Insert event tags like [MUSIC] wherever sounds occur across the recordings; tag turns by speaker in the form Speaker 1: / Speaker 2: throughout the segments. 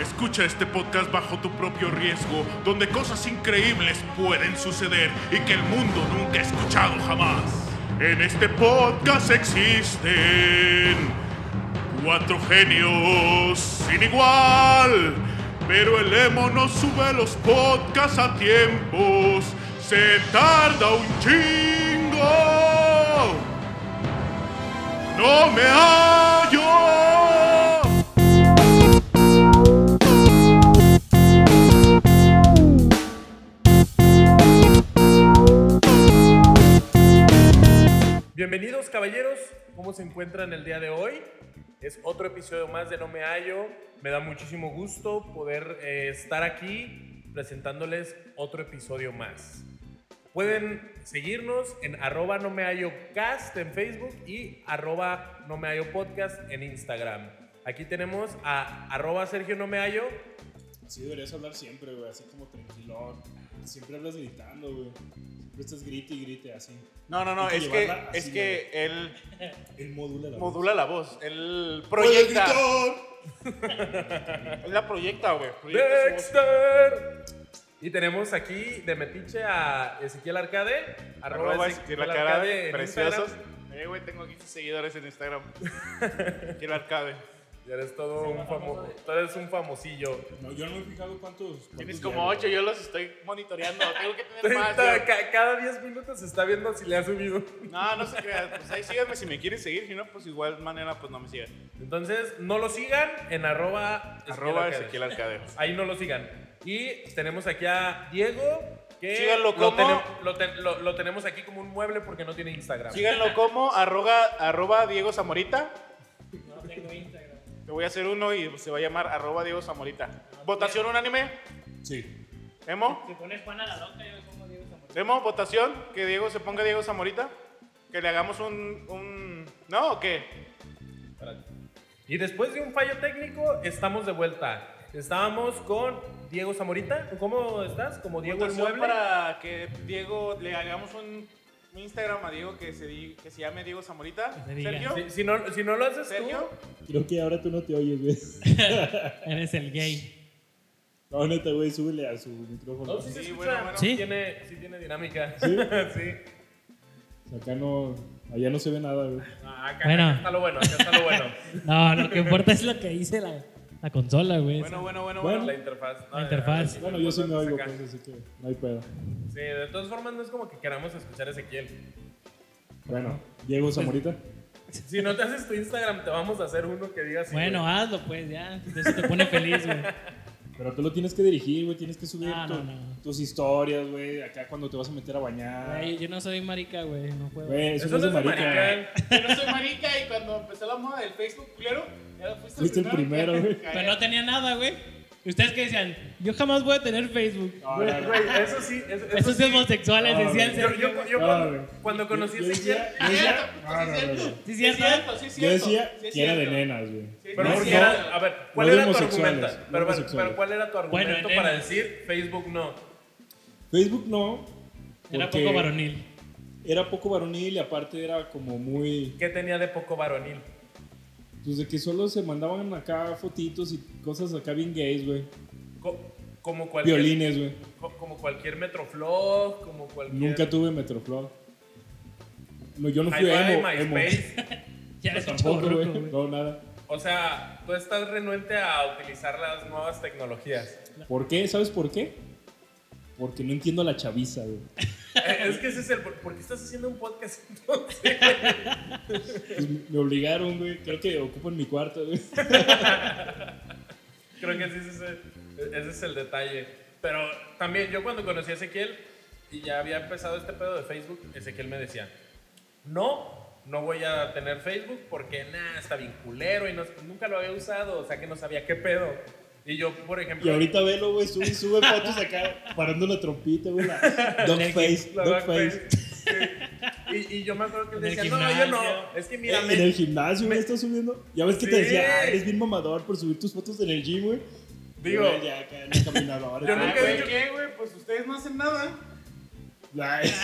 Speaker 1: Escucha este podcast bajo tu propio riesgo, donde cosas increíbles pueden suceder y que el mundo nunca ha escuchado jamás. En este podcast existen cuatro genios sin igual, pero el emo no sube los podcasts a tiempos. Se tarda un chingo. No me hallo.
Speaker 2: Bienvenidos caballeros, ¿cómo se encuentran el día de hoy? Es otro episodio más de No Me Hallo. Me da muchísimo gusto poder eh, estar aquí presentándoles otro episodio más. Pueden seguirnos en arroba no me hallo cast en Facebook y arroba no me hallo podcast en Instagram. Aquí tenemos a arroba Sergio no me hallo.
Speaker 3: Sí, deberías hablar siempre, güey, así como tranquilo. Siempre hablas gritando, güey. Siempre estás grite y grite así.
Speaker 4: No, no, no,
Speaker 3: Hay que
Speaker 4: es que,
Speaker 3: llevarla así,
Speaker 4: es que él
Speaker 3: Él modula la voz.
Speaker 4: modula la voz, él
Speaker 3: ¡Puedes
Speaker 4: proyecta,
Speaker 3: gritar!
Speaker 4: él la proyecta, güey. proyecta su voz.
Speaker 2: Dexter. Y tenemos aquí de Metiche a Ezequiel Arcade. Arroba,
Speaker 4: Arroba
Speaker 2: Ezequiel
Speaker 4: la cara
Speaker 2: Arcade
Speaker 4: de
Speaker 2: en
Speaker 4: preciosos.
Speaker 2: Instagram.
Speaker 4: Eh, güey, tengo 15 seguidores en Instagram.
Speaker 2: [LAUGHS]
Speaker 4: Quiero arcade.
Speaker 2: Ya eres todo un famoso. Tú eres un famosillo.
Speaker 3: No, yo no me he fijado cuántos. cuántos
Speaker 4: Tienes
Speaker 3: llevan,
Speaker 4: como
Speaker 3: güey.
Speaker 4: 8, yo los estoy monitoreando, tengo que tener más.
Speaker 2: Está-
Speaker 4: yo.
Speaker 2: ca- Cada 10 minutos se está viendo si le ha subido.
Speaker 4: No, no se crean, pues ahí síganme si me quieren seguir, si no, pues igual manera, pues no me sigan.
Speaker 2: Entonces, no lo sigan en arroba Ezequiel
Speaker 4: Arroba
Speaker 2: Arcade.
Speaker 4: Ezequiel Arcade.
Speaker 2: Ahí no lo sigan. Y tenemos aquí a Diego. Que
Speaker 4: Síganlo como-
Speaker 2: tenem- lo, ten- lo- lo tenemos aquí como un mueble porque no tiene Instagram.
Speaker 4: Síganlo como arroba, arroba Diego Zamorita. No tengo Instagram. Te voy a hacer uno y se va a llamar arroba Diego Zamorita. ¿Votación unánime?
Speaker 3: Sí.
Speaker 4: ¿Emo?
Speaker 5: Si pones Juana la loca, yo me pongo Diego Zamorano.
Speaker 4: ¿Emo? ¿Votación? ¿Que Diego se ponga Diego Zamorita? ¿Que le hagamos un... un... ¿No o qué?
Speaker 2: Espérate. Y después de un fallo técnico, estamos de vuelta. Estábamos con Diego Zamorita. ¿Cómo estás? Como Diego el
Speaker 4: Votación
Speaker 2: Mueble.
Speaker 4: para que Diego le hagamos un, un Instagram a Diego que se, di- que se llame Diego Zamorita.
Speaker 5: Que se diga.
Speaker 4: ¿Sergio?
Speaker 2: Si, si no, si no lo haces
Speaker 4: ¿Sergio?
Speaker 3: Creo que ahora tú no te oyes, güey.
Speaker 5: Eres el gay.
Speaker 3: No, neta, güey, súbele a su
Speaker 2: tú.
Speaker 3: micrófono.
Speaker 2: No, sí, se
Speaker 4: Sí,
Speaker 2: escucha.
Speaker 4: bueno, bueno.
Speaker 2: ¿Sí?
Speaker 5: Sí.
Speaker 2: Tiene, sí tiene dinámica.
Speaker 3: ¿Sí?
Speaker 2: [LAUGHS] Sí.
Speaker 3: Acá no. Allá no se ve nada, güey.
Speaker 2: Ah, acá,
Speaker 5: Bueno.
Speaker 2: acá está lo bueno, acá está lo bueno.
Speaker 3: [LAUGHS]
Speaker 5: No, lo que importa es lo que dice la, la consola, güey.
Speaker 4: Bueno, bueno,
Speaker 3: Bueno.
Speaker 4: bueno, bueno.
Speaker 2: la interfaz.
Speaker 5: La interfaz.
Speaker 2: sí,
Speaker 3: Bueno, yo sí me
Speaker 2: acá.
Speaker 3: oigo, pues, así que no hay pedo.
Speaker 2: Sí, de todas formas no es como que queramos escuchar a Ezequiel.
Speaker 3: Bueno, Diego Zamorita.
Speaker 2: Si no te haces tu Instagram, te vamos a hacer uno que diga así.
Speaker 5: Bueno,
Speaker 2: güey.
Speaker 3: ah,
Speaker 5: hazlo pues, ya. Eso te pone feliz, güey.
Speaker 3: Pero tú lo tienes que dirigir, güey. Tienes que subir
Speaker 5: No,
Speaker 3: tu-
Speaker 5: no, no.
Speaker 3: tus historias, güey. Acá cuando te vas a meter a bañar.
Speaker 5: Güey, Yo no soy marica, güey. No puedo.
Speaker 3: Güey, eso,
Speaker 2: Eso
Speaker 3: no es de marica.
Speaker 2: marica.
Speaker 4: Yo no soy marica y cuando empezó la moda del Facebook, culero, ya fuiste,
Speaker 3: Fuiste el primero, güey.
Speaker 5: Pero no tenía nada, güey. ¿Ustedes qué decían? Yo jamás voy a tener Facebook.
Speaker 3: No, no,
Speaker 2: Güey,
Speaker 3: no.
Speaker 2: güey, eso sí. Eso, eso
Speaker 5: Esos
Speaker 2: sí.
Speaker 5: homosexuales
Speaker 3: No,
Speaker 5: decían.
Speaker 2: Yo,
Speaker 5: Sergio,
Speaker 2: yo,
Speaker 5: güey.
Speaker 2: yo
Speaker 3: No,
Speaker 2: cuando,
Speaker 3: güey.
Speaker 2: cuando conocí a
Speaker 3: Yo- yo
Speaker 2: Ezequiel.
Speaker 3: decía-
Speaker 4: Ah,
Speaker 3: yo
Speaker 4: cierto,
Speaker 3: decía-
Speaker 4: puto, sí es
Speaker 3: no, no, no,
Speaker 4: cierto.
Speaker 3: no.
Speaker 5: ¿Sí
Speaker 4: Sí es cierto,
Speaker 5: es cierto?
Speaker 4: sí es
Speaker 3: Yo
Speaker 4: cierto.
Speaker 3: decía
Speaker 4: sí es
Speaker 3: que era de
Speaker 4: cierto.
Speaker 3: nenas, güey.
Speaker 4: Sí,
Speaker 2: Pero
Speaker 4: No,
Speaker 2: porque
Speaker 4: no,
Speaker 2: era, a ver, ¿cuál
Speaker 3: no de
Speaker 2: era tu
Speaker 3: homosexuales,
Speaker 2: argumento?
Speaker 3: no
Speaker 2: Pero, pero,
Speaker 3: homosexuales.
Speaker 2: ¿cuál era tu argumento
Speaker 5: nena.
Speaker 2: para decir Facebook no?
Speaker 3: Facebook no.
Speaker 5: Era
Speaker 3: porque
Speaker 5: poco varonil.
Speaker 3: Era poco varonil y aparte era como muy.
Speaker 2: ¿Qué tenía de poco varonil?
Speaker 3: Pues de que solo se mandaban acá fotitos y cosas acá bien gays, güey.
Speaker 2: Co- como cualquier.
Speaker 3: Violines, güey.
Speaker 2: co- como cualquier Metroflog, como cualquier.
Speaker 3: Nunca tuve Metroflog. No, yo no
Speaker 2: Ahí
Speaker 3: fui
Speaker 2: va de
Speaker 3: emo. emo.
Speaker 2: MySpace.
Speaker 5: Ya eres un
Speaker 3: Tampoco,
Speaker 5: chavorruco,
Speaker 3: güey.
Speaker 5: güey.
Speaker 3: No, nada.
Speaker 2: O sea, tú estás renuente a utilizar las nuevas
Speaker 3: [LAUGHS]
Speaker 2: tecnologías.
Speaker 3: ¿Por qué? ¿Sabes por qué? Porque no entiendo a la chaviza, güey.
Speaker 2: Eh, es que ese es el. ¿Por qué estás haciendo un podcast entonces?
Speaker 3: Pues me obligaron, güey. Creo que ocupan mi cuarto, güey.
Speaker 2: Creo que ese es, el, ese es el detalle. Pero también yo cuando conocí a Ezequiel y ya había empezado este pedo de Facebook, Ezequiel me decía, no, no voy a tener Facebook porque nada, está bien culero y no- nunca lo había usado, o sea que no sabía qué pedo. Y yo, por ejemplo...
Speaker 3: Y ahorita velo, güey. Sube, sube fotos acá parando la trompita,
Speaker 2: [LAUGHS]
Speaker 3: güey. La dog face,
Speaker 2: la
Speaker 3: dog
Speaker 2: verdad,
Speaker 3: face.
Speaker 2: pues, Y, y yo me acuerdo que él
Speaker 5: En el
Speaker 2: decía, no, yo no,
Speaker 5: gimnasio.
Speaker 2: es que mira, me-
Speaker 3: en el gimnasio, güey, estás subiendo. Ya ves que te
Speaker 2: Sí.
Speaker 3: decía, "Ah, eres bien mamador por subir tus fotos en el gym, güey.
Speaker 2: Digo-
Speaker 3: Y, güey, ya acá en el caminador.
Speaker 2: Yo
Speaker 4: Ay,
Speaker 2: nunca he
Speaker 5: Ah,
Speaker 4: güey,
Speaker 2: dicho-
Speaker 4: ¿Qué, güey? Pues ustedes no hacen nada.
Speaker 3: Ay,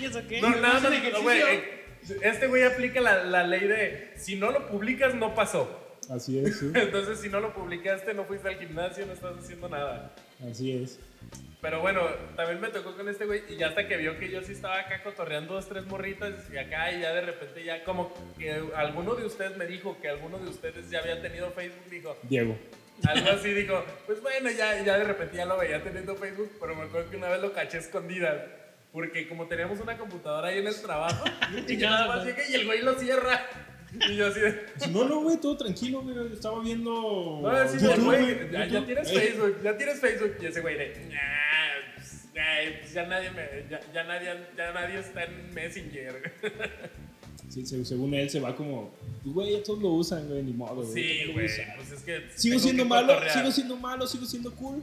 Speaker 5: ¿Y eso qué?
Speaker 2: no, nada
Speaker 4: hacen
Speaker 2: más,
Speaker 4: ejercicio.
Speaker 2: güey, eh, este güey aplica la, la ley de, si no lo publicas, no pasó. [LAUGHS]
Speaker 3: Así es, sí.
Speaker 2: Entonces, si no lo publicaste, no fuiste al gimnasio, no estás haciendo nada.
Speaker 3: Así es.
Speaker 2: Pero bueno, también me tocó con este güey y ya hasta que vio que yo sí estaba acá cotorreando dos, tres morritas y acá y ya de repente ya como que alguno de ustedes me dijo que alguno de ustedes ya había tenido Facebook, dijo,
Speaker 3: Diego.
Speaker 2: algo así, dijo, pues bueno, ya, ya de repente ya lo veía teniendo Facebook, pero me acuerdo que una vez lo caché a escondidas. Porque como teníamos una computadora ahí en el trabajo, y yo nada más llegué y el güey lo cierra. Y yo así de...
Speaker 3: No, no, güey, todo tranquilo, güey. yo Estaba viendo.
Speaker 2: No, sí, ya,
Speaker 3: YouTube,
Speaker 2: güey,
Speaker 3: güey,
Speaker 2: ya, ya
Speaker 3: YouTube.
Speaker 2: tienes
Speaker 3: Eh,
Speaker 2: Facebook, ya tienes Facebook. Y ese güey de, nah, pues, ay, pues ya nadie me, ya, ya nadie, ya nadie está en Messenger.
Speaker 3: sí, se- según él se va como. pues, Güey, ya todos lo usan, güey, ni modo, güey. yo
Speaker 2: Sí,
Speaker 3: tengo que
Speaker 2: güey,
Speaker 3: usar.
Speaker 2: pues es que.
Speaker 3: Sigo
Speaker 2: tengo
Speaker 3: siendo
Speaker 2: que
Speaker 3: malo,
Speaker 2: cotorrear.
Speaker 3: sigo siendo malo, sigo siendo cool.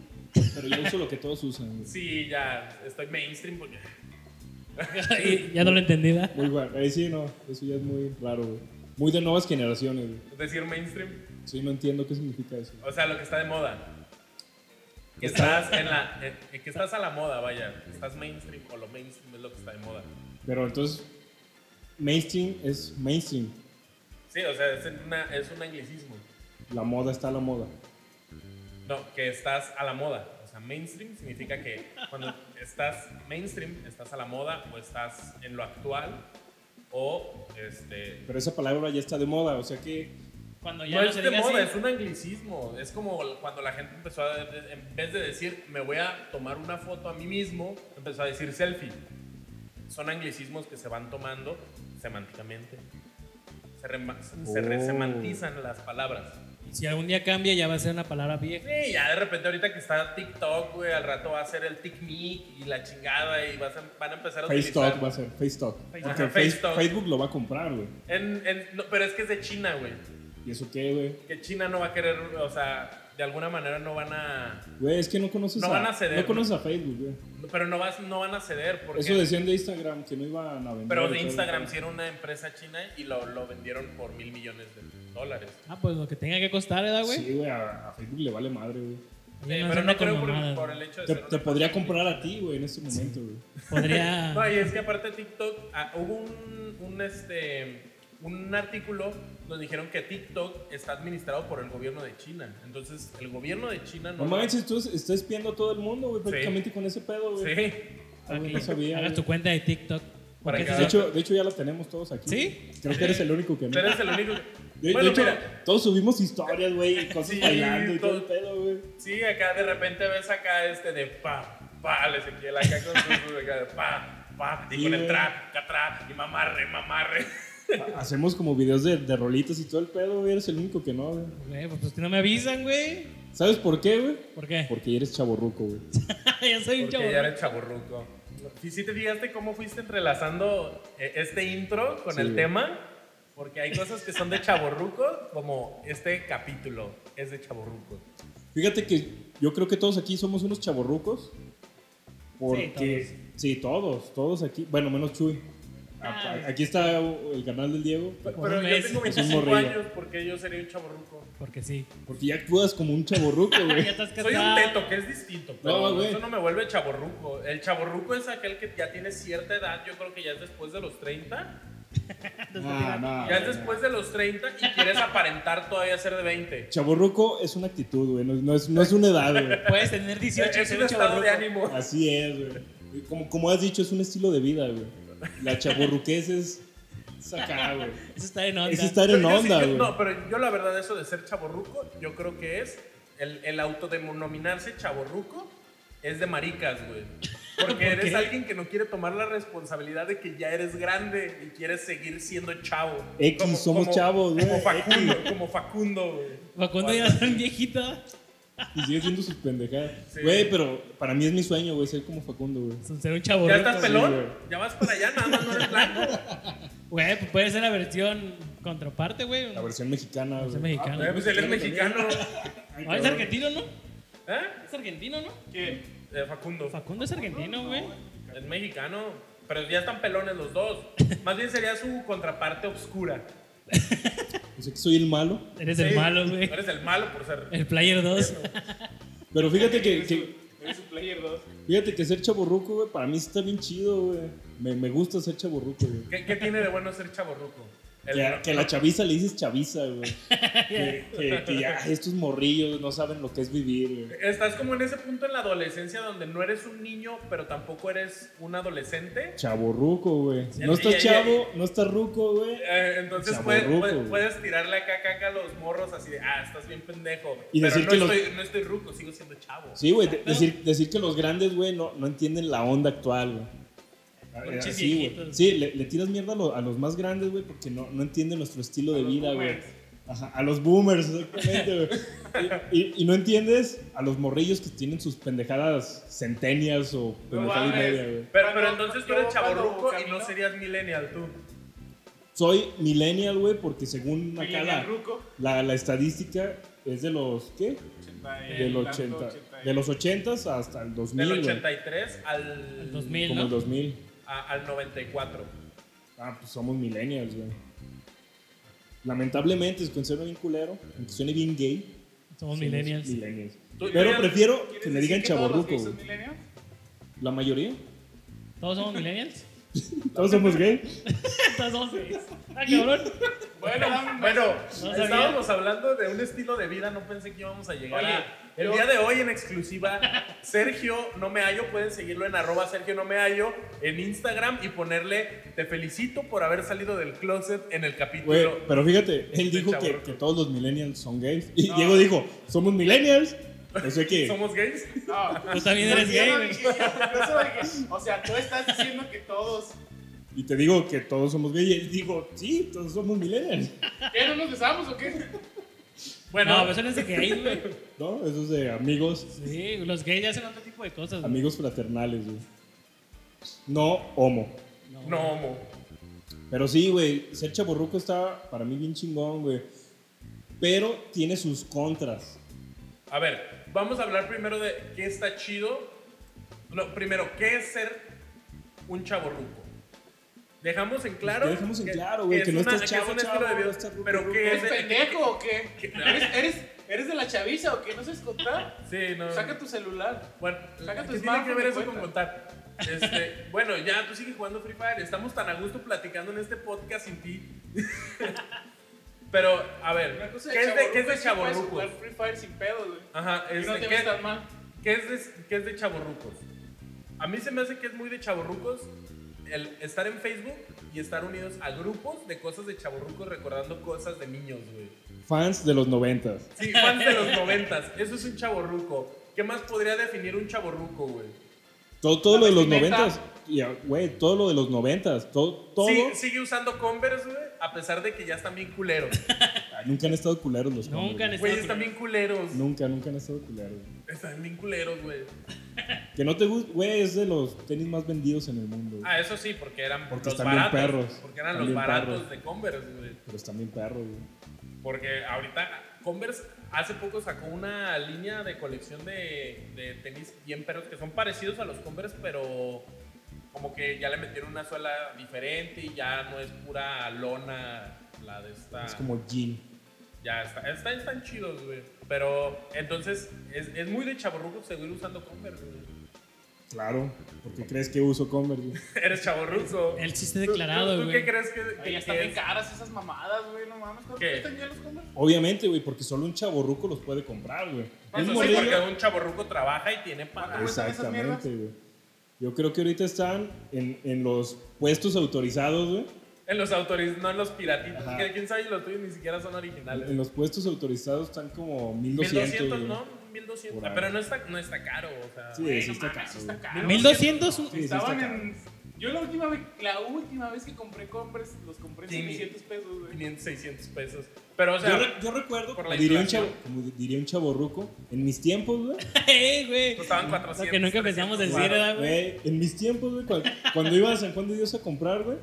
Speaker 3: Pero yo uso lo que todos usan, güey.
Speaker 2: Sí, ya, estoy mainstream porque.
Speaker 5: ya no lo entendí, ¿verdad?
Speaker 3: Muy bueno. Eh, sí, no, eso ya es muy raro, güey. Muy de nuevas generaciones, güey.
Speaker 2: Es decir, mainstream,
Speaker 3: Sí, no entiendo qué significa eso.
Speaker 2: o sea, lo que está de moda. Que estás en la. eh, eh, que estás a la moda, vaya. que Estás mainstream o lo mainstream es lo que está de moda.
Speaker 3: Pero entonces, mainstream es mainstream.
Speaker 2: Sí, o sea, es, una, es un anglicismo.
Speaker 3: La moda está a la moda.
Speaker 2: No, que estás a la moda. O sea, mainstream significa que cuando estás mainstream, estás a la moda o estás en lo actual o este...
Speaker 3: Pero esa palabra ya está de moda, o sea que
Speaker 5: Cuando ya
Speaker 2: No
Speaker 5: no,
Speaker 2: es
Speaker 5: se
Speaker 2: de
Speaker 5: diga
Speaker 2: moda,
Speaker 5: así.
Speaker 2: es un anglicismo. Es como cuando la gente empezó a... En vez de decir, me voy a tomar una foto a mí mismo, empezó a decir selfie. Son anglicismos que se van tomando semánticamente. Se, rema- se re-
Speaker 3: Oh.
Speaker 2: semantizan las palabras.
Speaker 5: Si algún día cambia, ya va a ser una palabra vieja.
Speaker 2: Sí, ya de repente ahorita que está TikTok, güey, al rato va a ser el TikMe y la chingada y vas a- van a empezar a
Speaker 3: Face
Speaker 2: utilizar...
Speaker 3: Talk va a ser, Face Talk.
Speaker 2: Ajá,
Speaker 3: Porque
Speaker 2: Face
Speaker 3: Face-
Speaker 2: Talk.
Speaker 3: Facebook lo va a comprar, güey.
Speaker 2: En- en- no, pero es que es de China, güey.
Speaker 3: ¿Y eso qué, güey?
Speaker 2: Que China no va a querer, o sea, de alguna manera no van a...
Speaker 3: Güey, es que no conoces
Speaker 2: No
Speaker 3: a,
Speaker 2: van a ceder,
Speaker 3: no conoces a Facebook, güey.
Speaker 2: Pero no, vas, no van a ceder porque...
Speaker 3: Eso decían de Instagram, que no iban a vender.
Speaker 2: pero
Speaker 3: y
Speaker 2: de
Speaker 3: todo,
Speaker 2: Instagram
Speaker 3: güey.
Speaker 2: sí era una empresa china y lo, lo vendieron por mil millones de dólares.
Speaker 5: Ah, pues lo que tenga que costar, ¿verdad, güey?
Speaker 3: Sí, güey, a, a Facebook le vale madre, güey.
Speaker 5: Oye,
Speaker 2: Eh,
Speaker 5: no
Speaker 2: pero
Speaker 5: anda
Speaker 2: no creo
Speaker 5: con
Speaker 2: por,
Speaker 5: mamadas.
Speaker 2: por el hecho de
Speaker 3: Te,
Speaker 2: ser una
Speaker 3: te podría
Speaker 2: empresa
Speaker 3: comprar a ti, güey, en este momento, güey.
Speaker 2: [LAUGHS]
Speaker 5: Podría.
Speaker 2: No, y es que aparte TikTok, ah, hubo un, un, este, un artículo donde dijeron que TikTok está administrado por el gobierno de China. Entonces, el gobierno de China no...
Speaker 3: No manches, tú estás espiando a todo el mundo, güey,
Speaker 2: Sí.
Speaker 3: prácticamente con ese pedo, güey.
Speaker 2: Sí.
Speaker 3: Ah, güey,
Speaker 5: Ok,
Speaker 3: no sabía,
Speaker 5: Hagas
Speaker 3: güey.
Speaker 5: tu cuenta de TikTok.
Speaker 2: Para
Speaker 5: Porque
Speaker 2: que
Speaker 5: ese
Speaker 3: De
Speaker 5: es-
Speaker 3: hecho, de hecho, ya lo tenemos todos aquí.
Speaker 5: ¿Sí?
Speaker 3: Creo que eres el único que no.
Speaker 2: Tú eres el único...
Speaker 3: De, de
Speaker 2: bueno,
Speaker 3: hecho,
Speaker 2: mira,
Speaker 3: todos subimos historias, güey, y cosas
Speaker 2: Sí,
Speaker 3: bailando y todo el
Speaker 2: todo.
Speaker 3: pedo, güey.
Speaker 2: sí, acá de repente ves acá este de pa, pa, le Ezequiel acá con sus... acá de pa, pa, y
Speaker 3: Sí,
Speaker 2: con el
Speaker 3: güey.
Speaker 2: trap, acá trap, y mamarre, mamarre.
Speaker 3: Ha- Hacemos como videos de, de rolitas y todo el pedo, güey, eres el único que no, güey.
Speaker 5: Güey, pues, pues que no me avisan, güey.
Speaker 3: ¿Sabes por qué, güey?
Speaker 5: ¿Por qué?
Speaker 3: Porque eres chaborruco, güey.
Speaker 5: [LAUGHS] ya soy un chavo.
Speaker 2: Porque ya eres chaburruco. Y si te fijaste cómo fuiste entrelazando eh, este intro con
Speaker 3: Sí,
Speaker 2: el
Speaker 3: güey.
Speaker 2: tema, porque hay cosas que son de chaburruco, como este capítulo es de chaburruco.
Speaker 3: Fíjate que yo creo que todos aquí somos unos chaborrucos. Porque. Sí, todos. todos, aquí. Bueno, menos Chuy. A- a- Aquí está el canal del Diego.
Speaker 2: Pero,
Speaker 5: Por un
Speaker 2: yo
Speaker 5: mes,
Speaker 2: tengo
Speaker 3: es un
Speaker 2: 25
Speaker 3: morrillo.
Speaker 2: años, porque yo sería un chaburruco.
Speaker 5: Porque sí.
Speaker 3: Porque ya actúas como un chaborruco,
Speaker 5: [LAUGHS] Ya
Speaker 3: güey.
Speaker 2: [LAUGHS]
Speaker 5: estás
Speaker 2: Soy un
Speaker 5: casado.
Speaker 2: teto, que es distinto, pero
Speaker 3: No, güey.
Speaker 2: eso no me vuelve chaborruco. El chaborruco es aquel que ya tiene cierta edad, yo creo que ya es después de los 30.
Speaker 3: No,
Speaker 2: Ya
Speaker 3: no, no.
Speaker 2: es después de los 30 y quieres aparentar todavía ser de 20.
Speaker 3: Chaborruco es una actitud, güey. No, no es, no es una edad, güey.
Speaker 5: Puedes tener 18 y
Speaker 2: Es
Speaker 5: ser
Speaker 2: un
Speaker 5: un
Speaker 2: estado de
Speaker 5: chavorruco.
Speaker 2: ánimo.
Speaker 3: Así es, güey. Como, como has dicho, es un estilo de vida, güey. La chaborruquez es. es acá, güey.
Speaker 5: Eso está en onda.
Speaker 3: Es estar en
Speaker 2: Pero yo sí-
Speaker 3: onda,
Speaker 2: yo-
Speaker 3: güey.
Speaker 2: No, pero yo la verdad eso de ser chaborruco, yo creo que es el, el autodenominarse chaborruco es de maricas, güey.
Speaker 3: [LAUGHS]
Speaker 2: Porque
Speaker 5: ¿Por
Speaker 2: eres
Speaker 5: qué?
Speaker 2: alguien que no quiere tomar la responsabilidad de que ya eres grande y quieres seguir siendo chavo.
Speaker 3: X, somos chavos, güey,
Speaker 2: Como
Speaker 3: X.
Speaker 2: Facundo, como Facundo, güey.
Speaker 5: Facundo ya es un viejito.
Speaker 3: Y sigue siendo sus pendejadas.
Speaker 2: Sí.
Speaker 3: Güey, pero para mí es mi sueño, güey, ser como Facundo, güey.
Speaker 5: Ser un chavorruco.
Speaker 2: ¿Ya estás
Speaker 3: güey.
Speaker 2: pelón? ¿Ya vas para allá? Nada más no eres
Speaker 5: [LAUGHS]
Speaker 2: blanco.
Speaker 5: Güey, pues puede ser la versión contraparte, güey.
Speaker 3: La versión mexicana,
Speaker 5: versión
Speaker 3: güey.
Speaker 5: mexicana.
Speaker 2: Eh, pues él es mexicano.
Speaker 5: No, es argentino, ¿no? [LAUGHS]
Speaker 2: ¿Eh?
Speaker 5: Es argentino, ¿no?
Speaker 4: ¿Quién?
Speaker 2: Eh, Facundo.
Speaker 5: Facundo es argentino, güey.
Speaker 2: Es mexicano. Pero ya están pelones los dos. Más bien sería su contraparte oscura.
Speaker 3: O sea que soy el malo.
Speaker 5: Eres
Speaker 2: Sí,
Speaker 5: el malo, güey.
Speaker 2: Eres el malo por ser.
Speaker 5: El player 2.
Speaker 3: Pero fíjate que,
Speaker 4: Eres
Speaker 3: que-
Speaker 4: un- eres un player 2.
Speaker 3: fíjate que ser chaburruco, güey, para mí está bien chido, güey. Me, me gusta ser chaburruco, güey.
Speaker 2: ¿Qué, qué tiene de bueno ser chaborruco? El-
Speaker 3: Que, a- que a la chaviza le dices chaviza,
Speaker 5: [LAUGHS]
Speaker 3: güey. que, que- que ya estos morrillos no saben lo que es vivir, güey.
Speaker 2: Estás como en ese punto en la adolescencia donde no eres un niño, pero tampoco eres un adolescente.
Speaker 3: Chavo ruco, güey.
Speaker 2: Ya-
Speaker 3: No
Speaker 2: ya-
Speaker 3: estás
Speaker 2: ya-
Speaker 3: chavo, no estás ruco, güey.
Speaker 2: Eh, entonces
Speaker 3: Chavo
Speaker 2: puede-
Speaker 3: ruco,
Speaker 2: puede-
Speaker 3: güey.
Speaker 2: puedes tirarle acá caca a los morros así de, ah, estás bien pendejo.
Speaker 3: Y
Speaker 2: pero
Speaker 3: decir
Speaker 2: no,
Speaker 3: que los-
Speaker 2: estoy, no estoy ruco, sigo siendo chavo.
Speaker 3: Sí, güey. de-
Speaker 5: Exacto.
Speaker 3: Decir, decir que los grandes, güey, no, no entienden la onda actual, güey.
Speaker 5: Pinches
Speaker 3: Así, güey.
Speaker 5: viejitos.
Speaker 3: Sí, le, le tiras mierda a, lo- a los más grandes, güey, porque no, no entienden nuestro estilo de
Speaker 4: los
Speaker 3: vida, güey.
Speaker 4: boomers.
Speaker 3: Ajá, a los boomers, exactamente, güey. Y, y- y no entiendes a los morrillos que tienen sus pendejadas centenias o pendejada y
Speaker 4: mames.
Speaker 3: media, güey.
Speaker 2: Pero,
Speaker 4: Cuando-
Speaker 2: pero entonces tú eres
Speaker 4: yo cuando
Speaker 2: chavorruco y
Speaker 4: camino-
Speaker 2: no serías millennial tú.
Speaker 3: Soy millennial, güey, porque según acá
Speaker 4: Millennial
Speaker 3: la,
Speaker 4: Ruco.
Speaker 3: la, la estadística es de los, ¿qué?
Speaker 4: Eh,
Speaker 3: Del 80. De los 80s hasta el 2000,
Speaker 2: Del
Speaker 3: güey.
Speaker 2: 83 al,
Speaker 5: 2000,
Speaker 3: Como el
Speaker 5: ¿no?
Speaker 3: 2000.
Speaker 2: a- al 94.
Speaker 3: Ah, pues somos millennials, güey. Lamentablemente se considera bien culero, aunque suene bien gay.
Speaker 5: Somos
Speaker 3: somos
Speaker 5: millennials.
Speaker 3: millennials.
Speaker 2: Tú- tú
Speaker 3: Pero
Speaker 2: ya-
Speaker 3: prefiero que me digan chaborruco,
Speaker 4: ¿Todos los
Speaker 3: güey.
Speaker 4: gays son millennials?
Speaker 3: La mayoría.
Speaker 5: ¿Todos somos millennials?
Speaker 2: [LAUGHS]
Speaker 3: Todos somos gay.
Speaker 5: Todos somos gays. Ah, cabrón.
Speaker 2: Bueno, bueno,
Speaker 5: sabía.
Speaker 2: estábamos hablando de un estilo de vida, no pensé que íbamos a llegar.
Speaker 4: Oye,
Speaker 2: a- el
Speaker 4: yo-
Speaker 2: día de hoy en exclusiva, Sergio No Me Hallo, pueden seguirlo en arroba Sergio No Me Hallo en Instagram y ponerle te felicito por haber salido del closet en el
Speaker 3: Güey,
Speaker 2: capítulo.
Speaker 3: pero fíjate, él
Speaker 2: de
Speaker 3: dijo que,
Speaker 2: chaborruco.
Speaker 3: que todos los millennials son gays. Y Diego dijo, somos millennials. O sea que...
Speaker 2: ¿Somos gays?
Speaker 3: [LAUGHS]
Speaker 4: No.
Speaker 5: Tú también eres
Speaker 4: Yo
Speaker 5: gay,
Speaker 4: no
Speaker 5: güey.
Speaker 4: dije- yo solo dije, O sea, tú estás diciendo que todos.
Speaker 3: Y te digo que todos somos gays. Y él dijo, sí, todos somos millennials.
Speaker 4: ¿Qué? ¿No nos besamos o qué?
Speaker 5: No,
Speaker 2: Bueno,
Speaker 4: pues,
Speaker 5: pero eso no es de gays, güey.
Speaker 3: ¿No? Eso es de amigos,
Speaker 5: Sí, los gays ya hacen otro tipo de cosas. güey.
Speaker 3: amigos fraternales, güey. No homo.
Speaker 2: no, homo.
Speaker 3: Pero sí, güey, ser chaborruco está para mí bien chingón, güey. Pero tiene sus contras.
Speaker 2: A ver, vamos a hablar primero de qué está chido. No, primero, ¿qué es ser un chaborruco? Dejamos en claro.
Speaker 3: Dejamos en claro, güey, que no
Speaker 2: es una-
Speaker 3: estás
Speaker 2: que es
Speaker 3: chavo,
Speaker 2: un estilo de
Speaker 3: chavo,
Speaker 2: vida,
Speaker 3: no estás ruco,
Speaker 2: pero
Speaker 3: ruco.
Speaker 2: ¿qué
Speaker 4: ¿Eres
Speaker 2: es?
Speaker 4: pendejo o qué?
Speaker 5: [LAUGHS]
Speaker 2: ¿Qué?
Speaker 4: ¿Eres, eres, eres de la chaviza o qué? ¿No sabes contar?
Speaker 2: Sí, no.
Speaker 4: Saca tu celular.
Speaker 2: Bueno,
Speaker 4: Saca tu
Speaker 2: ¿qué tiene
Speaker 4: smartphone
Speaker 2: que ver
Speaker 4: y
Speaker 2: eso con
Speaker 4: cuenta.
Speaker 2: contar? Este, [LAUGHS] bueno, ya tú sigues jugando Free Fire. Estamos tan a gusto platicando en este podcast sin ti. [LAUGHS] Pero, a ver,
Speaker 4: Una cosa
Speaker 2: ¿qué es de, qué es
Speaker 4: chavorruco
Speaker 2: de
Speaker 4: es que
Speaker 2: chavorrucos?
Speaker 4: puedes jugar Free Fire sin pedos, güey.
Speaker 2: Ajá,
Speaker 4: Y no
Speaker 2: este,
Speaker 4: te
Speaker 2: ¿qué-
Speaker 4: ves tan mal.
Speaker 2: ¿Qué es de, qué es de chavorrucos? A mí se me hace que es muy de chavorrucos el estar en Facebook y estar unidos a grupos de cosas de chavorrucos recordando cosas de niños, güey.
Speaker 3: Fans de los noventas.
Speaker 2: Sí, fans de los noventas. Eso es un chavorruco. ¿Qué más podría definir un chavorruco, güey?
Speaker 3: Todo, todo lo de los
Speaker 4: vestimenta.
Speaker 3: noventas. Ya, Güey, todo lo de los noventas. Todo, todo.
Speaker 2: Sí, sigue usando Converse, güey, a pesar de que ya están bien
Speaker 3: [LAUGHS]
Speaker 2: culeros.
Speaker 3: Ah, Nunca han estado culeros los
Speaker 5: Nunca han
Speaker 3: hombres,
Speaker 2: Güey,
Speaker 5: estado.
Speaker 2: están bien culeros.
Speaker 3: güey. Nunca, nunca han estado culeros. güey.
Speaker 2: Están bien culeros, güey.
Speaker 3: Que no te gusta, güey, es de los tenis más vendidos en el mundo. güey.
Speaker 2: Ah, eso sí, porque eran
Speaker 3: Porque
Speaker 2: los
Speaker 3: están bien
Speaker 2: baratos.
Speaker 3: perros.
Speaker 2: Porque eran
Speaker 3: Están
Speaker 2: los
Speaker 3: bien
Speaker 2: baratos
Speaker 3: perros.
Speaker 2: de Converse, güey.
Speaker 3: Pero están bien perros, güey.
Speaker 2: Porque ahorita Converse hace poco sacó una línea de colección de, de tenis bien perros que son parecidos a los Converse, pero como que ya le metieron una suela diferente y ya no es pura lona la de esta.
Speaker 3: Es como jean.
Speaker 2: Ya está, está- están chidos, güey. Pero entonces es, es muy de chaborruco seguir usando Converse, güey. [LAUGHS]
Speaker 3: Claro. Porque crees que uso Converse, güey.
Speaker 2: Eres chaborruco.
Speaker 5: El chiste declarado,
Speaker 2: ¿Tú, tú qué
Speaker 5: güey.
Speaker 2: crees que,
Speaker 4: Ay,
Speaker 2: que-
Speaker 4: ya están
Speaker 2: que
Speaker 4: bien
Speaker 2: es?
Speaker 4: caras esas mamadas, güey. No mames. ¿Cuánto
Speaker 2: ¿Qué?
Speaker 4: cuestan ya los Converse?
Speaker 3: Obviamente, güey, porque solo un chaborruco los puede comprar, güey.
Speaker 2: Pues
Speaker 3: Un
Speaker 2: sí,
Speaker 3: morrillo-
Speaker 2: porque un chaborruco trabaja y tiene
Speaker 4: ¿Cuánto
Speaker 2: para.
Speaker 4: cuestan esas mierdas?
Speaker 3: Exactamente, güey. Yo creo que ahorita están en, en los puestos autorizados, güey.
Speaker 2: En los autorizados, no en los piratitos.
Speaker 3: Ajá.
Speaker 2: Que quién sabe, los tuyos ni siquiera son originales.
Speaker 3: En los puestos autorizados están como 1200.
Speaker 2: 1200,
Speaker 3: güey.
Speaker 2: ¿no? 1200.
Speaker 3: Por
Speaker 2: Ah,
Speaker 3: ahí.
Speaker 2: Pero no está, no está caro, o sea.
Speaker 3: Sí,
Speaker 4: Güey,
Speaker 3: sí
Speaker 4: no
Speaker 3: está
Speaker 4: mames,
Speaker 3: caro,
Speaker 4: sí está
Speaker 3: güey.
Speaker 4: caro.
Speaker 5: 1200. [LAUGHS]
Speaker 3: Sí, sí está
Speaker 4: Estaban
Speaker 3: caro.
Speaker 4: en. Yo la última vez, la última vez que compré Converse, los compré en
Speaker 2: Sí,
Speaker 4: 700 pesos, güey.
Speaker 2: 500, 600 pesos. Pero, o
Speaker 3: yo,
Speaker 2: sea,
Speaker 3: re- yo recuerdo,
Speaker 2: por la
Speaker 3: como diría, un chavo,
Speaker 2: inflación.
Speaker 3: como diría un chavo ruco, en mis tiempos, güey.
Speaker 5: Eh, güey.
Speaker 2: costaban
Speaker 5: Lo
Speaker 2: 400.
Speaker 5: que nunca pensamos decir,
Speaker 2: 300
Speaker 5: ¿verdad, güey?
Speaker 3: Güey, En mis tiempos, güey, cuando, cuando iba a San Juan de Dios a comprar, güey,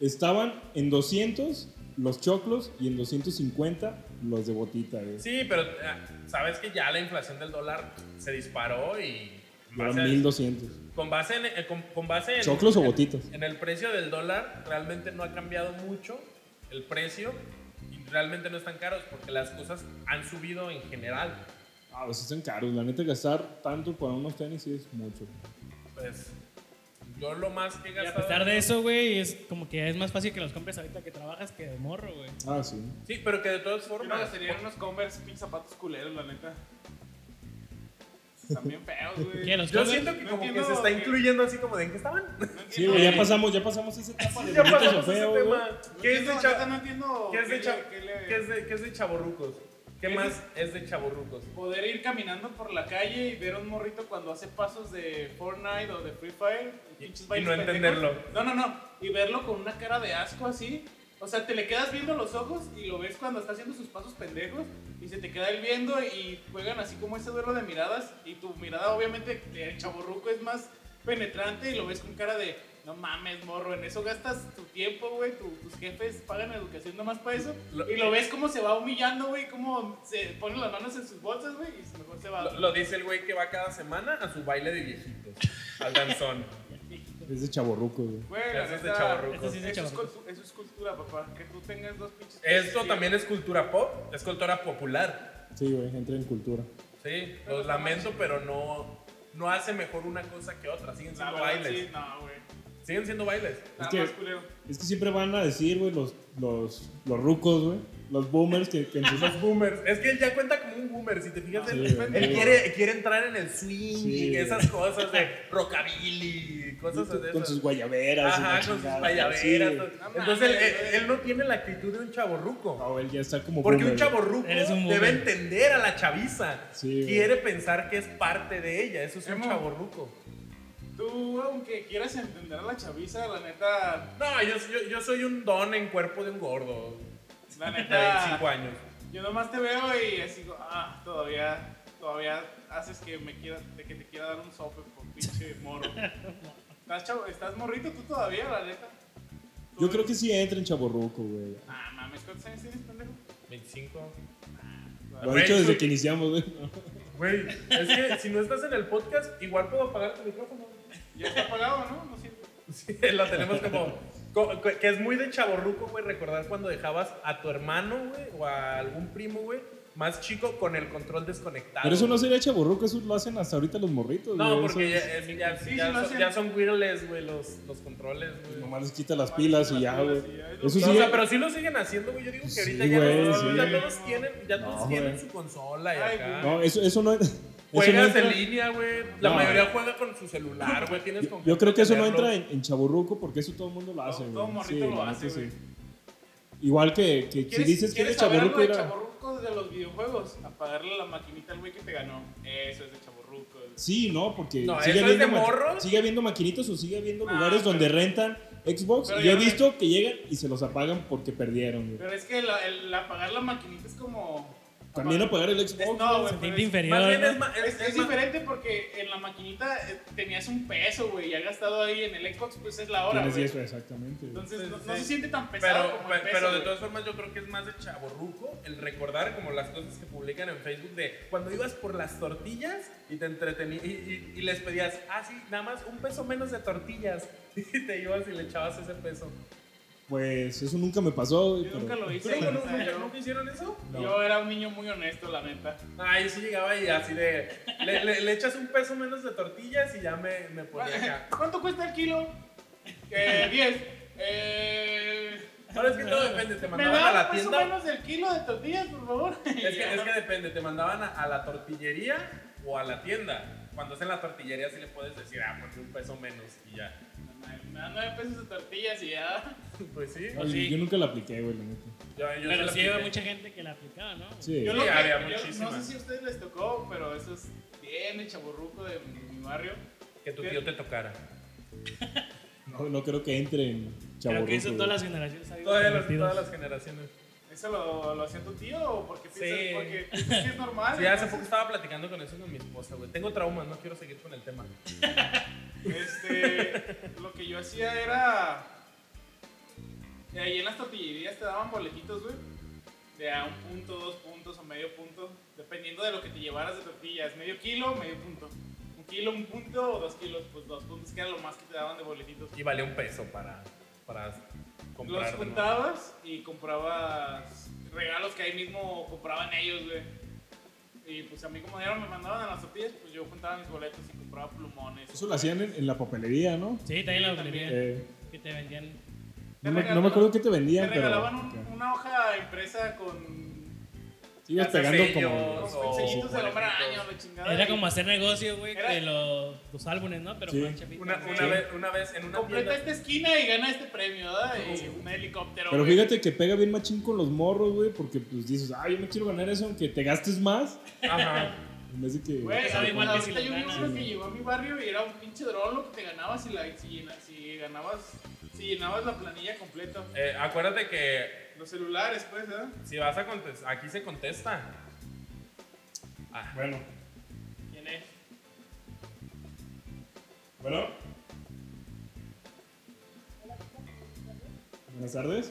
Speaker 3: estaban en 200 los choclos y en 250 los de botita, güey.
Speaker 2: Sí, pero ah, sabes que ya la inflación del dólar se disparó y. en
Speaker 3: Eran
Speaker 2: base al-
Speaker 3: 1200.
Speaker 2: con base en. eh, con, con base en
Speaker 3: ¿Choclos o
Speaker 2: en-
Speaker 3: botitas?
Speaker 2: En, el precio del dólar, realmente no ha cambiado mucho el precio y realmente no están caros porque las cosas han subido en general.
Speaker 3: Ah, pues están caros. La neta, gastar tanto para unos tenis sí es mucho.
Speaker 2: Pues. Yo lo más que he
Speaker 5: Y a
Speaker 2: gastado.
Speaker 5: pesar de eso, güey, es como que es más fácil que los compres ahorita que trabajas que de morro, güey.
Speaker 3: Ah, sí.
Speaker 2: Sí, pero que de todas
Speaker 4: No,
Speaker 2: formas.
Speaker 4: serían unos Converse, pinches zapatos culeros, la neta. También feos,
Speaker 5: ¿Qué,
Speaker 4: güey.
Speaker 5: los
Speaker 2: Yo
Speaker 5: Converse?
Speaker 2: siento que
Speaker 4: No
Speaker 2: como que
Speaker 4: entiendo
Speaker 2: se está
Speaker 4: que-
Speaker 2: incluyendo así como de en qué estaban.
Speaker 5: [LAUGHS]
Speaker 3: Sí, güey, ya pasamos, ya pasamos esa etapa de
Speaker 2: Ya
Speaker 3: bonitos o
Speaker 2: pasamos ese
Speaker 3: feos, güey.
Speaker 2: tema. ¿Qué es de
Speaker 4: No
Speaker 2: chavo-
Speaker 4: entiendo, no entiendo.
Speaker 2: qué es de
Speaker 4: le-
Speaker 2: chavo-
Speaker 4: qué le-
Speaker 2: qué es de- qué es de chavorrucos? ¿Qué
Speaker 4: ¿Qué es-
Speaker 2: más es de chavorrucos?
Speaker 4: Poder ir caminando por la calle y ver a un morrito cuando hace pasos de Fortnite o de Free Fire. pinches
Speaker 2: y
Speaker 4: bailes
Speaker 2: no
Speaker 4: pendejos.
Speaker 2: entenderlo.
Speaker 4: No, no, no. Y verlo con una cara de asco así. O sea, te le quedas viendo los ojos y lo ves cuando está haciendo sus pasos pendejos y se te queda él viendo y juegan así como ese duelo de miradas y tu mirada obviamente el chaborruco es más penetrante y lo ves con cara de no mames morro, en eso gastas tu tiempo, güey, tu- tus jefes pagan educación nomás para eso
Speaker 2: Lo-
Speaker 4: y lo ves cómo se va humillando, güey, cómo se pone las manos en sus bolsas, güey, y mejor se va.
Speaker 2: Lo, lo dice el güey que va cada semana a su baile de viejitos. Al danzón.
Speaker 4: [LAUGHS]
Speaker 3: Es de chaborruco, güey.
Speaker 4: Güey, la
Speaker 2: Eso es de
Speaker 4: neta,
Speaker 2: chavorruco.
Speaker 5: Eso sí es de
Speaker 4: Eso es,
Speaker 5: chavorruco.
Speaker 4: cultu- eso es cultura, papá. Que tú tengas dos pinches.
Speaker 2: Esto también es cultura pop, es cultura popular.
Speaker 3: Sí, güey, entra en cultura.
Speaker 2: Sí, los lamento, pero no, no hace mejor una cosa que otra. Siguen
Speaker 4: La
Speaker 2: siendo
Speaker 4: verdad,
Speaker 2: bailes.
Speaker 4: sí, no, güey.
Speaker 2: Siguen siendo bailes.
Speaker 4: Nada
Speaker 3: que-
Speaker 4: más culero.
Speaker 3: Es que siempre van a decir, güey, los, los, los rucos, güey. Los boomers que, que en sus-
Speaker 2: Los boomers. Es que él ya cuenta como un boomer. Si te fijas,
Speaker 3: Ah,
Speaker 2: él,
Speaker 3: sí, güey.
Speaker 2: él quiere, quiere entrar en el swing
Speaker 3: Sí.
Speaker 2: y esas cosas de rockabilly, [LAUGHS] cosas de esas.
Speaker 3: con sus guayaberas. y la
Speaker 2: Ajá, con sus
Speaker 3: chingada,
Speaker 2: guayaberas.
Speaker 3: sí, güey.
Speaker 2: todo.
Speaker 4: No
Speaker 2: Entonces él,
Speaker 4: mames,
Speaker 2: él- él no tiene la actitud de un chavo ruco.
Speaker 3: No, él ya está como
Speaker 2: Porque
Speaker 3: Ah, boomer,
Speaker 2: un chavo ruco
Speaker 5: Eres un
Speaker 2: debe
Speaker 5: boomer.
Speaker 2: entender a la chaviza.
Speaker 3: Sí, güey.
Speaker 2: quiere pensar que es parte de ella. Eso es un
Speaker 4: Emo.
Speaker 2: chavo ruco.
Speaker 4: Tú, aunque quieras entender a la chaviza, la neta.
Speaker 2: No, yo, yo, yo soy un don en cuerpo de un gordo [LAUGHS]
Speaker 4: La
Speaker 2: de 25
Speaker 4: neta.
Speaker 2: años.
Speaker 4: yo nomás te veo y así, digo, ah, todavía. Todavía haces que me quiera, de que te quiera dar un sope por pinche
Speaker 5: [LAUGHS]
Speaker 4: morro. ¿Estás, chavo- ¿Estás morrito tú todavía, la neta?
Speaker 3: güey. Yo creo que sí entra en chaborruco, güey.
Speaker 4: Ah, mames, ¿cuántos años tienes, pendejo?
Speaker 2: 25.
Speaker 3: Lo
Speaker 2: Güey,
Speaker 3: he hecho
Speaker 2: tú-
Speaker 3: desde que iniciamos, güey.
Speaker 2: Güey, es que si no estás en el podcast, igual puedo apagar tu micrófono. [LAUGHS]
Speaker 4: Ya está apagado, ¿no? No sirve.
Speaker 2: Sí, la tenemos como. co- co- Que es muy de chaborruco, güey, recordar cuando dejabas a tu hermano, güey, o a algún primo, güey, más chico con el control desconectado.
Speaker 3: Pero eso no sería chaborruco, eso lo hacen hasta ahorita los morritos,
Speaker 2: No,
Speaker 3: güey,
Speaker 2: porque
Speaker 3: eso es-
Speaker 2: ya, es- ya-
Speaker 4: Sí, sí
Speaker 2: ya
Speaker 4: lo
Speaker 2: son,
Speaker 4: hacen.
Speaker 2: ya son wireless, güey, los, los controles, güey.
Speaker 3: Pues Nomás les quita las
Speaker 4: Nomás
Speaker 3: pilas
Speaker 4: quita
Speaker 3: y
Speaker 4: las
Speaker 3: ya,
Speaker 4: pilas
Speaker 3: güey.
Speaker 4: y ya, es lo
Speaker 3: Eso sí.
Speaker 2: No, o sea, pero sí lo siguen haciendo, güey. Yo digo que
Speaker 3: Sí,
Speaker 2: ahorita ya,
Speaker 3: güey,
Speaker 2: todos-
Speaker 3: sí.
Speaker 2: ya todos tienen, ya todos
Speaker 3: No,
Speaker 2: tienen
Speaker 3: güey.
Speaker 2: su consola y
Speaker 4: Ay,
Speaker 2: acá.
Speaker 3: No, eso, eso no. [LAUGHS] eso no
Speaker 2: Juegas
Speaker 3: entra-
Speaker 2: en línea, güey. La
Speaker 3: No.
Speaker 2: mayoría juega con su celular, güey. Tienes
Speaker 3: Yo,
Speaker 2: con
Speaker 3: yo
Speaker 2: qué
Speaker 3: creo que eso no
Speaker 2: entretenerlo.
Speaker 3: entra en, en chaburruco porque eso todo el mundo lo hace,
Speaker 4: Todo-
Speaker 3: güey.
Speaker 4: todo morrito lo
Speaker 3: la
Speaker 4: hace,
Speaker 3: neta,
Speaker 4: güey.
Speaker 3: Igual que, que si
Speaker 4: ¿Quieres,
Speaker 3: dices que
Speaker 4: ¿quieres
Speaker 3: eres
Speaker 4: saber algo
Speaker 3: chaburruco,
Speaker 4: de
Speaker 3: era.
Speaker 4: chaborrucos de los videojuegos? Apagarle la maquinita al güey que te ganó. Eso es de chaborrucos.
Speaker 3: Sí, no, porque
Speaker 2: No,
Speaker 3: sigue,
Speaker 2: eso es de
Speaker 3: habiendo ma-
Speaker 2: morros.
Speaker 3: sigue habiendo maquinitos o sigue habiendo
Speaker 4: Ah,
Speaker 3: lugares
Speaker 4: pero-
Speaker 3: donde rentan Xbox.
Speaker 4: Pero
Speaker 3: Yo he
Speaker 4: ya-
Speaker 3: visto que llegan y se los apagan porque perdieron, güey.
Speaker 4: Pero es que la- el apagar la maquinita es como...
Speaker 3: También apagar el
Speaker 4: Es-
Speaker 3: Xbox.
Speaker 4: no, güey,
Speaker 5: Se
Speaker 4: pero
Speaker 5: siente
Speaker 4: es-
Speaker 5: inferior.
Speaker 2: pues, Más bien
Speaker 5: ¿no?
Speaker 2: es, ma-
Speaker 4: es,
Speaker 2: es-
Speaker 4: es
Speaker 2: es ma-
Speaker 4: diferente porque en la maquinita eh, tenías un peso, güey, ya gastado ahí en el Xbox, pues es la hora,
Speaker 3: Tienes
Speaker 4: güey.
Speaker 3: 10, exactamente. güey.
Speaker 4: Entonces no,
Speaker 2: Sí,
Speaker 4: no
Speaker 2: sí.
Speaker 4: se siente tan pesado
Speaker 2: Pero,
Speaker 4: como
Speaker 2: pe-
Speaker 4: el peso,
Speaker 2: pero de
Speaker 4: güey.
Speaker 2: todas formas yo creo que es más de chaborruco el recordar como las cosas que publican en Facebook de cuando ibas por las tortillas y te entretenías y, y- y les pedías, ah sí, nada más un peso menos de tortillas [LAUGHS] y te ibas y le echabas ese peso.
Speaker 3: Pues eso nunca me pasó, güey.
Speaker 4: Yo
Speaker 3: pero-
Speaker 4: nunca lo
Speaker 2: ¿Tú
Speaker 4: hice.
Speaker 2: nunca,
Speaker 4: o sea,
Speaker 2: nunca-
Speaker 4: yo-
Speaker 2: nunca hicieron eso?
Speaker 3: No.
Speaker 4: Yo era un niño muy honesto, la neta.
Speaker 2: Ah, yo sí llegaba y así de, le, le- le echas un peso menos de tortillas y ya me, me ponía acá.
Speaker 4: ¿Cuánto cuesta el kilo? Eh, 10. Eh...
Speaker 2: Ahora es que todo depende, te
Speaker 4: ¿Me
Speaker 2: mandaban a
Speaker 4: da
Speaker 2: la
Speaker 4: más o
Speaker 2: tienda
Speaker 4: menos el kilo de tortillas, por favor?
Speaker 2: Es que, es que depende, te mandaban a, a la tortillería o a la tienda. Cuando es en la tortillería sí le puedes decir, ah, porque un peso menos y ya.
Speaker 4: [LAUGHS] Me dan 9 pesos de tortillas y ya.
Speaker 2: [LAUGHS] Pues sí.
Speaker 3: Ay,
Speaker 5: Sí.
Speaker 3: Yo nunca la apliqué, güey, la neta.
Speaker 2: Yo, yo se
Speaker 5: Pero
Speaker 2: la
Speaker 5: sí había
Speaker 2: apliqué.
Speaker 5: mucha gente que la aplicaba, ¿no?
Speaker 3: Sí.
Speaker 4: Yo lo que,
Speaker 2: había
Speaker 4: yo
Speaker 2: muchísimas.
Speaker 4: No sé si a ustedes les tocó, pero eso es bien el chaburruco de mi, mi barrio.
Speaker 2: Que tu tío te tocara.
Speaker 3: No, no creo que entre en
Speaker 5: Creo
Speaker 3: chaburruco.
Speaker 5: que eso
Speaker 3: güey.
Speaker 5: todas las generaciones habían
Speaker 2: Todavía las,
Speaker 5: cometido.
Speaker 2: todas las generaciones.
Speaker 4: ¿Eso lo, lo hacía tu tío o porque piensas,
Speaker 2: Sí.
Speaker 4: porque piensas que es normal?
Speaker 2: Sí, hace poco estaba platicando con eso con mi esposa, güey. Tengo traumas, no quiero seguir con el tema.
Speaker 4: Este, lo que yo hacía era. de Ahí en las tortillerías te daban boletitos, güey. De a un punto, dos puntos o medio punto. Dependiendo de lo que te llevaras de tortillas. Medio kilo, medio punto. Un kilo, un punto o dos kilos. Pues dos puntos, que era lo más que te daban de boletitos.
Speaker 2: Y valía un peso para, para comprar.
Speaker 4: Los
Speaker 2: ¿no?
Speaker 4: juntabas y comprabas regalos que ahí mismo compraban ellos, güey. Y pues a mí como ya no me mandaban a las tortillas, pues yo juntaba mis boletos y compraba plumones.
Speaker 3: Eso lo hacían en, en la papelería, ¿no?
Speaker 5: Sí, también la
Speaker 4: Sí, también.
Speaker 5: librería
Speaker 3: Eh,
Speaker 5: que te vendían.
Speaker 3: no, me, no me acuerdo qué te vendían,
Speaker 4: Te
Speaker 3: pero.
Speaker 4: regalaban un- una hoja impresa con...
Speaker 3: Ibas
Speaker 2: Ya sé
Speaker 3: pegando
Speaker 2: sellos,
Speaker 3: como.
Speaker 2: o-
Speaker 4: Con sellitos del hombre
Speaker 2: cuadritos.
Speaker 4: araña o la chingada.
Speaker 5: Era
Speaker 4: y
Speaker 5: como hacer negocio, güey,
Speaker 4: Era-
Speaker 5: de los, los álbumes, ¿no? Pero
Speaker 3: Sí.
Speaker 5: con chapitas,
Speaker 2: Una,
Speaker 5: güey.
Speaker 2: una vez, una vez en una
Speaker 4: Completa
Speaker 2: tienda.
Speaker 4: esta esquina y gana este premio, ¿verdad? Y un helicóptero.
Speaker 3: Pero
Speaker 4: güey.
Speaker 3: fíjate que pega bien machín con los morros, güey, porque pues dices, ah, yo me quiero ganar eso, aunque te gastes más.
Speaker 2: Ajá.
Speaker 3: En vez de que.
Speaker 4: Güey,
Speaker 5: Sabe igual que si
Speaker 4: ahorita
Speaker 5: lo
Speaker 4: yo vi
Speaker 5: ganas,
Speaker 4: uno que
Speaker 3: güey.
Speaker 4: llegó a mi barrio y era un pinche dron lo que te ganabas si, la, si, llena- si ganabas, si llenabas la planilla completa.
Speaker 2: Eh, acuérdate que
Speaker 4: Los celulares, pues, ¿verdad?
Speaker 2: si vas a contestar, aquí se contesta.
Speaker 3: Bueno,
Speaker 5: ¿Quién es?
Speaker 3: bueno. Buenas tardes.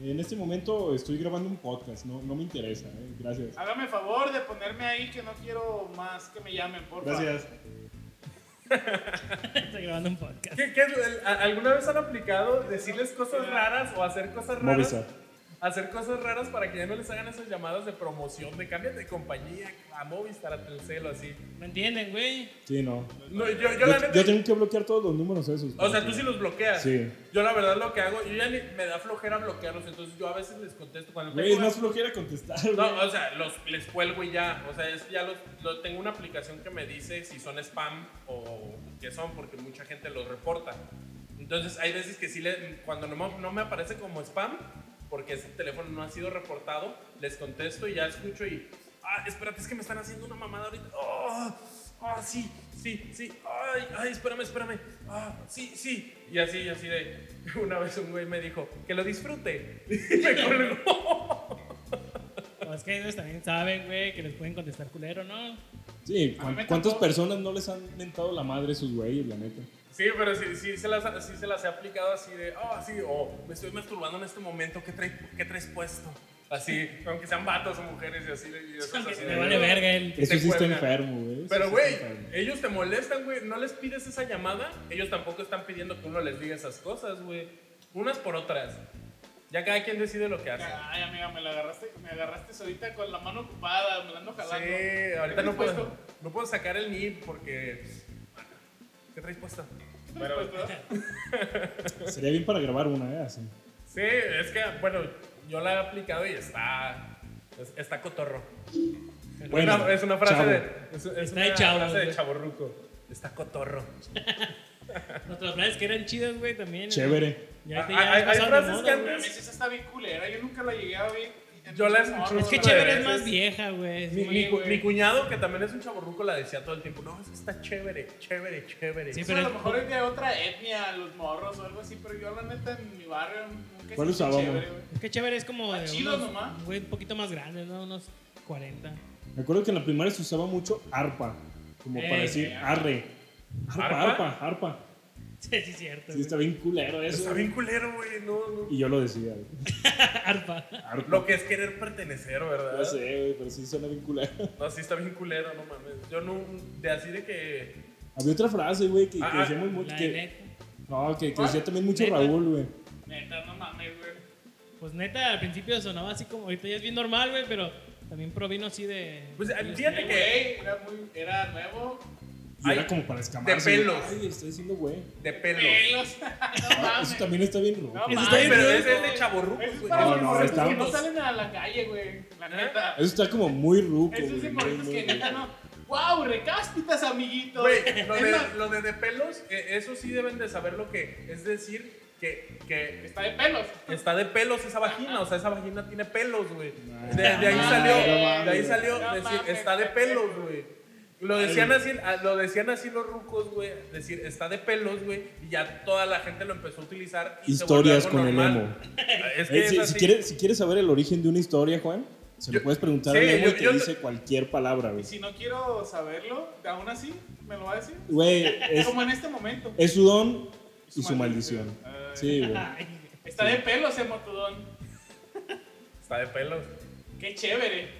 Speaker 3: En este momento estoy grabando un podcast, no, no me interesa, eh, gracias.
Speaker 2: Ah,
Speaker 4: Hágame favor de ponerme ahí que no quiero más que me llamen, por favor.
Speaker 3: Gracias.
Speaker 5: Estoy grabando un podcast.
Speaker 2: ¿Qué- qué es el- a- ¿Alguna vez han aplicado decirles cosas raras o hacer cosas raras?
Speaker 3: Movistar.
Speaker 2: Hacer cosas raras para que ya no les hagan esas llamadas de promoción, de cámbiate de compañía, a Movistar, a Telcel o así.
Speaker 5: ¿Me entienden, güey?
Speaker 3: Sí, no.
Speaker 2: No, yo, yo,
Speaker 3: Yo,
Speaker 2: la neta-
Speaker 3: yo tengo que bloquear todos los números esos.
Speaker 2: O sea, tú sí los bloqueas.
Speaker 3: Sí.
Speaker 2: Yo la verdad lo que hago, yo ya ni, me da flojera bloquearlos, entonces yo a veces les contesto cuando
Speaker 3: Güey, es
Speaker 2: tengo-
Speaker 3: más flojera contestar, [LAUGHS] güey.
Speaker 2: No, o sea, los, les cuelgo y ya. O sea, es, ya los, lo- tengo una aplicación que me dice si son spam o qué son, porque mucha gente los reporta. Entonces, hay veces que sí, le- cuando no me, no me aparece como spam, porque ese teléfono no ha sido reportado, les contesto y ya escucho y. Ah, espérate, es que me están haciendo una mamada ahorita. ¡Oh! ¡Ah, sí! Sí, sí. Ay, ay, espérame, espérame. Ah, sí, sí. Y así, y así de. [LAUGHS] Una vez un güey me dijo, que lo disfrute. [LAUGHS] Y me colgó.
Speaker 5: O es que ellos también saben, güey, que les pueden contestar culero, ¿no?
Speaker 3: Sí,
Speaker 4: A mí me
Speaker 3: ¿cuántas
Speaker 4: tocó-
Speaker 3: personas no les han mentado la madre a sus güeyes, la neta?
Speaker 2: Sí, pero sí, sí se las, sí se las he aplicado así de, oh, sí, o me estoy masturbando en este momento, ¿qué, traes- qué traes puesto? Así, aunque sean vatos o mujeres y así. y eso es
Speaker 5: Aunque
Speaker 2: así
Speaker 5: me
Speaker 2: de-
Speaker 5: vale verga él.
Speaker 3: Eso
Speaker 2: te
Speaker 3: sí está
Speaker 2: cuelga.
Speaker 3: enfermo, güey. eso
Speaker 2: Pero,
Speaker 3: sí
Speaker 2: güey,
Speaker 3: está enfermo.
Speaker 2: ellos te molestan, güey. No les pides esa llamada. Ellos tampoco están pidiendo que uno les diga esas cosas, güey. Unas por otras. Ya cada quien decide lo que hace.
Speaker 4: Ay, amiga, me la agarraste, me agarraste ahorita con la mano ocupada, me la ando jalando.
Speaker 2: Sí, ahorita
Speaker 4: ¿Qué
Speaker 2: no
Speaker 4: traes
Speaker 2: puedo,
Speaker 4: puesto?
Speaker 2: no puedo sacar el NIP porque... pues, ¿Qué traes puesto?
Speaker 4: ¿Qué traes puesto, verdad?
Speaker 3: Sería bien para grabar una, ¿eh? Así.
Speaker 2: Sí, es que, bueno, yo la he aplicado y está. es- está cotorro.
Speaker 3: Bueno,
Speaker 2: Una- es una frase
Speaker 3: chavo.
Speaker 2: de. Es, es
Speaker 5: Está
Speaker 2: una
Speaker 5: de chavo,
Speaker 2: frase de
Speaker 5: güey.
Speaker 2: chaborruco. Está cotorro.
Speaker 5: Nuestras frases que eran chidas, güey, también.
Speaker 3: Chévere.
Speaker 5: Ya te
Speaker 2: Hay-
Speaker 5: ya
Speaker 2: Ah, hay- hay
Speaker 5: pasaron de
Speaker 2: frases
Speaker 5: moda,
Speaker 2: que
Speaker 5: güey.
Speaker 4: Pero a mí sí esa está bien culera, yo nunca la llegué a ver.
Speaker 2: Yo la escuché.
Speaker 5: Es que
Speaker 2: Sí,
Speaker 5: chévere
Speaker 2: güey,
Speaker 5: es más
Speaker 2: es-
Speaker 5: vieja, güey. es
Speaker 2: Mi,
Speaker 5: muy-
Speaker 2: mi cu-
Speaker 4: güey.
Speaker 2: mi cuñado, que también es un chaborruco, la decía todo el tiempo. No, es que está chévere, chévere, chévere.
Speaker 5: Sí,
Speaker 4: Eso a
Speaker 5: pero-
Speaker 4: lo mejor es de otra etnia, los morros o algo así, pero yo la neta en mi barrio nunca
Speaker 3: ¿Cuál
Speaker 4: sentí
Speaker 3: usábamos?
Speaker 4: chévere, güey.
Speaker 5: Es que chévere es como.
Speaker 4: Ah,
Speaker 5: de
Speaker 4: chido
Speaker 5: unos-
Speaker 4: nomás.
Speaker 5: Güey, un poquito más grande, ¿no? Unos 40.
Speaker 3: Me acuerdo que en la primaria se usaba mucho arpa, como
Speaker 5: Eh,
Speaker 3: para decir arre. Arpa,
Speaker 2: ¿Arpa?
Speaker 3: arpa, arpa.
Speaker 5: [LAUGHS] Sí, sí, cierto.
Speaker 3: Sí, está bien culero eso.
Speaker 2: Está
Speaker 3: güey.
Speaker 2: bien culero, güey. No, no.
Speaker 3: Y yo lo decía, güey.
Speaker 5: Arpa.
Speaker 3: Arpa.
Speaker 2: Lo que es querer pertenecer, ¿verdad?
Speaker 3: Ya sé, güey, pero sí suena bien culero. [LAUGHS]
Speaker 2: No, sí, está bien culero, no mames. Yo no. De así de que.
Speaker 3: Había otra frase, güey, que, que
Speaker 2: Ah,
Speaker 3: decíamos mucho.
Speaker 5: La
Speaker 3: que-
Speaker 5: neta.
Speaker 3: no, que, que
Speaker 4: ¿Cuál?
Speaker 3: decía también mucho
Speaker 5: Neta.
Speaker 3: Raúl, güey.
Speaker 4: Neta, no mames, güey.
Speaker 5: Pues neta, al principio sonaba así como. Ahorita ya es bien normal, güey, pero también provino así de.
Speaker 2: Pues
Speaker 5: de-
Speaker 2: fíjate que.
Speaker 4: Eh, güey, Era, muy, era nuevo.
Speaker 3: Y
Speaker 2: Ay,
Speaker 3: era como para escamarse.
Speaker 2: de
Speaker 3: güey.
Speaker 2: pelos.
Speaker 3: Ay, estoy diciendo, güey.
Speaker 2: De pelos.
Speaker 4: Pelos. [LAUGHS] no
Speaker 3: Ah,
Speaker 4: mames.
Speaker 3: Eso también está bien rojo.
Speaker 4: No
Speaker 5: Eso
Speaker 4: mames.
Speaker 5: está bien
Speaker 2: Pero
Speaker 5: rudo,
Speaker 2: ese es de
Speaker 4: güey.
Speaker 2: chaborruco,
Speaker 4: Eso es
Speaker 2: güey. ¿Eh?
Speaker 4: para
Speaker 3: No,
Speaker 4: los
Speaker 3: no,
Speaker 4: morritos que
Speaker 3: estamos-
Speaker 4: no salen a la calle, güey. La neta.
Speaker 3: Eso está como muy ruco,
Speaker 4: Eso es de
Speaker 3: güey. muy,
Speaker 4: morritos
Speaker 3: muy
Speaker 4: que
Speaker 3: ruco.
Speaker 4: neta no. ¡Wow! ¡Recáspitas, amiguitos!
Speaker 2: Güey, lo,
Speaker 4: Es más,
Speaker 2: de, lo de de pelos, eh, eso sí deben de saber lo que es decir que, que
Speaker 4: Está de pelos.
Speaker 2: está de pelos esa vagina, o sea, esa vagina tiene pelos, güey.
Speaker 3: Ah, No.
Speaker 2: De, de ahí
Speaker 4: No
Speaker 2: salió,
Speaker 4: mames.
Speaker 2: de ahí salió
Speaker 4: No
Speaker 2: decir
Speaker 4: mames,
Speaker 2: está de
Speaker 4: pendejo.
Speaker 2: pelos, güey. Lo decían así, ah, lo decían así los rucos, güey, decir está de pelos, güey, y ya toda la gente lo empezó a utilizar y se volvió
Speaker 3: Historias
Speaker 2: algo
Speaker 3: con el
Speaker 2: normal. [LAUGHS] Es que
Speaker 3: Eh, si,
Speaker 2: es así.
Speaker 3: si quieres, si quieres saber el origen de una historia, Juan, se lo
Speaker 2: Yo-
Speaker 3: puedes preguntar
Speaker 2: sí,
Speaker 3: a Memo
Speaker 2: yo-
Speaker 3: y te
Speaker 2: yo-
Speaker 3: dice cualquier palabra,
Speaker 4: Y
Speaker 3: güey.
Speaker 4: si no quiero saberlo, aún así, me lo va a decir.
Speaker 3: Güey, es,
Speaker 4: [LAUGHS] Como en este momento.
Speaker 3: es su don
Speaker 4: Su
Speaker 3: y su maldición.
Speaker 4: maldición.
Speaker 3: Sí, güey.
Speaker 5: [LAUGHS] Ay,
Speaker 4: Está de pelos, eh, Motodón.
Speaker 2: Está de pelos.
Speaker 4: ¡Qué chévere!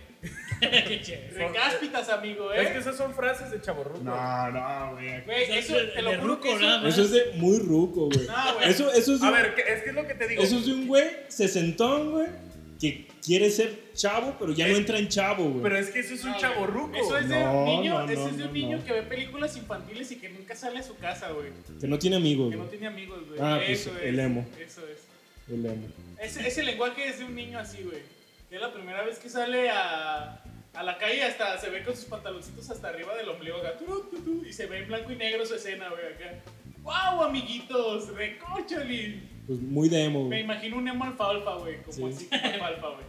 Speaker 5: Qué chévere.
Speaker 4: Recáspitas, amigo,
Speaker 2: Es que
Speaker 4: eh.
Speaker 2: esas son frases de chaborruco.
Speaker 3: No, no, güey.
Speaker 4: Güey, eso
Speaker 5: de-
Speaker 4: te lo
Speaker 5: de
Speaker 4: juro que
Speaker 5: ruco, nada
Speaker 4: eso.
Speaker 5: más.
Speaker 3: Eso es de muy ruco, güey.
Speaker 4: No, güey.
Speaker 3: Eso, eso es de
Speaker 2: A
Speaker 3: un-
Speaker 2: ver, ¿qué- es que es lo que te digo.
Speaker 3: Eso es de un güey sesentón, güey, que quiere ser chavo, pero ya no entra en chavo, güey.
Speaker 2: Eh. Pero es que eso es un
Speaker 4: No,
Speaker 2: chaborruco.
Speaker 4: Eso es de
Speaker 3: No,
Speaker 4: un niño,
Speaker 3: no,
Speaker 4: eso
Speaker 3: no,
Speaker 4: es de un
Speaker 3: no,
Speaker 4: niño
Speaker 3: no.
Speaker 4: que ve películas infantiles y que nunca sale a su casa, güey.
Speaker 3: Que no tiene amigos,
Speaker 4: Que no
Speaker 3: güey.
Speaker 4: tiene amigos, güey.
Speaker 3: Ah, pues,
Speaker 4: eso es.
Speaker 3: el emo.
Speaker 4: Eso es.
Speaker 3: El emo.
Speaker 4: Ese, ese lenguaje es de un niño así, güey. Que es la primera vez que sale a, a la calle, hasta se ve con sus pantaloncitos hasta arriba del ombligo, acá, tu, tu, tu, y se ve en blanco y negro su escena, güey, acá. ¡Wow, amiguitos! ¡Recóchale!
Speaker 3: Pues muy de emo,
Speaker 4: Me
Speaker 3: güey.
Speaker 4: imagino un emo alfalfa, güey, como
Speaker 3: Sí.
Speaker 4: así como alfalfa, güey.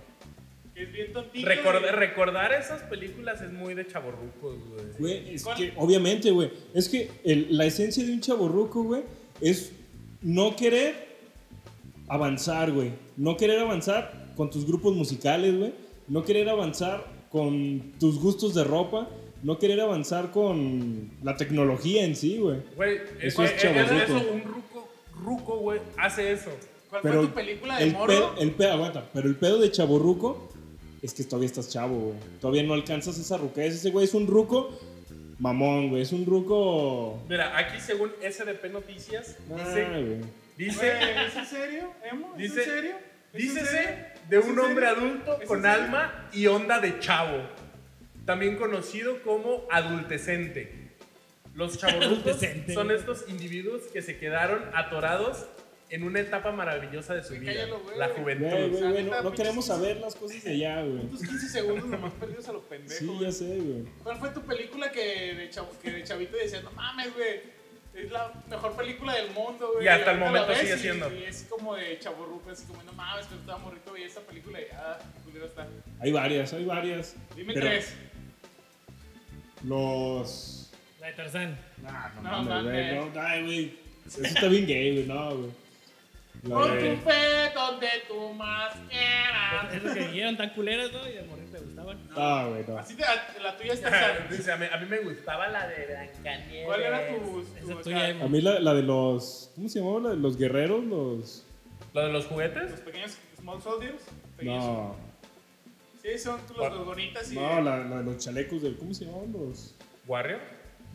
Speaker 4: Que es bien tontito.
Speaker 2: Record-
Speaker 4: güey.
Speaker 2: recordar esas películas es muy de chaborrucos, güey.
Speaker 3: Güey, es
Speaker 4: ¿Cuál?
Speaker 3: que, obviamente, güey. Es que el- la esencia de un chaborruco, güey, es no querer avanzar, güey. No querer avanzar con tus grupos musicales, güey. No querer avanzar con tus gustos de ropa. No querer avanzar con la tecnología en sí, güey.
Speaker 2: Güey, eso
Speaker 3: Eso es
Speaker 2: es,
Speaker 3: chavorruco.
Speaker 2: eso, un ruco, ruco, güey, hace eso.
Speaker 4: ¿Cuál
Speaker 3: Pero
Speaker 4: fue tu película de
Speaker 3: el
Speaker 4: morro?
Speaker 3: pedo- el pedo, aguanta, pero el pedo de chaborruco es que todavía estás chavo, güey. Todavía no alcanzas esa ruquez. Ese güey es un ruco mamón, güey. Es un ruco.
Speaker 2: Mira, aquí según SDP Noticias,
Speaker 3: Ah,
Speaker 2: dice,
Speaker 3: güey.
Speaker 2: dice,
Speaker 4: Güey, ¿Es en serio, emo? ¿Es
Speaker 2: Dice-
Speaker 4: en serio? ¿Es en serio?
Speaker 2: dícese de
Speaker 4: ¿Es en
Speaker 2: un hombre
Speaker 4: serio?
Speaker 2: adulto
Speaker 4: ¿Es en
Speaker 2: con
Speaker 4: serio?
Speaker 2: alma y onda de chavo, también conocido como adultecente. Los chavorrucos
Speaker 5: Adultecente.
Speaker 2: son estos individuos que se quedaron atorados en una etapa maravillosa de su
Speaker 4: Güey,
Speaker 2: vida,
Speaker 4: cállalo, güey.
Speaker 2: la
Speaker 3: Güey,
Speaker 2: juventud.
Speaker 3: güey, güey, no,
Speaker 4: Neta,
Speaker 3: no queremos
Speaker 4: pinches-
Speaker 3: saber las cosas de allá, güey.
Speaker 4: Estos 15 segundos nomás perdidos a los pendejos.
Speaker 3: Sí,
Speaker 4: güey.
Speaker 3: ya sé, güey.
Speaker 4: ¿Cuál fue tu película que de, chavo- que de chavito decías, no mames, güey? Es la mejor película del mundo, güey.
Speaker 2: Y hasta el
Speaker 4: ahorita la
Speaker 2: momento
Speaker 4: ves
Speaker 2: sigue
Speaker 4: y-
Speaker 2: siendo.
Speaker 4: Y es como de chaborruco, así como, no mames, que estaba morrito y esta película ya, culero está.
Speaker 3: Hay varias, hay varias.
Speaker 4: Dime
Speaker 3: Pero
Speaker 4: tres.
Speaker 3: Los.
Speaker 5: La de Tarzán.
Speaker 3: Nah, ah, no,
Speaker 4: No
Speaker 3: mames, güey.
Speaker 4: mames.
Speaker 3: No, ay, güey. Eso está bien gay, güey. No, güey. La
Speaker 4: Con
Speaker 3: de-
Speaker 4: tu fe donde tú más
Speaker 2: Ah.
Speaker 4: quieras.
Speaker 5: Es lo que dijeron tan culeras, ¿no? Y de morir te gustaban.
Speaker 3: Ah, güey, no.
Speaker 4: Así te, la
Speaker 2: [LAUGHS]
Speaker 4: tuya está. esa-
Speaker 2: Dice, a mí, a mí me gustaba la de Blancanieves.
Speaker 4: ¿Cuál era tu.
Speaker 5: Esa
Speaker 4: tu
Speaker 5: es tuya,
Speaker 4: acá?
Speaker 5: Emo.
Speaker 3: A mí la, la de los. ¿Cómo se llamaba? La de los guerreros, los.
Speaker 2: ¿Lo de los juguetes?
Speaker 4: Los pequeños Small Soldiers. pequeños-
Speaker 3: No.
Speaker 4: Sí, son los
Speaker 2: Por-
Speaker 4: gorgonitas y
Speaker 3: No, la, la de los chalecos del. ¿Cómo se llamaban los,
Speaker 2: ¿Warrior?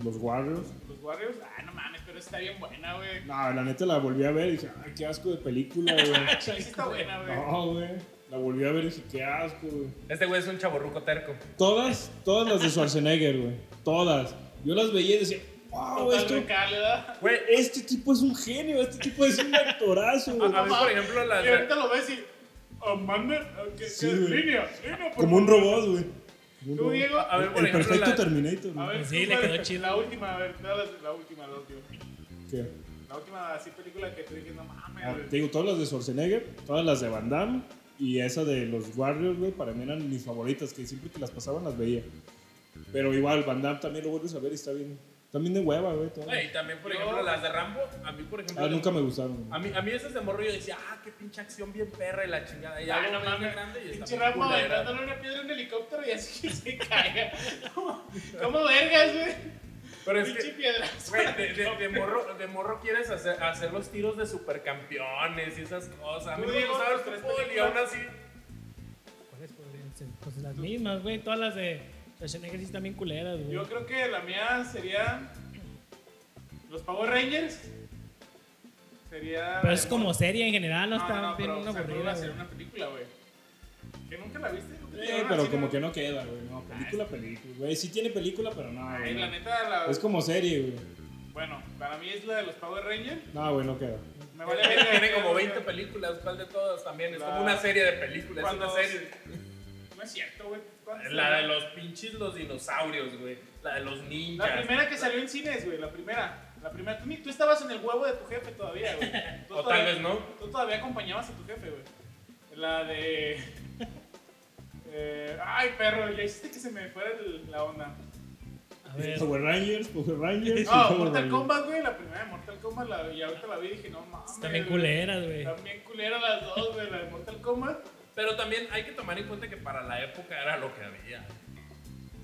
Speaker 3: los Warriors?
Speaker 4: los Warriors. Ah, no mames, pero está bien buena, güey.
Speaker 3: No, la neta la volví a ver y dije, ah, qué asco de película, güey.
Speaker 4: [LAUGHS] Sí, está buena, güey.
Speaker 3: No, güey. La volví a ver y dije, qué asco, güey.
Speaker 2: Este güey es un chaborruco terco.
Speaker 3: Todas, todas las de Schwarzenegger, güey. Todas. Yo las veía y decía, wow,
Speaker 4: Total
Speaker 3: esto,
Speaker 4: recable, ¿verdad?
Speaker 2: Güey,
Speaker 3: este tipo es un genio, este tipo es un actorazo,
Speaker 2: a,
Speaker 3: güey.
Speaker 2: a mí, por ejemplo, la
Speaker 4: Ah, Y
Speaker 2: de...
Speaker 4: ahorita lo ves y. Oh, manda. ah, ¿Qué, qué-
Speaker 3: Sí, güey.
Speaker 4: línea, línea, por
Speaker 3: Como un
Speaker 4: favor.
Speaker 3: robot, güey. Como un
Speaker 4: Tú,
Speaker 3: robot.
Speaker 4: Diego.
Speaker 2: A ver, por
Speaker 3: El
Speaker 2: ejemplo,
Speaker 3: perfecto
Speaker 2: la-
Speaker 3: Terminator.
Speaker 4: A
Speaker 3: güey.
Speaker 4: ver,
Speaker 5: Sí,
Speaker 4: tú,
Speaker 5: le
Speaker 4: güey,
Speaker 5: quedó chido.
Speaker 4: La última, a ver, dale la última, la última.
Speaker 3: ¿Qué?
Speaker 4: La última, así película que te dije, no mames.
Speaker 3: Ah,
Speaker 4: güey.
Speaker 3: Te digo, todas las de Schwarzenegger, todas las de Van Damme y esa de los Warriors, güey, para mí eran mis favoritas, que siempre que las pasaban las veía. Pero igual, Van Damme también lo vuelves a ver y está bien. También de hueva, güey. todo.
Speaker 2: Güey, y también, por ejemplo, las de Rambo, a mí, por ejemplo...
Speaker 3: Ah, nunca me gustaron.
Speaker 2: A mí, a mí esas de morro yo decía, ah, qué pinche acción bien perra y la chingada. Y ya
Speaker 4: Ay,
Speaker 2: lo
Speaker 4: no
Speaker 2: ves de
Speaker 4: mames,
Speaker 2: grande y está
Speaker 4: pinche
Speaker 2: bien
Speaker 4: Rambo
Speaker 2: culera.
Speaker 4: aventándole una piedra en helicóptero y así [LAUGHS] que se caiga. ¿Cómo, cómo vergas, güey?
Speaker 2: Pero es
Speaker 4: Pinche
Speaker 2: que,
Speaker 4: piedra.
Speaker 2: güey, de, de- de morro, de morro quieres hacer, hacer los tiros de supercampeones y esas cosas. A mí
Speaker 4: Tú,
Speaker 2: no me
Speaker 4: Diego,
Speaker 2: gustaba el
Speaker 4: tus tres
Speaker 2: fútbol y
Speaker 4: películas.
Speaker 2: aún así...
Speaker 5: ¿Cuáles podrían ser? Pues las mismas, güey. Todas las de Schwarzenegger sí están bien culeras, güey.
Speaker 4: Yo creo que la mía sería. Los Power Rangers. Sería.
Speaker 5: Pero es como serie en general, no,
Speaker 4: No,
Speaker 5: está
Speaker 4: no, no,
Speaker 5: bien
Speaker 4: pero
Speaker 5: una
Speaker 4: una
Speaker 5: aburrida,
Speaker 4: hacer
Speaker 5: güey.
Speaker 4: una película, güey. Que nunca la viste. ¿Nunca te
Speaker 3: Sí,
Speaker 4: llevaron al
Speaker 3: pero
Speaker 4: cine?
Speaker 3: como que no queda, güey. No, película, película. Güey, sí tiene película, pero no,
Speaker 4: Ay,
Speaker 3: güey.
Speaker 4: la neta, la...
Speaker 3: Es como serie, güey.
Speaker 4: Bueno, para mí es la de los Power Rangers.
Speaker 3: No, güey, no queda.
Speaker 2: [LAUGHS]
Speaker 4: Me vale verga.
Speaker 2: Tiene como 20 películas, ¿cuál de todas también? Es como
Speaker 4: La-
Speaker 2: una serie de películas, es
Speaker 4: Cuando
Speaker 2: una serie.
Speaker 4: No es cierto, güey. ¿Cuántas
Speaker 2: La de
Speaker 4: salen?
Speaker 2: los pinches los dinosaurios, güey. La de los ninjas.
Speaker 4: La primera que salió en cines, güey. La primera. La primera. Tú, ni- tú estabas en el huevo de tu jefe todavía,
Speaker 2: [LAUGHS]
Speaker 4: güey. Tú
Speaker 2: O tal
Speaker 4: todavía-
Speaker 2: vez no.
Speaker 4: Tú todavía acompañabas a tu jefe, güey. La de. [LAUGHS] eh, ay, perro, ya hiciste que se me fuera el- la onda.
Speaker 5: A
Speaker 3: [LAUGHS]
Speaker 5: ver,
Speaker 3: Power Rangers, Power Rangers.
Speaker 4: [LAUGHS]
Speaker 3: y
Speaker 4: No,
Speaker 3: Power
Speaker 4: Ah, Mortal
Speaker 3: Rangers.
Speaker 4: Kombat, güey. La primera de Mortal Kombat, la, y ahorita la vi y dije, no mames.
Speaker 5: están bien
Speaker 4: güey.
Speaker 5: culeras, güey.
Speaker 4: También culera las dos, güey. La de Mortal Kombat.
Speaker 2: Pero también hay que tomar en cuenta que para la época era lo que había.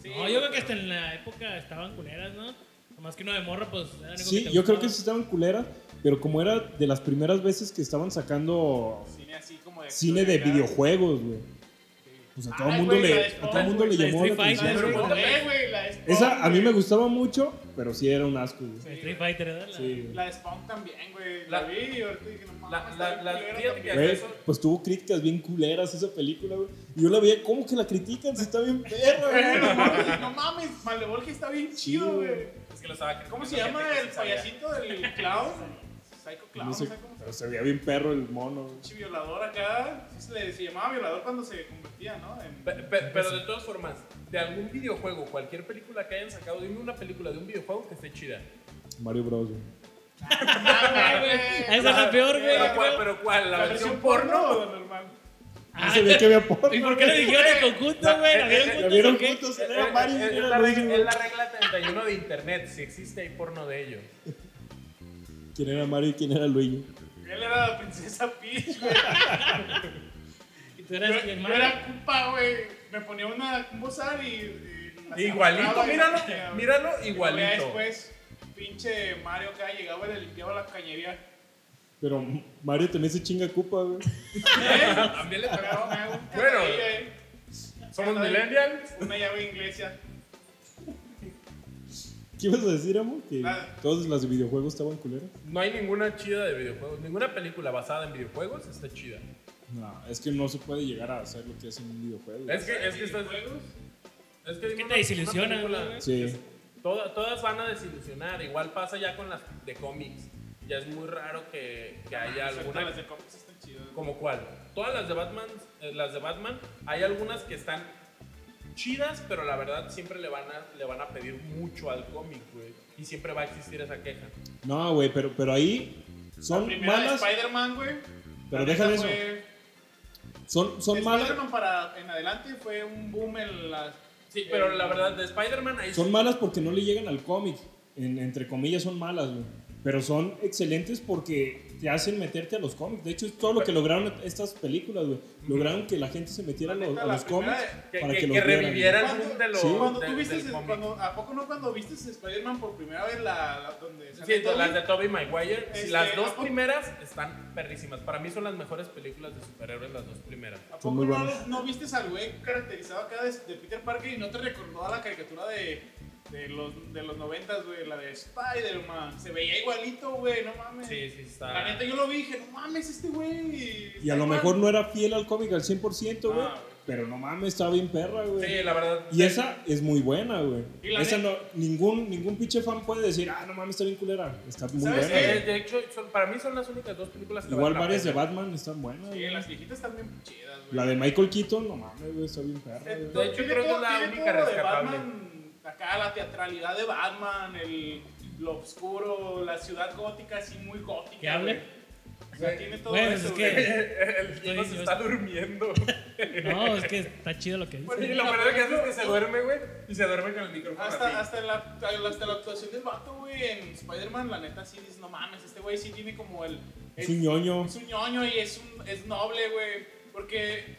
Speaker 4: Sí,
Speaker 5: No, yo creo que hasta en la época estaban culeras, ¿no? Nomás que uno de morro, pues. era lo único
Speaker 3: Sí,
Speaker 5: te
Speaker 3: yo creo
Speaker 5: gustaba.
Speaker 3: que sí estaban culeras, pero como era de las primeras veces que estaban sacando
Speaker 4: Cine así como de.
Speaker 3: cine de
Speaker 4: acción, acá.
Speaker 3: videojuegos, güey.
Speaker 4: Sí.
Speaker 3: pues a todo
Speaker 4: Ay,
Speaker 3: mundo
Speaker 4: güey,
Speaker 3: le,
Speaker 4: la de
Speaker 3: a todo mundo le
Speaker 5: la
Speaker 3: llamó la
Speaker 5: Street
Speaker 4: La
Speaker 5: Fighter,
Speaker 3: atención.
Speaker 5: güey.
Speaker 4: descompré, güey, la de Spawn,
Speaker 3: Esa a mí me
Speaker 4: güey.
Speaker 3: gustaba mucho, pero sí era un asco, güey.
Speaker 5: Pues Street Fighter, ¿verdad? La-
Speaker 3: Sí, güey.
Speaker 4: La de Spawn también, güey. La,
Speaker 2: La-
Speaker 4: vi y ahorita dije, no
Speaker 2: la-
Speaker 4: mames,
Speaker 2: la-
Speaker 4: está bien
Speaker 2: la-
Speaker 4: culera
Speaker 2: fíjate
Speaker 4: también.
Speaker 2: que-
Speaker 3: Güey,
Speaker 2: eso-
Speaker 3: pues tuvo críticas bien culeras esa película, güey. Y yo la veía, ¿cómo que la critican? Si está bien perra,
Speaker 2: [LAUGHS]
Speaker 4: Pero,
Speaker 3: güey.
Speaker 4: [LAUGHS] no mames, no mames, Malevolge está bien chido,
Speaker 3: Chido.
Speaker 4: güey.
Speaker 2: Es que lo estaba
Speaker 4: ¿Cómo
Speaker 2: criticando
Speaker 4: se
Speaker 2: gente
Speaker 4: llama
Speaker 2: que
Speaker 4: el
Speaker 2: sí sabía.
Speaker 4: payasito del clown? Psycho clown,
Speaker 3: No
Speaker 4: no
Speaker 3: sé,
Speaker 4: sé cómo se
Speaker 3: pero
Speaker 4: llama.
Speaker 3: se veía bien perro el mono, güey.
Speaker 4: Pinche violador acá. Sí se le se llamaba violador cuando se convertía, ¿no? En-
Speaker 2: Pe- pe- Pero de todas formas, de algún videojuego, cualquier película que hayan sacado, dime una película de un videojuego que esté chida.
Speaker 3: Mario Bros, güey.
Speaker 5: Ah, güey. Esa es la peor, güey.
Speaker 2: Pero
Speaker 5: yo
Speaker 2: cuál,
Speaker 5: creo.
Speaker 2: pero cuál,
Speaker 4: ¿La,
Speaker 2: la
Speaker 4: versión
Speaker 2: versión
Speaker 4: porno
Speaker 2: porno.
Speaker 4: o la normal?
Speaker 3: No
Speaker 4: [LAUGHS]
Speaker 5: Ah,
Speaker 3: se ve
Speaker 5: [LAUGHS]
Speaker 3: que había porno.
Speaker 5: ¿Y por qué le dijeron
Speaker 3: [LAUGHS]
Speaker 5: en conjunto, güey? ¿La vieron
Speaker 2: La
Speaker 3: La
Speaker 5: juntos
Speaker 3: vieron
Speaker 5: o qué?
Speaker 3: juntos,
Speaker 2: Es,
Speaker 3: era Mario y
Speaker 2: Eh, es- es
Speaker 3: era
Speaker 2: la
Speaker 3: Luigi,
Speaker 2: regla,
Speaker 3: güey.
Speaker 2: es la regla 31 de internet, si existe hay porno de ello.
Speaker 3: ¿Quién era Mario y quién era Luigi?
Speaker 4: Él era la princesa Peach, güey.
Speaker 5: Y tú
Speaker 4: Yo,
Speaker 5: eras mi
Speaker 4: yo
Speaker 5: hermano.
Speaker 4: era culpa, güey. Me ponía una un bozal y. y- y-
Speaker 2: Igualito,
Speaker 4: y-
Speaker 2: míralo,
Speaker 4: y-
Speaker 2: míralo
Speaker 4: Y luego ya
Speaker 2: igualito.
Speaker 4: después, pinche Mario acá llegaba y le limpiaba la cañería.
Speaker 3: Pero Mario también se chinga Cupa, güey.
Speaker 5: Ah.
Speaker 2: También le
Speaker 4: Pero
Speaker 2: [LAUGHS] tocaron.
Speaker 4: me hago un
Speaker 2: Bueno.
Speaker 4: cañería, eh.
Speaker 2: Somos
Speaker 4: Una-
Speaker 2: millennials.
Speaker 4: Una llave inglesa.
Speaker 3: ¿Qué ibas a decir, amor? Que
Speaker 4: Nada.
Speaker 3: todas las de videojuegos estaban culeras.
Speaker 2: No hay ninguna chida de videojuegos. Ninguna película basada en videojuegos está chida.
Speaker 3: No, es que no se puede llegar a hacer lo que hacen en un videojuego. güey.
Speaker 2: Es que, es que estás.
Speaker 4: ¿Videojuegos?
Speaker 2: Es que, dime
Speaker 5: te
Speaker 2: una-
Speaker 5: desilusionan,
Speaker 2: una película-
Speaker 5: güey.
Speaker 3: Sí.
Speaker 2: Toda- todas van a desilusionar. Igual pasa ya con las de cómics. Ya es muy raro que, que haya
Speaker 4: Ahorita Las
Speaker 2: alguna.
Speaker 4: de cómics están chidas.
Speaker 2: ¿Como cuál? Todas las de Batman, eh, las de Batman, hay algunas que están chidas, pero la verdad siempre le van a, le van a pedir mucho al cómic, güey. Y siempre va a existir esa queja.
Speaker 3: No, güey, pero, pero ahí
Speaker 4: La
Speaker 3: son
Speaker 4: primera de
Speaker 3: malas.
Speaker 4: Spider-Man, güey.
Speaker 3: Pero
Speaker 4: La neta
Speaker 3: déjale eso.
Speaker 4: fue-
Speaker 3: Son, son malas.
Speaker 4: Spider-Man para en adelante fue un boom en las.
Speaker 2: Sí, pero la verdad, de Spider-Man ahí
Speaker 3: Son
Speaker 2: sí-
Speaker 3: malas porque no le llegan al cómic. En- entre comillas son malas, güey. Pero son excelentes porque te hacen meterte a los cómics. De hecho, es todo lo que lograron estas películas, güey. Lograron que la gente se metiera a
Speaker 4: La
Speaker 3: los,
Speaker 4: neta,
Speaker 3: a
Speaker 4: la
Speaker 3: los
Speaker 4: primera
Speaker 3: cómics
Speaker 2: que,
Speaker 3: para
Speaker 2: que-
Speaker 3: que, los
Speaker 2: que
Speaker 3: vieran,
Speaker 2: reviviera el
Speaker 4: Cuando-
Speaker 2: boom de los.
Speaker 3: Sí.
Speaker 4: Cuando
Speaker 2: de-
Speaker 4: tú
Speaker 2: del
Speaker 4: viste,
Speaker 2: cómic.
Speaker 4: cuando, ¿a poco no cuando viste Spider-Man por primera vez la, la- donde sale
Speaker 2: Sí,
Speaker 4: Toby?
Speaker 2: las de Tobey Maguire,
Speaker 4: Este,
Speaker 2: las dos
Speaker 4: ¿a poco-
Speaker 2: primeras están perrísimas. Para mí son las mejores películas de superhéroes, las dos primeras.
Speaker 4: ¿A
Speaker 3: Son
Speaker 4: poco
Speaker 3: muy
Speaker 4: no,
Speaker 3: buenas.
Speaker 4: no viste al güey caracterizado acá de, de Peter Parker y no te recordó a la caricatura de, de los de los noventas, güey? La de Spider-Man. Se veía igualito, güey, no mames.
Speaker 2: Sí, sí, está.
Speaker 4: La neta yo lo vi y dije, no mames este güey.
Speaker 3: Y a lo mejor no era fiel al cómic al 100%, güey.
Speaker 4: Ah, güey.
Speaker 3: pero no mames, estaba bien perra, güey.
Speaker 2: Sí, la verdad.
Speaker 3: Y esa es muy buena, güey.
Speaker 4: Y la
Speaker 3: Esa no,
Speaker 4: neta-
Speaker 3: ningún, ningún pinche fan puede decir, ah, no mames, está bien culera. Está muy buena.
Speaker 4: ¿Sabes
Speaker 2: Sí, de
Speaker 3: güey.
Speaker 2: de hecho, son- para mí son las únicas dos películas que
Speaker 3: Igual
Speaker 2: valen la
Speaker 3: varias de
Speaker 2: pena.
Speaker 3: Batman están buenas.
Speaker 4: Sí,
Speaker 3: güey.
Speaker 4: las viejitas están bien chidas, güey.
Speaker 3: La de Michael Keaton, no mames, güey, está bien perra. güey.
Speaker 2: De hecho,
Speaker 4: Tiene
Speaker 2: creo que
Speaker 4: todo-
Speaker 2: es la
Speaker 4: tiene
Speaker 2: única
Speaker 4: todo de
Speaker 2: rescatable.
Speaker 4: Batman, acá la teatralidad de Batman, el, lo oscuro, la ciudad gótica, así muy gótica.
Speaker 5: ¿Que hable?
Speaker 4: güey. O sea, tiene todo
Speaker 5: Bueno,
Speaker 4: eso.
Speaker 5: es
Speaker 4: güey.
Speaker 5: que-
Speaker 2: [LAUGHS] El chico se
Speaker 5: Estoy-
Speaker 2: está
Speaker 4: [LAUGHS]
Speaker 2: durmiendo.
Speaker 5: No, es que está chido lo que
Speaker 4: Pues
Speaker 2: Bueno, y
Speaker 5: dice.
Speaker 2: lo peor que hace es que se duerme, güey. Y se duerme con el micrófono. así.
Speaker 4: Hasta, hasta, la, hasta la actuación del vato, güey, en Spider-Man, la neta sí dices, no mames, este güey sí tiene como el.
Speaker 3: Es
Speaker 4: el-
Speaker 3: un ñoño.
Speaker 4: Es un ñoño y es, un, es noble, güey. Porque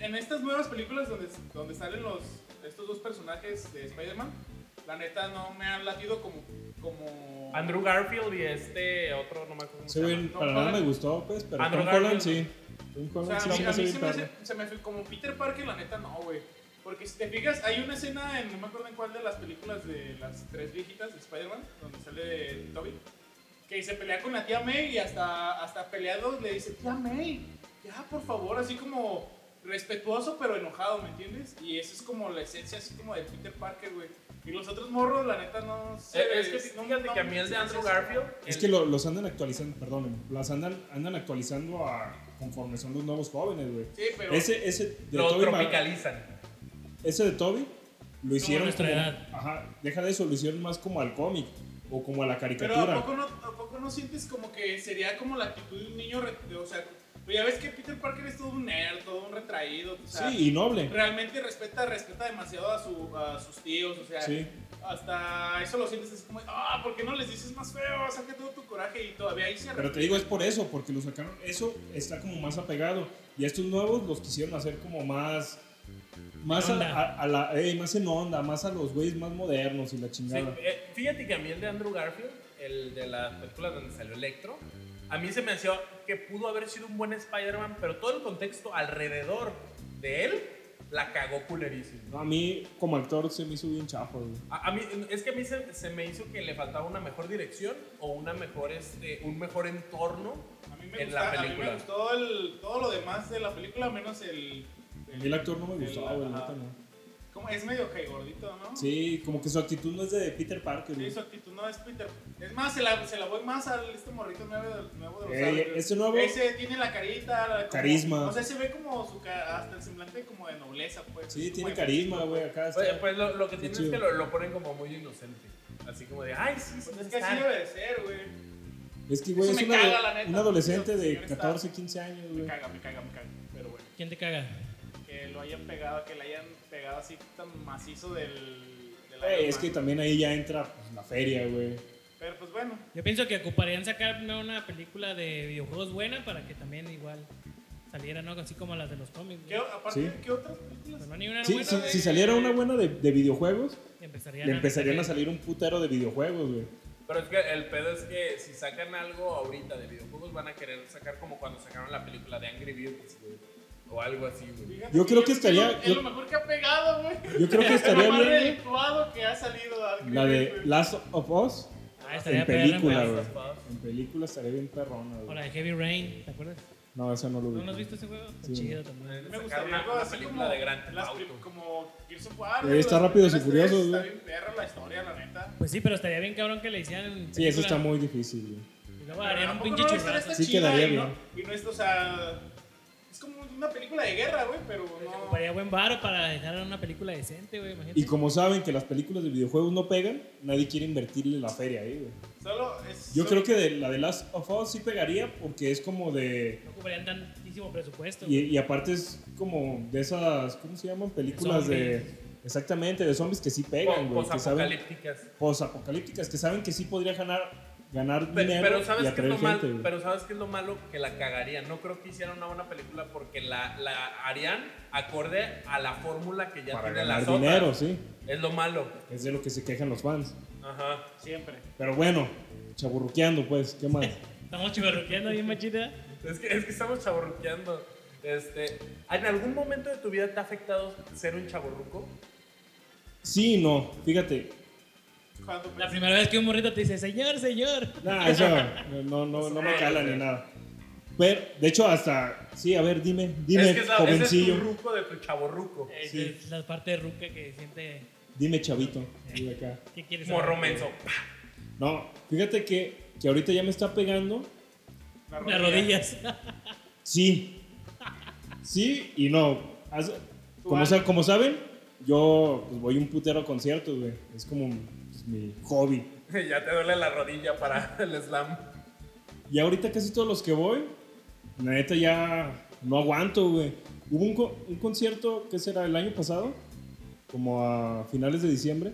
Speaker 4: en estas nuevas películas donde, donde salen los, estos dos personajes de Spider-Man, la neta no me han latido como. como
Speaker 2: Andrew Garfield y este otro, no me acuerdo cómo
Speaker 3: Se
Speaker 2: se llama.
Speaker 3: ven, para nada me gustó, pues, pero
Speaker 4: Ah,
Speaker 2: Andrew
Speaker 3: Tom Holland
Speaker 2: Garfield.
Speaker 3: sí. Tom
Speaker 4: O sea,
Speaker 3: Holland
Speaker 4: a
Speaker 3: sí
Speaker 4: mí,
Speaker 3: se me
Speaker 4: a
Speaker 3: hace
Speaker 4: mí
Speaker 3: bien
Speaker 4: se, me hace,
Speaker 3: perra.
Speaker 4: se me hace como Peter Parker, la neta no, güey. Porque si te fijas, hay una escena en, no me acuerdo en cuál de las películas de las tres viejitas de Spider-Man, donde sale Toby, que se pelea con la tía May y hasta, hasta peleados le dice, tía May, ya por favor, así como respetuoso pero enojado, ¿me entiendes? Y esa es como la esencia así como de Peter Parker, güey. Y los otros morros, la neta, no sé.
Speaker 2: Eh, Es que sí,
Speaker 4: no-
Speaker 2: fíjate
Speaker 4: no-
Speaker 2: que a mí el de Andrew Garfield.
Speaker 3: Es
Speaker 2: el-
Speaker 3: que lo- los andan actualizando, perdón, las andan, andan actualizando a conforme son los nuevos jóvenes, güey.
Speaker 4: Sí, pero...
Speaker 3: Ese, ese de
Speaker 2: lo
Speaker 3: Tobey Mag-
Speaker 2: tropicalizan.
Speaker 3: Ese de Toby lo hicieron.
Speaker 5: nuestra
Speaker 3: como-
Speaker 5: edad.
Speaker 3: Ajá, deja de eso, lo hicieron más como al cómic o como a la
Speaker 4: Pero ¿a
Speaker 3: caricatura.
Speaker 4: poco, no, ¿a poco no sientes como que sería como la actitud de un niño? re- de- O sea, pues ya ves que Peter Parker es todo un nerd, todo un retraído. O sea,
Speaker 3: Sí, y noble.
Speaker 4: Realmente respeta, respeta demasiado a, su, a sus tíos, o sea,
Speaker 3: Sí.
Speaker 4: hasta eso lo sientes así como, ah, ¿por qué no les dices más feo? Saca todo tu coraje y todavía ahí se
Speaker 3: Pero
Speaker 4: arrepiente.
Speaker 3: te digo, es por eso, porque lo sacaron. Eso está como más apegado. Y a estos nuevos los quisieron hacer como más. Más, a,
Speaker 5: Onda.
Speaker 3: a- a la, ey, más en onda, más a los güeyes más modernos y la
Speaker 2: Sí,
Speaker 3: chingada.
Speaker 2: eh, fíjate que a mí el de Andrew Garfield, el de las películas donde salió Electro, a mí se me hacía que pudo haber sido un buen Spider-Man, pero todo el contexto alrededor de él la cagó culerísimo.
Speaker 3: No, a mí, como actor, se me hizo bien chafa, güey.
Speaker 2: A, a mí, es que a mí se, se me hizo que le faltaba una mejor dirección o una mejor, este, un mejor entorno
Speaker 4: A mí me,
Speaker 2: en
Speaker 4: gusta-
Speaker 2: la
Speaker 4: a mí me
Speaker 2: película.
Speaker 4: gustó el- todo lo demás de la película, menos el.
Speaker 3: A mí el actor no me gustaba, güey,
Speaker 4: ajá.
Speaker 3: neta, no.
Speaker 4: ¿Cómo? Es medio que gordito, ¿no?
Speaker 3: Sí, como que su actitud no es de Peter Parker,
Speaker 4: Sí,
Speaker 3: güey.
Speaker 4: su actitud no es Peter. Es más, se la, se la voy más al este morrito nuevo de, nuevo de los
Speaker 3: Ey,
Speaker 4: Avengers.
Speaker 3: ese nuevo-
Speaker 4: Ese tiene la carita. la- como-
Speaker 3: Carisma.
Speaker 4: O sea, se ve como su ca- hasta el semblante como de nobleza, pues.
Speaker 3: Sí,
Speaker 4: Es
Speaker 3: tiene
Speaker 4: como-
Speaker 3: carisma, güey, acá
Speaker 2: Oye,
Speaker 3: está.
Speaker 2: pues lo, lo que
Speaker 3: Qué
Speaker 2: tiene es
Speaker 3: chido.
Speaker 2: que lo, lo ponen como muy inocente. Así como de, ay, sí, sí,
Speaker 4: Pues es que
Speaker 2: está".
Speaker 4: así debe de ser, güey.
Speaker 3: Mm. Es que, güey,
Speaker 4: eso
Speaker 3: es
Speaker 4: me
Speaker 3: una-
Speaker 4: caga, la neta.
Speaker 3: un adolescente
Speaker 4: Sí,
Speaker 3: de
Speaker 4: señor, está-
Speaker 3: 14, 15 años,
Speaker 4: Me
Speaker 3: güey.
Speaker 4: caga, me caga, me caga. Pero bueno,
Speaker 5: ¿Quién te caga?
Speaker 4: que lo hayan pegado, que le hayan pegado así tan macizo del. del
Speaker 3: Güey,
Speaker 4: Iron
Speaker 3: es
Speaker 4: Man.
Speaker 3: que también ahí ya entra pues, la feria, güey.
Speaker 4: Pero pues bueno.
Speaker 5: Yo pienso que ocuparían sacar primero una película de videojuegos buena para que también igual saliera, ¿no? Así como las de los cómics.
Speaker 4: ¿Qué,
Speaker 5: güey.
Speaker 4: aparte,
Speaker 3: Sí.
Speaker 4: ¿qué otras películas?
Speaker 5: Pero no, ni una
Speaker 3: Sí,
Speaker 5: buena,
Speaker 3: si,
Speaker 5: güey.
Speaker 3: si saliera
Speaker 4: eh,
Speaker 3: una buena de, de videojuegos,
Speaker 5: Empezarían,
Speaker 3: le empezarían a salir un putero de videojuegos, güey.
Speaker 2: Pero es que el pedo es que si sacan algo ahorita de videojuegos van a querer sacar como cuando sacaron la película de Angry Birds, güey. O algo así, güey.
Speaker 4: Fíjate
Speaker 3: Yo creo que
Speaker 4: es
Speaker 3: estaría-
Speaker 4: lo- Es
Speaker 3: yo-
Speaker 4: lo mejor que ha pegado, güey.
Speaker 3: Yo creo que estaría
Speaker 4: Es [LAUGHS] lo más
Speaker 3: bien
Speaker 4: redituado que ha salido. Dark
Speaker 3: la
Speaker 4: Knight,
Speaker 3: de
Speaker 4: güey.
Speaker 3: Last of Us
Speaker 5: Ah, estaría
Speaker 3: en
Speaker 5: perra,
Speaker 3: película,
Speaker 5: güey.
Speaker 3: güey. En película estaría bien perrona,
Speaker 5: O la
Speaker 3: güey.
Speaker 5: de Heavy Rain, ¿te acuerdas?
Speaker 3: No, esa no lo
Speaker 5: ¿No
Speaker 3: vi.
Speaker 5: lo has visto ese juego? Está
Speaker 3: Sí.
Speaker 5: Chido también.
Speaker 4: Me
Speaker 2: Sacar
Speaker 4: gustaría
Speaker 2: una-
Speaker 4: algo
Speaker 2: una
Speaker 4: así
Speaker 2: película
Speaker 4: como
Speaker 2: de Grand Theft
Speaker 4: las
Speaker 2: Auto.
Speaker 4: prim- Como Gears of War.
Speaker 3: Ahí
Speaker 4: güey,
Speaker 3: está
Speaker 4: las
Speaker 3: Rápidos y
Speaker 4: primeras tres,
Speaker 3: Furiosos, güey.
Speaker 4: Está bien perra la historia, la neta.
Speaker 5: Pues sí, pero estaría bien cabrón que le hicieran.
Speaker 3: Sí, eso
Speaker 5: película.
Speaker 3: está muy difícil, güey.
Speaker 5: Y luego harían un
Speaker 4: Tampoco
Speaker 5: pinche
Speaker 4: no, la historia
Speaker 5: churrazo.
Speaker 4: está
Speaker 3: Sí
Speaker 4: chida
Speaker 3: quedaría
Speaker 4: y no-
Speaker 3: bien.
Speaker 4: Y no es, o sea... Es como una película de guerra, güey, pero
Speaker 5: Se
Speaker 4: no...
Speaker 5: ocuparía buen varo para dejar una película decente, güey, imagínate.
Speaker 3: Y como saben que las películas de videojuegos no pegan, nadie quiere invertirle la feria ahí, güey.
Speaker 4: Solo es...
Speaker 3: Yo creo
Speaker 4: solo-
Speaker 3: que de, la de Last of Us sí pegaría porque es como de...
Speaker 5: No ocuparían tantísimo presupuesto.
Speaker 3: Y,
Speaker 5: güey.
Speaker 3: y aparte es como de esas, ¿cómo se llaman? Películas de...
Speaker 5: Zombies.
Speaker 3: Exactamente, de zombies que sí pegan, güey. Que saben...
Speaker 2: Posapocalípticas.
Speaker 3: Posapocalípticas, que saben que sí podría ganar, ganar
Speaker 2: Pe-
Speaker 3: dinero
Speaker 2: Pero
Speaker 3: y
Speaker 2: ¿sabes, qué es
Speaker 3: atraer
Speaker 2: lo mal-
Speaker 3: gente, güey.
Speaker 2: pero ¿sabes qué es lo malo? Que la cagarían. No creo que hicieran una buena película porque la, la harían acorde a la fórmula que ya
Speaker 3: Para
Speaker 2: tienen
Speaker 3: ganar
Speaker 2: las
Speaker 3: dinero,
Speaker 2: otras.
Speaker 3: sí.
Speaker 2: Es lo malo.
Speaker 3: Es de lo que se quejan los fans.
Speaker 2: Ajá.
Speaker 4: Siempre.
Speaker 3: Pero bueno, chaburruqueando, pues, ¿qué más?
Speaker 5: Estamos chiverruqueando bien machita.
Speaker 2: Es que, es que estamos chaborruqueando. Este, ¿En algún momento de tu vida te ha afectado ser un chaborruco?
Speaker 3: Sí, y no, fíjate.
Speaker 4: Cuando
Speaker 5: La
Speaker 4: pensé-
Speaker 5: primera vez que un morrito te dice, señor, señor.
Speaker 3: Nah, eso no, no, no me cala ni nada. Pero, de hecho, hasta. Sí, a ver, dime, dime,
Speaker 2: es que es la- ese
Speaker 3: jovencillo.
Speaker 2: es tu ruco de tu chaborruco.
Speaker 5: Esa
Speaker 3: Sí.
Speaker 5: Es la parte ruca que siente
Speaker 3: Dime, chavito. digo acá.
Speaker 5: que quieres saber.
Speaker 2: Morro menso. [LAUGHS]
Speaker 3: No, fíjate que, que ahorita ya me está pegando.
Speaker 4: La
Speaker 5: Las
Speaker 2: [LAUGHS]
Speaker 5: rodillas.
Speaker 3: Sí. Sí y no. Haz- como,
Speaker 4: Juan.
Speaker 3: sa- como saben, yo pues, voy un putero a conciertos, güey. Es como pues, mi hobby.
Speaker 2: ya te duele la rodilla para [LAUGHS] el slam.
Speaker 3: Y ahorita casi todos los que voy, la neta ya no aguanto, güey. Hubo un, co- un concierto, ¿qué será? El año pasado, como a finales de diciembre,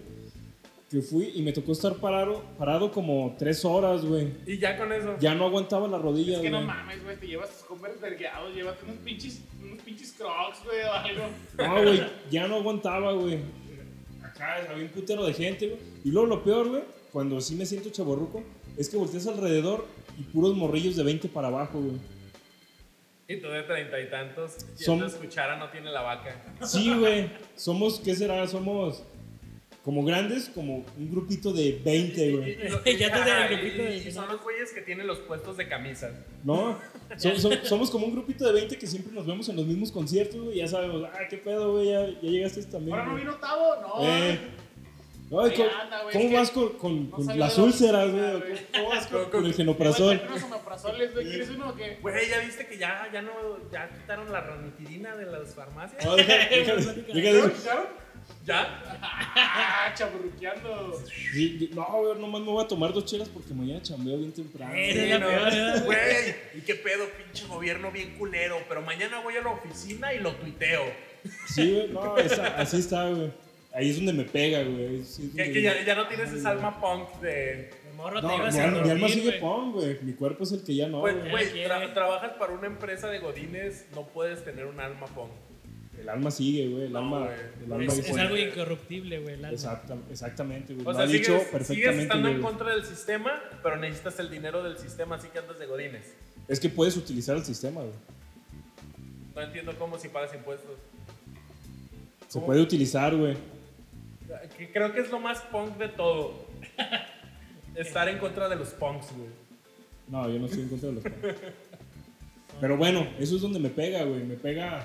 Speaker 3: que fui y me tocó estar parado, parado como tres horas, güey.
Speaker 2: Y ya con eso.
Speaker 3: Ya no aguantaba la rodilla,
Speaker 4: Es que
Speaker 3: güey.
Speaker 4: no mames, güey, te llevas tus Converse vergueados, llévate unos pinches, unos pinches crocs, güey, o algo.
Speaker 3: No, güey, ya no aguantaba, güey. Acá había un putero de gente, güey. Y luego lo peor, güey, cuando sí me siento chaborruco, es que volteas alrededor y puros morrillos de 20 para abajo, güey.
Speaker 2: Y tú de treinta y tantos. Y
Speaker 3: Son-
Speaker 2: Son... cuchara no tiene la vaca.
Speaker 3: Sí, güey. Somos, ¿qué será? Somos como grandes, como un grupito de 20, güey.
Speaker 5: [LAUGHS] Ya te
Speaker 2: Ajá,
Speaker 5: el grupito
Speaker 2: y-
Speaker 5: de-
Speaker 2: y son los güeyes que tienen los puestos de camisas.
Speaker 3: ¿No? So- so- somos como un grupito de 20 que siempre nos vemos en los mismos conciertos, güey. Ya sabemos, ah, qué pedo, güey. Ya, ya llegaste también.
Speaker 4: Ahora no
Speaker 3: güey.
Speaker 4: vino Tavo, no.
Speaker 3: Eh. No,
Speaker 4: Ahí
Speaker 3: ¿cómo,
Speaker 4: anda, güey,
Speaker 3: cómo
Speaker 4: es que
Speaker 3: vas con, con-
Speaker 4: no
Speaker 3: con
Speaker 4: salió
Speaker 3: las
Speaker 4: de la
Speaker 3: úlceras,
Speaker 4: oficina,
Speaker 3: güey? Oh,
Speaker 4: güey.
Speaker 3: ¿Cómo vas con,
Speaker 2: Con-
Speaker 3: con el
Speaker 4: Igual
Speaker 3: genoprazol?
Speaker 4: que unos omeprazoles, güey, ¿quieres uno o qué?
Speaker 2: Güey, ya viste que ya, ya no, ya quitaron la ranitidina de las farmacias.
Speaker 3: No,
Speaker 2: [LAUGHS]
Speaker 3: deja- deja- deja de
Speaker 4: ¿Ya lo
Speaker 3: eso.
Speaker 4: quitaron?
Speaker 5: [LAUGHS]
Speaker 2: Ya.
Speaker 4: Ah, chaburruqueando.
Speaker 3: Sí, yo- No, güey, nomás me voy a tomar dos chelas porque mañana chambeo bien temprano.
Speaker 5: Esa es la
Speaker 2: no.
Speaker 5: peor, ¿verdad?
Speaker 2: Güey, y qué pedo, pinche gobierno bien culero. Pero mañana voy a la oficina y lo tuiteo.
Speaker 3: Sí, güey, no, esa- así está, güey. Ahí es donde me pega, güey. ahí sí es
Speaker 2: Que,
Speaker 3: donde-
Speaker 2: que ya, ya no tienes esa alma punk de.
Speaker 5: De morro
Speaker 3: No,
Speaker 5: te
Speaker 3: mi,
Speaker 5: ibas a
Speaker 3: alma- mi
Speaker 5: dormir,
Speaker 3: alma sigue
Speaker 5: güey.
Speaker 3: pon, güey. Mi cuerpo es el que ya no,
Speaker 2: Güey,
Speaker 3: güey.
Speaker 2: güey,
Speaker 5: quiere.
Speaker 2: tra- trabajas para una empresa de godines, no puedes tener un alma punk.
Speaker 3: El alma sigue, güey. El
Speaker 2: No,
Speaker 3: alma.
Speaker 2: güey.
Speaker 3: El alma
Speaker 5: Es,
Speaker 3: que
Speaker 5: es
Speaker 3: pone.
Speaker 5: algo incorruptible, güey. el alma.
Speaker 3: Exacta- exactamente, güey.
Speaker 2: O
Speaker 3: Lo
Speaker 2: sea,
Speaker 3: ha
Speaker 2: sigues,
Speaker 3: dicho
Speaker 2: sigues
Speaker 3: perfectamente.
Speaker 2: estando en
Speaker 3: güey.
Speaker 2: contra del sistema, pero necesitas el dinero del sistema, así que andas de godines.
Speaker 3: Es que puedes utilizar el sistema, güey.
Speaker 2: No entiendo cómo si pagas impuestos.
Speaker 3: Se puede utilizar, güey.
Speaker 2: Que creo que es lo más punk de
Speaker 3: [LAUGHS]
Speaker 2: todo. Estar en contra de los punks, güey.
Speaker 3: No, yo no estoy en contra de los padres. Pero bueno, eso es donde me pega, güey. Me pega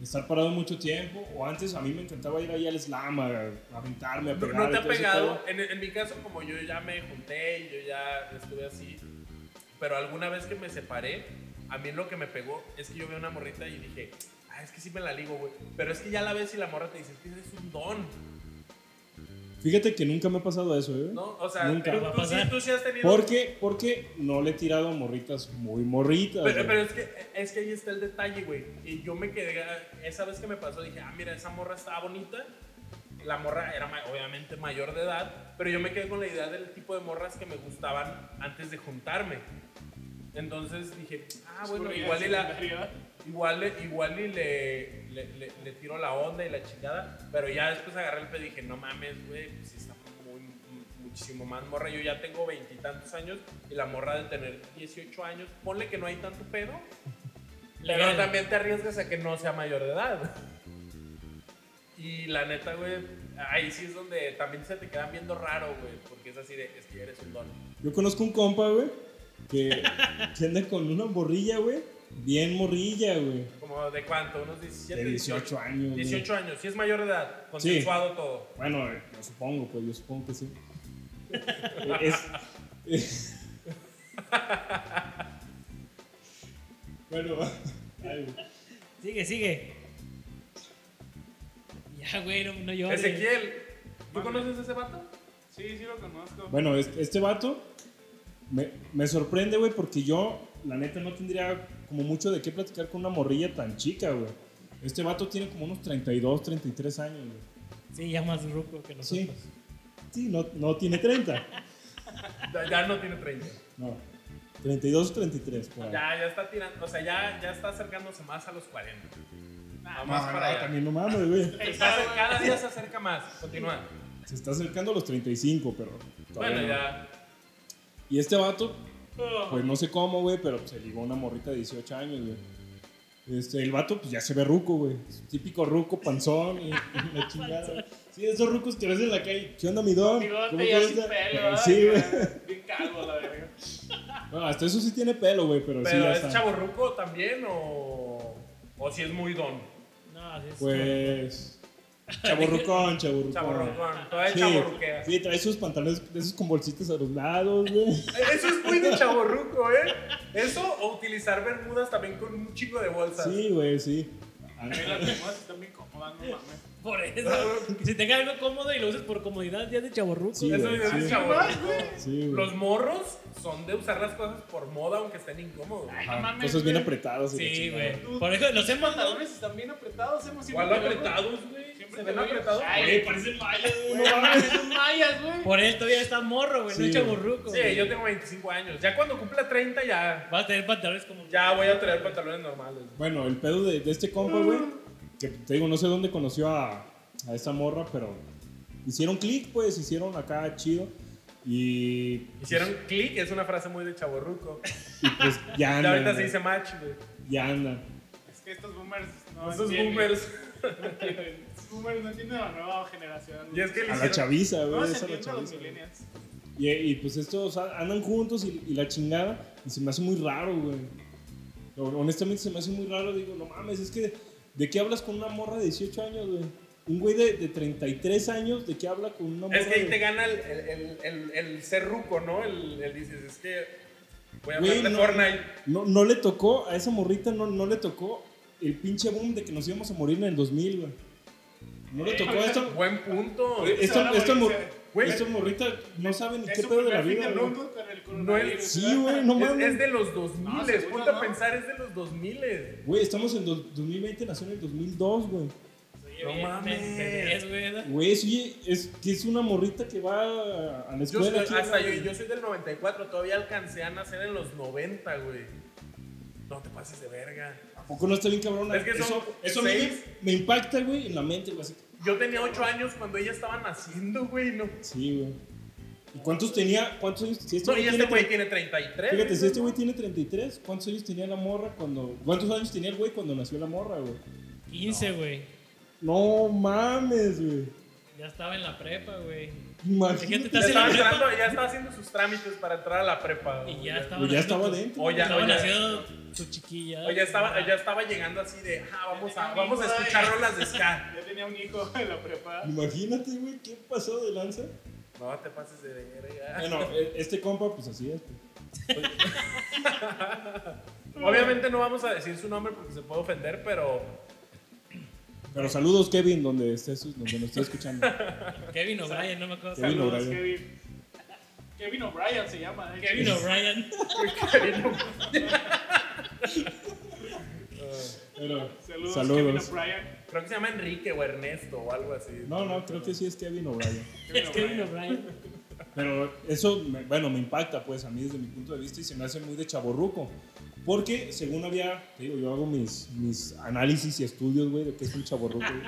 Speaker 3: estar parado mucho tiempo. O antes a mí me encantaba ir ahí al slam, a, a aventarme, a
Speaker 2: No,
Speaker 3: pegar.
Speaker 5: Ah,
Speaker 2: no te
Speaker 3: y
Speaker 2: ha
Speaker 3: todo ese
Speaker 2: pegado. En, en mi caso, como yo ya me junté y yo ya estuve así. Pero alguna vez que me separé, a mí lo que me pegó es que yo vi una morrita y dije, ah, es que sí me la ligo, güey. Pero es que ya la ves y la morra te dice, "Es que eres un don.
Speaker 3: pedo. Fíjate que nunca me ha pasado eso, güey.
Speaker 2: ¿No? O sea,
Speaker 3: Nunca
Speaker 2: tú,
Speaker 5: va a
Speaker 2: tú sí,
Speaker 5: pasar.
Speaker 2: tú sí has tenido.
Speaker 3: ¿Por qué? Porque no le he tirado a morritas muy morritas.
Speaker 2: Pero,
Speaker 3: güey.
Speaker 2: pero es, que, es que ahí está el detalle, güey. Y yo me quedé, esa vez que me pasó, dije, ah, mira, esa morra estaba bonita. La morra era ma- obviamente mayor de edad, pero yo me quedé con la idea del tipo de morras que me gustaban antes de juntarme. Entonces dije, ah, bueno,
Speaker 4: Escurrida,
Speaker 2: igual y, la,
Speaker 4: secundaria.
Speaker 2: igual, y- igual y le, le, le- le tiro la onda y la chingada. Pero ya después agarré el pedo y dije, no mames, güey, pues sí está muy, mu- muchísimo más morra. Yo ya tengo veintitantos años y la morra de tener 18 años, ponle que no hay tanto pedo. Pero
Speaker 5: Legal.
Speaker 2: también te arriesgas a que no sea mayor de edad. [LAUGHS] Y la neta, güey, ahí sí es donde también se te quedan viendo raro, güey, porque es así de, es que eres un don.
Speaker 3: Yo conozco un compa, güey, que se anda con una morrilla, güey. Bien morrilla, güey.
Speaker 2: Como de cuánto, unos 17,
Speaker 3: De 18 años. güey.
Speaker 2: 18 años, si es mayor de edad, consensuado todo.
Speaker 3: Bueno, eh, yo supongo, pues yo supongo que sí. [LAUGHS] Eh, es, es- [LAUGHS] bueno, ay, güey.
Speaker 5: Sigue, sigue. Ya, güey, no, no llores.
Speaker 2: Ezequiel, ¿tú
Speaker 4: Mande.
Speaker 2: conoces a ese
Speaker 3: [LAUGHS]
Speaker 2: vato?
Speaker 4: Sí, sí lo conozco.
Speaker 3: bueno, es- este vato me, me sorprende, güey, porque yo, la neta, no tendría como mucho de qué platicar con una morrilla tan chica, güey. Este vato tiene como unos 32, 33 años, güey.
Speaker 5: Sí, ya más ruco que
Speaker 3: Sí,
Speaker 5: nosotros.
Speaker 3: sí, no, no tiene 30.
Speaker 2: Ya, ya no tiene 30.
Speaker 3: No, 32 o 33, por ahí.
Speaker 2: Ya, ya está tirando, o sea, ya, ya está acercándose más a los 40. Nada más
Speaker 3: Ah,
Speaker 2: para
Speaker 3: No, no,
Speaker 2: allá.
Speaker 3: también no mames, güey.
Speaker 2: Está cer- cada día se acerca más, continúa.
Speaker 3: Se está acercando a los 35, pero. todavía
Speaker 2: Bueno,
Speaker 3: no.
Speaker 2: ya. Oh.
Speaker 3: Y este vato, pues no sé cómo, güey, pero se ligó a una morrita de 18 años, güey. Este, el vato, pues ya se ve ruco, güey. Es Típico ruco, panzón y, [LAUGHS] y la chingada. Sí, esos rucos que ves en la calle. ¿Qué onda, mi don?
Speaker 4: Bigote
Speaker 3: te
Speaker 4: y así
Speaker 3: gusta?
Speaker 4: pelo,
Speaker 3: Eh,
Speaker 4: ¿verdad?
Speaker 3: [LAUGHS] Sí, güey.
Speaker 4: Bien calvo, la verga.
Speaker 3: Bueno, hasta eso sí tiene pelo, güey, pero, Pues sí
Speaker 2: Pero
Speaker 3: ya
Speaker 2: es
Speaker 3: está.
Speaker 2: chaborruco también o, o si es muy don.
Speaker 5: No, sí, es
Speaker 2: [LAUGHS]
Speaker 3: Pues. Chaborrucón, chaborrucón.
Speaker 2: Chaborrucón, todavía
Speaker 3: Sí,
Speaker 2: chaborruquea.
Speaker 3: sí, trae sus pantalones de esos con bolsitas a los lados, güey.
Speaker 2: Eso es muy de chaborruco, ¿eh? Eso o utilizar bermudas también con un chico de bolsas.
Speaker 3: Sí, güey, sí. A-
Speaker 4: Ahí las tenemos, están bien cómodas, no mames.
Speaker 5: por eso. si tenga algo cómodo y lo uses por comodidad, ya es de chaborruco.
Speaker 3: Sí,
Speaker 2: Eso
Speaker 3: güey,
Speaker 2: es
Speaker 3: sí.
Speaker 2: chaborruco.
Speaker 3: Sí, güey.
Speaker 2: Los morros son de usar las cosas por moda aunque estén incómodos.
Speaker 4: Ay, no
Speaker 3: Ah,
Speaker 4: mames.
Speaker 3: cosas bien
Speaker 4: güey.
Speaker 3: apretadas. y la
Speaker 5: Sí,
Speaker 3: chingada.
Speaker 5: güey. Por eso los
Speaker 4: Los
Speaker 5: hemos
Speaker 4: pantalones están bien apretados, hemos siempre
Speaker 2: Igual
Speaker 4: te veo,
Speaker 2: apretados, güey.
Speaker 4: güey.
Speaker 2: Se
Speaker 4: Siempre
Speaker 2: ven
Speaker 4: te veo.
Speaker 2: apretados.
Speaker 4: Ay,
Speaker 3: Güey, parecen mayas, güey.
Speaker 4: güey, no mames, son mayas, güey.
Speaker 5: Por él todavía está morro, güey.
Speaker 3: Sí,
Speaker 5: no es
Speaker 3: güey.
Speaker 5: chaborruco.
Speaker 2: Sí,
Speaker 5: güey.
Speaker 2: yo tengo 25 años. Ya cuando cumpla 30 ya,
Speaker 5: Vas a tener pantalones como.
Speaker 2: ya voy a traer pantalones normales.
Speaker 3: Bueno, el pedo de, de este compa, güey, que te digo, no sé dónde conoció a, a esta morra, pero hicieron clic, pues, hicieron acá chido. Y. pues,
Speaker 2: Hicieron clic, es una frase muy de chaborruco.
Speaker 3: Y pues ya
Speaker 2: [LAUGHS] Ya
Speaker 3: andan.
Speaker 2: ahorita se
Speaker 3: güey,
Speaker 2: dice match, güey.
Speaker 3: Ya andan.
Speaker 4: Es que estos boomers no
Speaker 2: Esos
Speaker 4: entienden.
Speaker 2: boomers.
Speaker 4: [LAUGHS] No entienden. Estos boomers no entienden a la nueva generación.
Speaker 2: Y es que le
Speaker 3: A la
Speaker 2: hicieron.
Speaker 3: chaviza, güey.
Speaker 4: No
Speaker 3: es
Speaker 4: se
Speaker 3: a la
Speaker 4: entienden a los
Speaker 3: chaviza.
Speaker 4: millennials.
Speaker 3: Y, y, pues estos a- andan juntos y, y la chingada. Y se me hace muy raro, güey. No, Honestamente se me hace muy raro. Digo, no mames, es que ¿de qué hablas con una morra de 18 años, güey? Un güey de, de 33 años, ¿de qué habla con una morra?
Speaker 2: Es que ahí
Speaker 3: de-
Speaker 2: te gana el, el, el, el, el ser ruco, ¿no? El, el dices, es que voy a hablar
Speaker 3: Güey,
Speaker 2: de
Speaker 3: no,
Speaker 2: Fortnite.
Speaker 3: no, no le tocó, a esa morrita no, no le tocó el pinche boom de que nos íbamos a morir en el 2000, güey. No le tocó esto.
Speaker 2: Buen punto.
Speaker 4: Güey,
Speaker 3: Esta,
Speaker 4: Ahora
Speaker 3: esta, mor-
Speaker 4: morirse.
Speaker 2: Güey.
Speaker 3: esta morrita no sabe ni
Speaker 4: Es
Speaker 3: qué
Speaker 4: su
Speaker 3: pedo de la
Speaker 4: primer fin
Speaker 3: vida,
Speaker 4: del
Speaker 3: güey.
Speaker 4: mundo con el
Speaker 2: es-
Speaker 4: coronavirus.
Speaker 3: Sí,
Speaker 4: ¿verdad?
Speaker 3: güey, no
Speaker 2: es, es
Speaker 3: mames.
Speaker 2: de los 2000,
Speaker 4: No,
Speaker 2: miles
Speaker 4: seguro
Speaker 2: ponte a
Speaker 4: no.
Speaker 2: pensar, es de los 2000.
Speaker 3: Güey, estamos en dos- 2020, nació en el 2002, güey.
Speaker 5: Oye,
Speaker 2: No
Speaker 5: bien,
Speaker 2: mames.
Speaker 5: pendejes, güey, ¿verdad?
Speaker 3: Güey, sí, es que es una morrita que va a- a la
Speaker 2: Yo, soy-
Speaker 3: escuela. aquí,
Speaker 2: hasta yo,
Speaker 3: güey.
Speaker 2: yo soy del 94, todavía alcancé a nacer en los 90, güey. No te pases de verga.
Speaker 3: ¿A poco no está bien cabrón?
Speaker 2: Es que son
Speaker 3: eso eso a mí
Speaker 2: seis.
Speaker 3: me, me impacta, güey, en la mente. güey, así.
Speaker 2: Yo tenía 8 años cuando ella estaba naciendo, güey. No,
Speaker 3: Sí, güey. ¿Y cuántos tenía? ¿Cuántos años? Si este
Speaker 2: No,
Speaker 3: güey
Speaker 2: y este
Speaker 3: tiene
Speaker 2: güey tiene 33.
Speaker 3: Fíjate, si
Speaker 2: dices,
Speaker 3: este güey tiene 33, ¿cuántos años tenía la morra cuando... ¿Cuántos años tenía el güey cuando nació la morra, güey?
Speaker 5: 15, güey.
Speaker 3: No mames, güey.
Speaker 5: Ya estaba en la prepa, güey. Fíjate,
Speaker 3: Imagínate.
Speaker 5: te
Speaker 2: Ya
Speaker 5: hace
Speaker 2: estaba,
Speaker 5: la prepa.
Speaker 2: entrando- ya estaba haciendo sus trámites para entrar a la prepa.
Speaker 5: Y
Speaker 2: güey.
Speaker 5: ya estaba.
Speaker 3: Pues ya estaba dentro.
Speaker 2: O ya, o
Speaker 5: Estaban
Speaker 2: ya-
Speaker 5: haciendo su chiquilla.
Speaker 2: o ya estaba, ya estaba llegando así de, ah, vamos a, vamos a escuchar rolas de ska.
Speaker 4: Ya tenía un hijo en la prepa.
Speaker 3: Imagínate, güey, ¿qué pasó de lanza?
Speaker 2: No te pases de verga.
Speaker 3: Bueno, e- este compa, pues así es. pues.
Speaker 2: Obviamente no vamos a decir su nombre porque se puede ofender, pero [LAUGHS]
Speaker 3: Pero saludos, Kevin, donde estés, donde nos esté escuchando.
Speaker 5: Kevin O'Brien, no me acuerdo.
Speaker 3: Kevin
Speaker 4: Saludos,
Speaker 3: O'Brien.
Speaker 4: Kevin. Kevin O'Brien se llama. de hecho.
Speaker 5: Kevin
Speaker 2: [LAUGHS]
Speaker 5: O'Brien.
Speaker 3: Pero,
Speaker 4: Saludos,
Speaker 3: saludos.
Speaker 4: Kevin O'Brien.
Speaker 2: creo que se llama Enrique o Ernesto o algo así.
Speaker 3: No, no, creo que sí es Kevin O'Brien.
Speaker 5: Es Kevin O'Brien.
Speaker 3: Pero eso, me- bueno, me impacta pues a mí desde mi punto de vista y se me hace muy de chaborruco. Porque según había, te digo, yo hago mis, mis análisis y estudios, güey, de qué es un chaborruco. güey.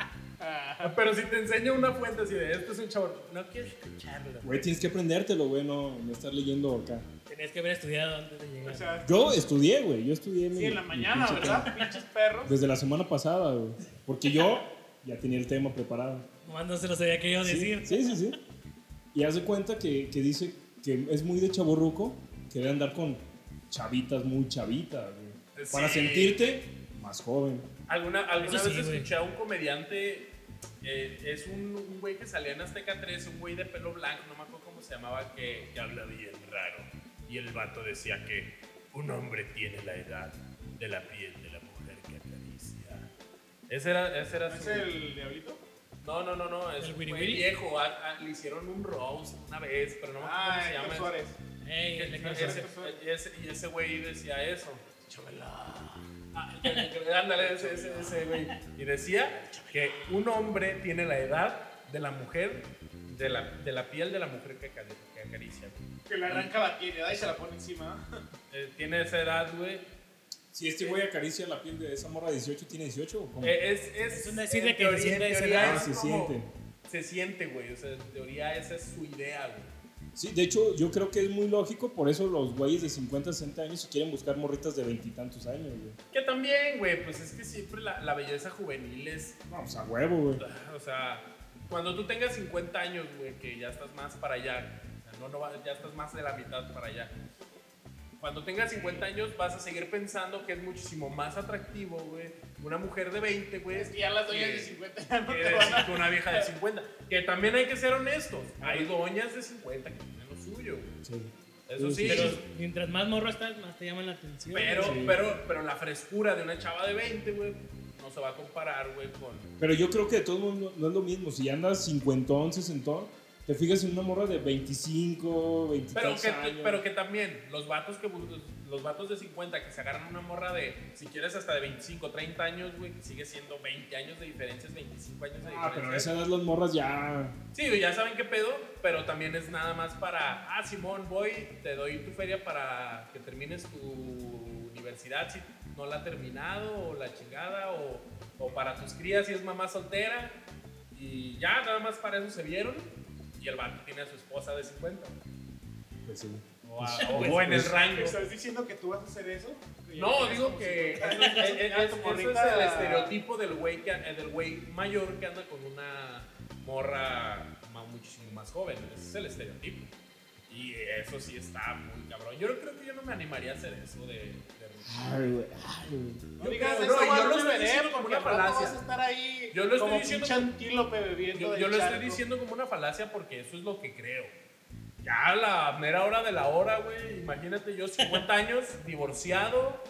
Speaker 2: Pero si te enseño una fuente así de, esto es un chavo, no quiero escucharlo.
Speaker 3: Güey, tienes que aprendértelo, güey, no, no estar leyendo acá.
Speaker 5: Tenías que haber estudiado antes de
Speaker 4: O
Speaker 5: llegar.
Speaker 4: sea,
Speaker 3: Yo estudié, güey, yo estudié. mi-
Speaker 4: sí, en la
Speaker 3: mi
Speaker 4: mañana,
Speaker 3: pinche
Speaker 4: ¿verdad?
Speaker 3: tema.
Speaker 4: Pinches perros.
Speaker 3: Desde la semana pasada, güey. Porque yo ya tenía el tema preparado.
Speaker 5: Nomás no se los había querido
Speaker 3: Sí,
Speaker 5: decir.
Speaker 3: sí, sí, sí. Y hace cuenta que, que dice que es muy de chaborruco querer andar con chavitas muy chavitas, güey.
Speaker 2: Sí.
Speaker 3: Para sentirte más joven.
Speaker 2: Alguna, alguna
Speaker 5: Eso sí,
Speaker 2: vez
Speaker 5: güey.
Speaker 2: escuché a un comediante, eh, es un un güey que salía en Azteca 3, un güey de pelo blanco, no me acuerdo cómo se llamaba, que, que habla bien raro. Y el vato decía que un hombre tiene la edad de la piel de la mujer que acaricia. Ese era, ese era
Speaker 4: ¿No es
Speaker 2: su-
Speaker 4: el diablito?
Speaker 2: No, no, no, no, es
Speaker 5: ¿El
Speaker 2: un
Speaker 5: Wiri
Speaker 2: güey
Speaker 5: Wiri?
Speaker 2: viejo. a- a- le hicieron un roast una vez, pero no me acuerdo
Speaker 4: Ah,
Speaker 2: cómo se llama.
Speaker 4: Héctor Suárez.
Speaker 5: Ey,
Speaker 2: Que-
Speaker 5: el
Speaker 2: que
Speaker 5: Héctor
Speaker 2: ese-
Speaker 5: Suárez.
Speaker 4: Suárez.
Speaker 2: y ese- Y ese güey decía eso. Chabela. Ah, Ándale, ese, ese, ese güey. Y decía que un hombre tiene la edad de la mujer, de la, de la piel de la mujer que, acari- que acaricia. güey.
Speaker 4: Que le arranca la piel y ahí se la pone encima.
Speaker 2: [LAUGHS] Eh, tiene esa edad, güey.
Speaker 3: Si este güey acaricia la piel de esa morra de 18, ¿tiene 18 o cómo?
Speaker 2: Eh, es, es,
Speaker 5: Es un decir
Speaker 2: en
Speaker 5: de que
Speaker 2: teoría-
Speaker 5: se siente
Speaker 2: en
Speaker 5: esa
Speaker 2: teoría
Speaker 3: edad.
Speaker 2: es
Speaker 3: Ah, se
Speaker 2: como-
Speaker 3: siente.
Speaker 2: Se siente, güey. O sea, en teoría esa es su idea, güey.
Speaker 3: Sí, de hecho, yo creo que es muy lógico, por eso los güeyes de 50, 60 años se quieren buscar morritas de veintitantos años, güey.
Speaker 2: Que también, güey, pues es que siempre la, la belleza juvenil es
Speaker 3: Vamos a huevo, güey.
Speaker 2: [LAUGHS] O sea, cuando tú tengas 50 años, güey, que ya estás más para allá, o sea, no, no va- ya estás más de la mitad para allá. Cuando tengas 50 años vas a seguir pensando que es muchísimo más atractivo, güey, una mujer de 20, güey,
Speaker 4: Es que ya las doñas
Speaker 2: que-
Speaker 4: de 50 ya no
Speaker 2: [LAUGHS] que
Speaker 4: te van
Speaker 2: decir
Speaker 4: a...
Speaker 2: que una vieja de 50. Que también hay que ser honestos, hay doñas de 50 que tienen lo suyo, güey.
Speaker 3: Sí.
Speaker 2: Eso sí,
Speaker 5: Pero mientras más morro estás, más te llaman la atención.
Speaker 2: pero,
Speaker 3: Sí.
Speaker 2: pero, pero la frescura de una chava de 20, güey, no se va a comparar, güey, con...
Speaker 3: Pero yo creo que de todos modos no, no es lo mismo. Si andas cincuentón, sesentón, te fijas en una morra de
Speaker 2: Pero
Speaker 3: 25, 23
Speaker 2: que,
Speaker 3: años.
Speaker 2: pero que también los vatos, que, bus- los vatos de 50 que se agarran una morra de, si quieres, hasta de 25, 30 años, güey, que sigue siendo 20 años de diferencias, 25 años de
Speaker 3: Ah, pero a
Speaker 2: diferencias.
Speaker 3: esa edad las morras ya...
Speaker 2: Sí, güey, ya saben qué pedo, pero también es nada más para, ah, Simón, voy, te doy tu feria para que termines tu universidad si no la has terminado, o la chingada, o, o para tus crías si es mamá soltera. Y ya, nada más para eso se vieron. Y el vato tiene a su esposa de 50.
Speaker 3: Pues sí.
Speaker 2: O, [LAUGHS] a- o- o en el rango.
Speaker 4: ¿Estás diciendo que tú vas a hacer eso? Que ya
Speaker 2: No,
Speaker 4: tienes
Speaker 2: digo
Speaker 4: como
Speaker 2: que eso
Speaker 4: 50
Speaker 2: es,
Speaker 4: años,
Speaker 2: es-
Speaker 4: ya
Speaker 2: es- eso
Speaker 4: tu
Speaker 2: es
Speaker 4: morrita-
Speaker 2: el estereotipo del güey, que, eh, del güey mayor que anda con una morra ma- muchísimo más joven. Ese es el estereotipo. Y eso sí está muy cabrón. Yo no creo que yo no me animaría a hacer eso de... de-
Speaker 3: Ay, güey. ay, güey.
Speaker 4: No digas
Speaker 2: No,
Speaker 4: eso,
Speaker 2: yo
Speaker 4: yo
Speaker 2: lo
Speaker 4: lo
Speaker 2: estoy
Speaker 4: veré
Speaker 2: diciendo como
Speaker 4: porque
Speaker 2: una
Speaker 4: al rato
Speaker 2: falacia.
Speaker 4: vas a estar ahí
Speaker 2: Yo lo estoy
Speaker 4: como
Speaker 2: diciendo
Speaker 4: pinche antílope bebiendo
Speaker 2: Yo,
Speaker 4: del
Speaker 2: yo lo estoy
Speaker 4: charco.
Speaker 2: diciendo como una falacia porque eso es lo que creo. Ya a la mera hora de la hora, güey. Imagínate yo 50 años, divorciado,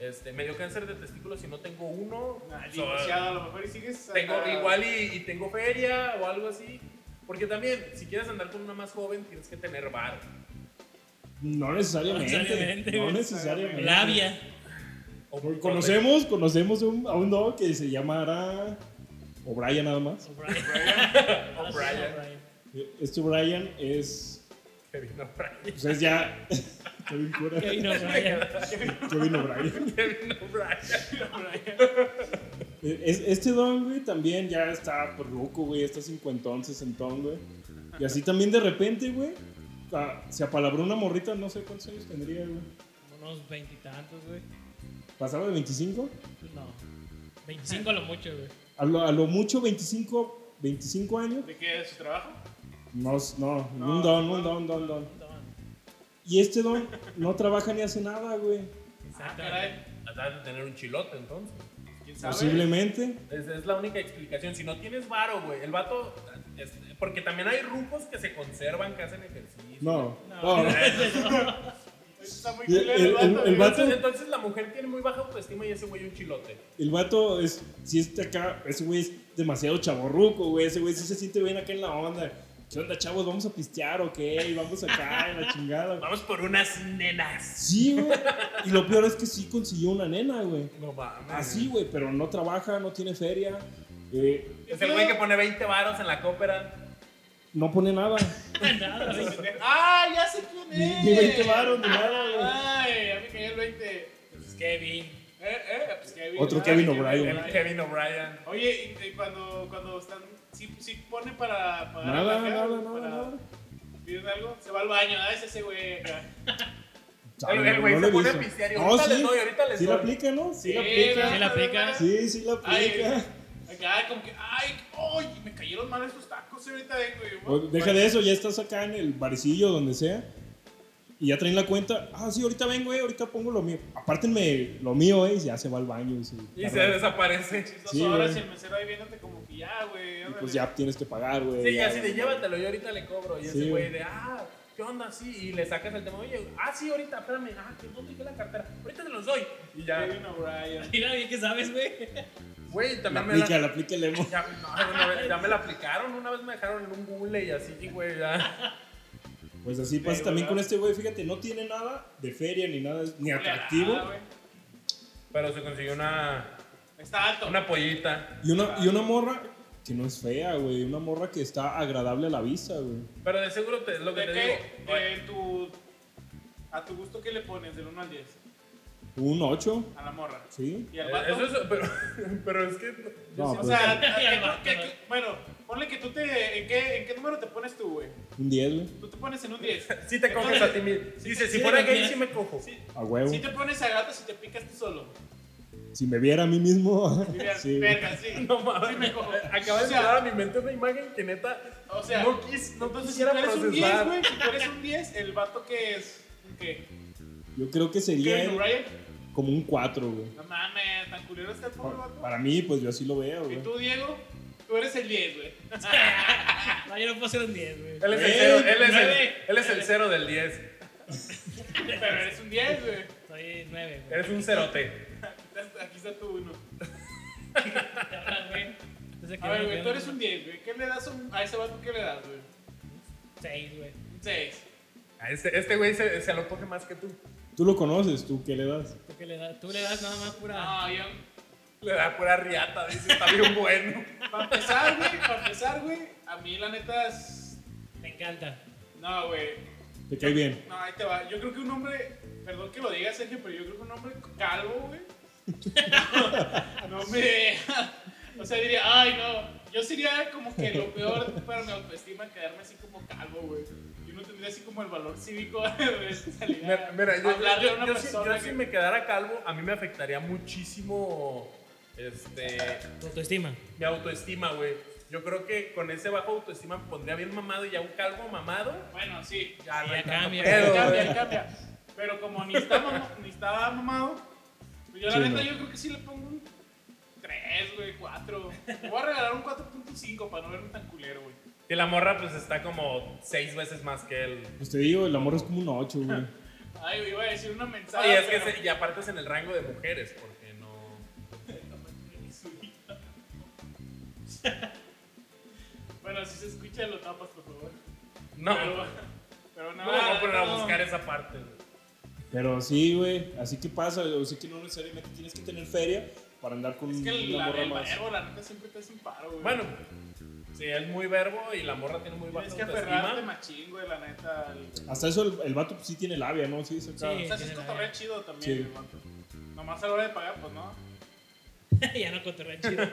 Speaker 2: este, me dio cáncer de testículos y no tengo uno.
Speaker 4: Ah,
Speaker 2: So-
Speaker 4: divorciado, a lo mejor y sigues...
Speaker 2: tengo
Speaker 4: ah,
Speaker 2: igual y, y tengo feria o algo así. Porque también, si quieres andar con una más joven, tienes que tener bar.
Speaker 3: No necesariamente.
Speaker 5: No
Speaker 3: No
Speaker 5: necesariamente,
Speaker 3: necesariamente.
Speaker 5: güey. Labia.
Speaker 2: O
Speaker 3: Conocemos, conocemos un- a un dog que se llamará O'Brien nada más.
Speaker 5: O'Brien.
Speaker 2: [LAUGHS] O'Brien.
Speaker 3: Este O'Brien es,
Speaker 2: Kevin [LAUGHS] O'Brien.
Speaker 3: pues es ya [LAUGHS] Kevin
Speaker 2: [LAUGHS]
Speaker 3: Cura,
Speaker 5: Kevin O'Brien.
Speaker 3: Kevin O'Brien.
Speaker 2: Kevin O'Brien.
Speaker 3: Es- este don, güey, también ya está por loco, güey, está cincuentón, sesentón, güey. Y así también de repente, güey, ah, se apalabró una morrita, no sé cuántos años tendría, güey.
Speaker 5: Unos veintitantos, güey.
Speaker 3: ¿Pasaba de 25?
Speaker 5: Pues no. 25 a lo mucho, güey.
Speaker 3: A lo, a lo mucho 25, 25 años.
Speaker 4: ¿De qué es su trabajo?
Speaker 3: No, no,
Speaker 4: No,
Speaker 3: un don,
Speaker 4: no,
Speaker 3: un don, don, don.
Speaker 5: Don,
Speaker 3: Y este don no trabaja ni hace nada, güey.
Speaker 4: Ah,
Speaker 5: exacto.
Speaker 4: caray.
Speaker 2: Has de tener un chilote, entonces.
Speaker 4: ¿Quién sabe?
Speaker 3: Posiblemente.
Speaker 2: Es, es la única explicación. Si no tienes varo, güey, el vato. es- porque también hay rucos que se conservan, que hacen ejercicio.
Speaker 3: No.
Speaker 5: No.
Speaker 3: no.
Speaker 4: Eso está muy
Speaker 3: Y el-
Speaker 4: culero el,
Speaker 3: el- el
Speaker 4: vato, güey.
Speaker 3: vato-
Speaker 2: Entonces, entonces la mujer tiene muy baja autoestima y ese güey un chilote.
Speaker 3: El vato es, si este acá, ese güey es demasiado chaborruco, güey. Ese güey sí se siente bien acá en la onda. ¿Qué onda, chavos? ¿Vamos a pistear o qué? Y vamos acá, y la chingada.
Speaker 2: Vamos por unas nenas.
Speaker 3: Sí, güey. Y lo peor es que sí consiguió una nena, güey.
Speaker 2: No mames.
Speaker 3: Así, güey, pero no trabaja, no tiene feria, eh,
Speaker 2: Es el güey que pone 20 varos en la cópera.
Speaker 3: no pone nada.
Speaker 5: Nada, güey.
Speaker 4: ¡Ah, ya sé quién
Speaker 3: Ni,
Speaker 4: es!
Speaker 3: ni 20 varos, ni nada, güey.
Speaker 4: Ay, a mí me cayó el 20. Eh,
Speaker 2: Pues Kevin.
Speaker 4: eh, pues Kevin.
Speaker 3: Otro
Speaker 4: ah,
Speaker 3: Kevin O'Brien.
Speaker 2: El Kevin O'Brien.
Speaker 4: Oye, y, y cuando, cuando están. Sí, sí pone para. para
Speaker 3: Nada,
Speaker 4: para-
Speaker 3: nada,
Speaker 4: para-
Speaker 3: nada, nada.
Speaker 4: ¿Piden algo? Se va al baño. Ah, es ese güey. acá.
Speaker 3: Sabe,
Speaker 2: el güey se
Speaker 3: le
Speaker 2: pone
Speaker 3: hizo.
Speaker 2: a pistear y
Speaker 3: No,
Speaker 2: ahorita
Speaker 3: sí,
Speaker 2: les doy, ahorita les
Speaker 3: sí la
Speaker 2: doy.
Speaker 3: aplica, ¿no? Sí, la
Speaker 5: Sí
Speaker 3: aplica.
Speaker 5: la aplica.
Speaker 3: Sí, sí la
Speaker 4: Eh, Ay,
Speaker 3: aplica.
Speaker 4: acá como que, ay, ay, me cayeron mal esos tacos ahorita vengo y
Speaker 3: O Pues, Deja de eso, ya estás acá en el barecillo, donde sea. Y ya traen la cuenta. Ah, sí, ahorita vengo, eh, ahorita pongo lo mío. Apártenme lo mío, eh, y ya se va al baño. Y se,
Speaker 2: Y se desaparece.
Speaker 4: Dos
Speaker 3: Sí,
Speaker 4: horas
Speaker 3: güey.
Speaker 4: y pues, el mesero ahí viéndote como que ya, güey.
Speaker 3: y
Speaker 4: órale".
Speaker 3: pues ya tienes que pagar, güey.
Speaker 2: Sí, así de llévatelo, yo ahorita le cobro. Y ese
Speaker 3: Sí,
Speaker 2: güey
Speaker 3: güey.
Speaker 2: de, ah, ¿qué onda? Sí, y le sacas el tema, oye, ah, sí, ahorita, espérame, ah, que no dejé la cartera, ahorita te los doy. Y ya,
Speaker 4: Kevin O'Brien.
Speaker 5: Mira bien que sabes, güey.
Speaker 2: güey,
Speaker 3: La
Speaker 2: también me
Speaker 3: aplica,
Speaker 2: la,
Speaker 3: la aplica el emo.
Speaker 2: [LAUGHS] ya, no, una vez- ya me la aplicaron, una vez me dejaron en un bule y así, güey, ya.
Speaker 3: Pues así pasa
Speaker 4: Sí,
Speaker 3: también
Speaker 4: ¿verdad?
Speaker 3: con este güey. Fíjate, no tiene nada de feria ni nada, ni atractivo.
Speaker 4: Ah, güey.
Speaker 2: Pero se consiguió una,
Speaker 4: Está alto.
Speaker 2: una pollita.
Speaker 3: Y una, y una morra que no es fea, güey. Una morra que está agradable a la vista, güey.
Speaker 2: Pero de seguro te, lo que
Speaker 4: ¿De
Speaker 2: te
Speaker 4: qué?
Speaker 2: digo, oye,
Speaker 4: De tu, a tu gusto, ¿qué le pones del 1 al 10?
Speaker 3: Un 8,
Speaker 4: A la morra.
Speaker 3: sí.
Speaker 4: Y al
Speaker 2: eh,
Speaker 4: vato.
Speaker 2: eso es, pero, [LAUGHS] pero es que, yo
Speaker 3: No,
Speaker 2: siento-
Speaker 4: O
Speaker 3: pues-
Speaker 4: sea, ¿a
Speaker 5: Y al
Speaker 4: qué-
Speaker 5: vato,
Speaker 4: qué-
Speaker 5: güey.
Speaker 4: qué- bueno, ponle que tú te. ¿En qué, en qué número te pones tú, güey?
Speaker 3: Un 10, güey.
Speaker 4: Tú te pones en un 10.
Speaker 2: sí te coges a ti mismo. Dice, si
Speaker 5: sí,
Speaker 2: fuera
Speaker 5: sí,
Speaker 2: gay,
Speaker 5: sí.
Speaker 2: sí me cojo.
Speaker 4: Sí,
Speaker 3: A huevo.
Speaker 4: sí te pones a gato si te picas tú
Speaker 2: [LAUGHS]
Speaker 4: solo.
Speaker 3: Si me viera a mí mismo. [LAUGHS]
Speaker 4: Dirías,
Speaker 3: sí, güey.
Speaker 4: verga, [LAUGHS] sí.
Speaker 2: [LAUGHS] No mames,
Speaker 4: Sí me cojo.
Speaker 2: acaba de
Speaker 4: O sea,
Speaker 2: llegar a mi mente una imagen que neta
Speaker 4: O sea,
Speaker 2: no, quis, no
Speaker 4: Entonces, si tú
Speaker 2: quisiera
Speaker 4: eres un 10,
Speaker 2: procesar.
Speaker 4: güey, si tú eres un 10, el vato que es. ¿Qué?
Speaker 3: Yo creo que sería
Speaker 4: Kevin
Speaker 3: el-
Speaker 4: O'Brien.
Speaker 3: como un 4, güey.
Speaker 4: No mames, tan culero está el pobre
Speaker 3: Pa-
Speaker 4: vato.
Speaker 3: Para mí, pues yo así lo veo,
Speaker 4: Y
Speaker 3: güey.
Speaker 4: tú, Diego, tú eres el 10, güey.
Speaker 5: No, yo no puedo ser un 10, güey.
Speaker 2: Él es el
Speaker 3: Ey,
Speaker 2: cero, él es el,
Speaker 5: nueve.
Speaker 2: él es el cero del 10.
Speaker 4: Pero eres un 10, güey.
Speaker 5: Soy 9, güey.
Speaker 2: Eres un cerote.
Speaker 4: Estás- Aquí está tu 1.
Speaker 5: Te hablas, güey. Entonces,
Speaker 4: A ver, güey, tú eres un 10, güey. ¿Qué le das a un- a ese vato? ¿Qué le das, güey?
Speaker 5: 6, güey.
Speaker 4: Un 6.
Speaker 2: A Este este güey se, se lo coge más que tú.
Speaker 3: Tú lo conoces, tú, ¿qué le das?
Speaker 5: ¿Tú, qué le das? tú le das nada más pura.
Speaker 4: No, yo.
Speaker 2: Le da pura riata, dice, está bien
Speaker 4: [LAUGHS]
Speaker 2: bueno.
Speaker 4: Para empezar, güey, para empezar, güey, a mí la neta es.
Speaker 5: Me encanta.
Speaker 4: No, güey.
Speaker 3: Te cae bien.
Speaker 4: No, ahí te va. Yo creo que un hombre, perdón que lo diga Sergio, pero yo creo que un hombre calvo, güey. [LAUGHS] No, me. O sea, diría, ay, no. Yo sería como que lo peor para mi autoestima quedarme así como calvo, güey. Yo no tendría así como el valor cívico [LAUGHS] de salir. a
Speaker 2: Mira, mira, yo, yo,
Speaker 4: hablarle a
Speaker 2: yo,
Speaker 4: una
Speaker 2: yo si,
Speaker 4: persona
Speaker 2: yo si
Speaker 4: que-
Speaker 2: me quedara calvo, a mí me afectaría muchísimo este,
Speaker 5: Tu autoestima. [LAUGHS]
Speaker 2: mi autoestima, güey. Yo creo que con ese bajo autoestima me pondría bien mamado y ya un calvo mamado.
Speaker 4: Bueno, sí.
Speaker 2: Ya, no hay
Speaker 5: ya
Speaker 2: tanto
Speaker 5: cambia.
Speaker 2: pedo, güey.
Speaker 4: Cambia, cambia. Pero como ni está, mam- ni está mamado, pues yo la
Speaker 3: Sí, no.
Speaker 4: neta, yo creo que sí le pongo un 3, güey, 4. Me voy a regalar un 4.5 para no verme tan culero, güey.
Speaker 2: Y la morra pues está como seis veces más que él.
Speaker 3: Pues te digo, el amor es como un 8, güey.
Speaker 4: [LAUGHS] Ay, güey, iba a decir una mensaje.
Speaker 2: Y, es que se- y aparte es en el rango de mujeres, porque no...
Speaker 4: Bueno, si se escucha, lo tapas, por favor.
Speaker 2: No,
Speaker 4: Pero, pero
Speaker 2: no,
Speaker 4: nada.
Speaker 2: me voy a poner a
Speaker 4: no.
Speaker 2: buscar esa parte. güey.
Speaker 3: Pero sí, güey, así que pasa. O sea que no necesariamente tienes que tener feria para andar con
Speaker 4: Es que el,
Speaker 3: una
Speaker 4: la,
Speaker 3: morra
Speaker 4: el
Speaker 3: más.
Speaker 4: verbo, la neta, siempre te hace un paro, güey.
Speaker 2: Bueno, sí, es muy verbo y la morra tiene muy baja
Speaker 4: tienes que aferrarte
Speaker 2: autoestima.
Speaker 4: machín, güey, la neta. al-
Speaker 3: Hasta eso el, el vato pues, sí tiene labia, ¿no? Sí, se acaba.
Speaker 4: O sea, si es
Speaker 5: tiene la-
Speaker 4: cotorreo chido también,
Speaker 3: Sí.
Speaker 4: el vato. Nomás a la hora de pagar, pues no.
Speaker 5: ya no cotorrea chido.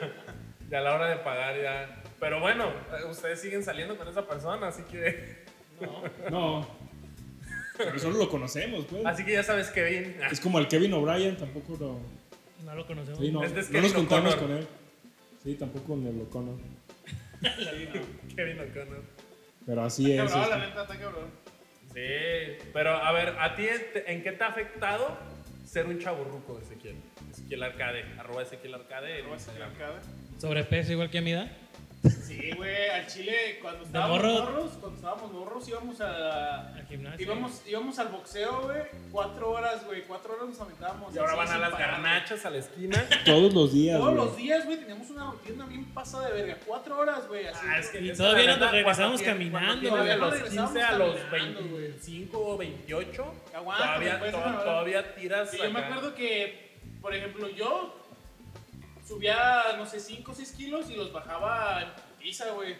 Speaker 2: Ya a la hora de pagar ya... Pero bueno, eh, ustedes siguen saliendo con esa persona, así que...
Speaker 5: No.
Speaker 3: No. Pero solo lo conocemos, pues.
Speaker 2: Así que ya sabes que bien.
Speaker 3: Es como el Kevin O'Brien, tampoco lo.
Speaker 5: No lo conocemos.
Speaker 3: sí, no,
Speaker 2: Este es
Speaker 3: no nos
Speaker 2: Kevin
Speaker 3: juntamos
Speaker 2: O'Connor.
Speaker 3: con él. Sí, tampoco me lo cono.
Speaker 2: [LAUGHS] Kevin O'Connor.
Speaker 3: Pero así es.
Speaker 4: Cabrón, la
Speaker 3: este.
Speaker 4: neta, está cabrón.
Speaker 2: Sí, pero a ver, ¿a ti te- en qué te ha afectado ser un chaburruco, Ezequiel? Ezequiel Arcade, arroba Ezequiel Arcade. en
Speaker 4: Pero va a ser
Speaker 2: Instagram.
Speaker 4: arcada.
Speaker 5: Sobrepeso igual que a mi edad.
Speaker 4: Sí, güey, al Chile cuando estábamos
Speaker 5: morro?
Speaker 4: morros, cuando estábamos morros íbamos a
Speaker 5: Al gimnasio.
Speaker 4: íbamos, íbamos al boxeo, güey, cuatro horas, güey, cuatro horas nos aventábamos.
Speaker 2: Y ahora
Speaker 4: así,
Speaker 2: van a
Speaker 4: sin
Speaker 2: las
Speaker 4: parar, güey.
Speaker 2: garnachas a la esquina.
Speaker 3: Todos los días,
Speaker 4: Todos
Speaker 3: güey.
Speaker 4: los días, güey, teníamos una rutina bien pasada de verga. Cuatro horas, güey, así.
Speaker 2: Ah, es que
Speaker 5: Y
Speaker 2: es
Speaker 5: todavía
Speaker 2: la
Speaker 5: nos
Speaker 2: neta,
Speaker 5: regresamos
Speaker 2: cuando tiene- cuando
Speaker 5: caminando,
Speaker 2: tiene
Speaker 4: güey.
Speaker 2: De los
Speaker 4: Regresamos
Speaker 2: 15 a los
Speaker 4: caminando, güey.
Speaker 2: 25 o 28,
Speaker 4: Aguanta,
Speaker 2: todavía,
Speaker 4: pues,
Speaker 2: to-
Speaker 4: una hora.
Speaker 2: todavía tiras.
Speaker 4: Sí, yo me
Speaker 2: acá.
Speaker 4: acuerdo que, por ejemplo, yo subía, no sé, 5 o 6 kilos y los bajaba en putiza, güey.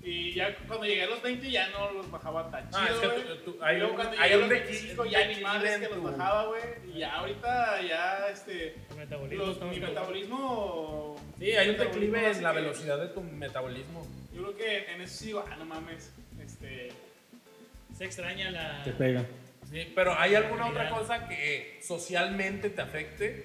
Speaker 4: Y ya cuando llegué a los 20 ya no los bajaba tan chido,
Speaker 2: Ah, es que
Speaker 4: güey.
Speaker 2: tú- tú- hay
Speaker 4: Y luego
Speaker 2: un-
Speaker 4: cuando
Speaker 2: hay
Speaker 4: llegué a
Speaker 2: un
Speaker 4: los
Speaker 2: dequi-
Speaker 4: 25
Speaker 2: un
Speaker 4: ya ni
Speaker 2: declive
Speaker 4: madres
Speaker 2: en
Speaker 4: que los
Speaker 2: tu-
Speaker 4: bajaba, güey. Y ya ahorita ya, este,
Speaker 5: El metabolismo.
Speaker 4: los,
Speaker 5: estamos
Speaker 4: mi
Speaker 5: con-
Speaker 4: metabolismo...
Speaker 2: Sí, hay un
Speaker 4: mi metabolismo
Speaker 2: declive
Speaker 4: hace
Speaker 2: en la
Speaker 4: que-
Speaker 2: velocidad de tu metabolismo.
Speaker 4: Yo creo que en eso sí digo, ah, no mames, este...
Speaker 5: Se extraña la.
Speaker 3: Te pega.
Speaker 2: Sí, pero ¿hay alguna otra
Speaker 5: Mira.
Speaker 2: cosa que socialmente te afecte?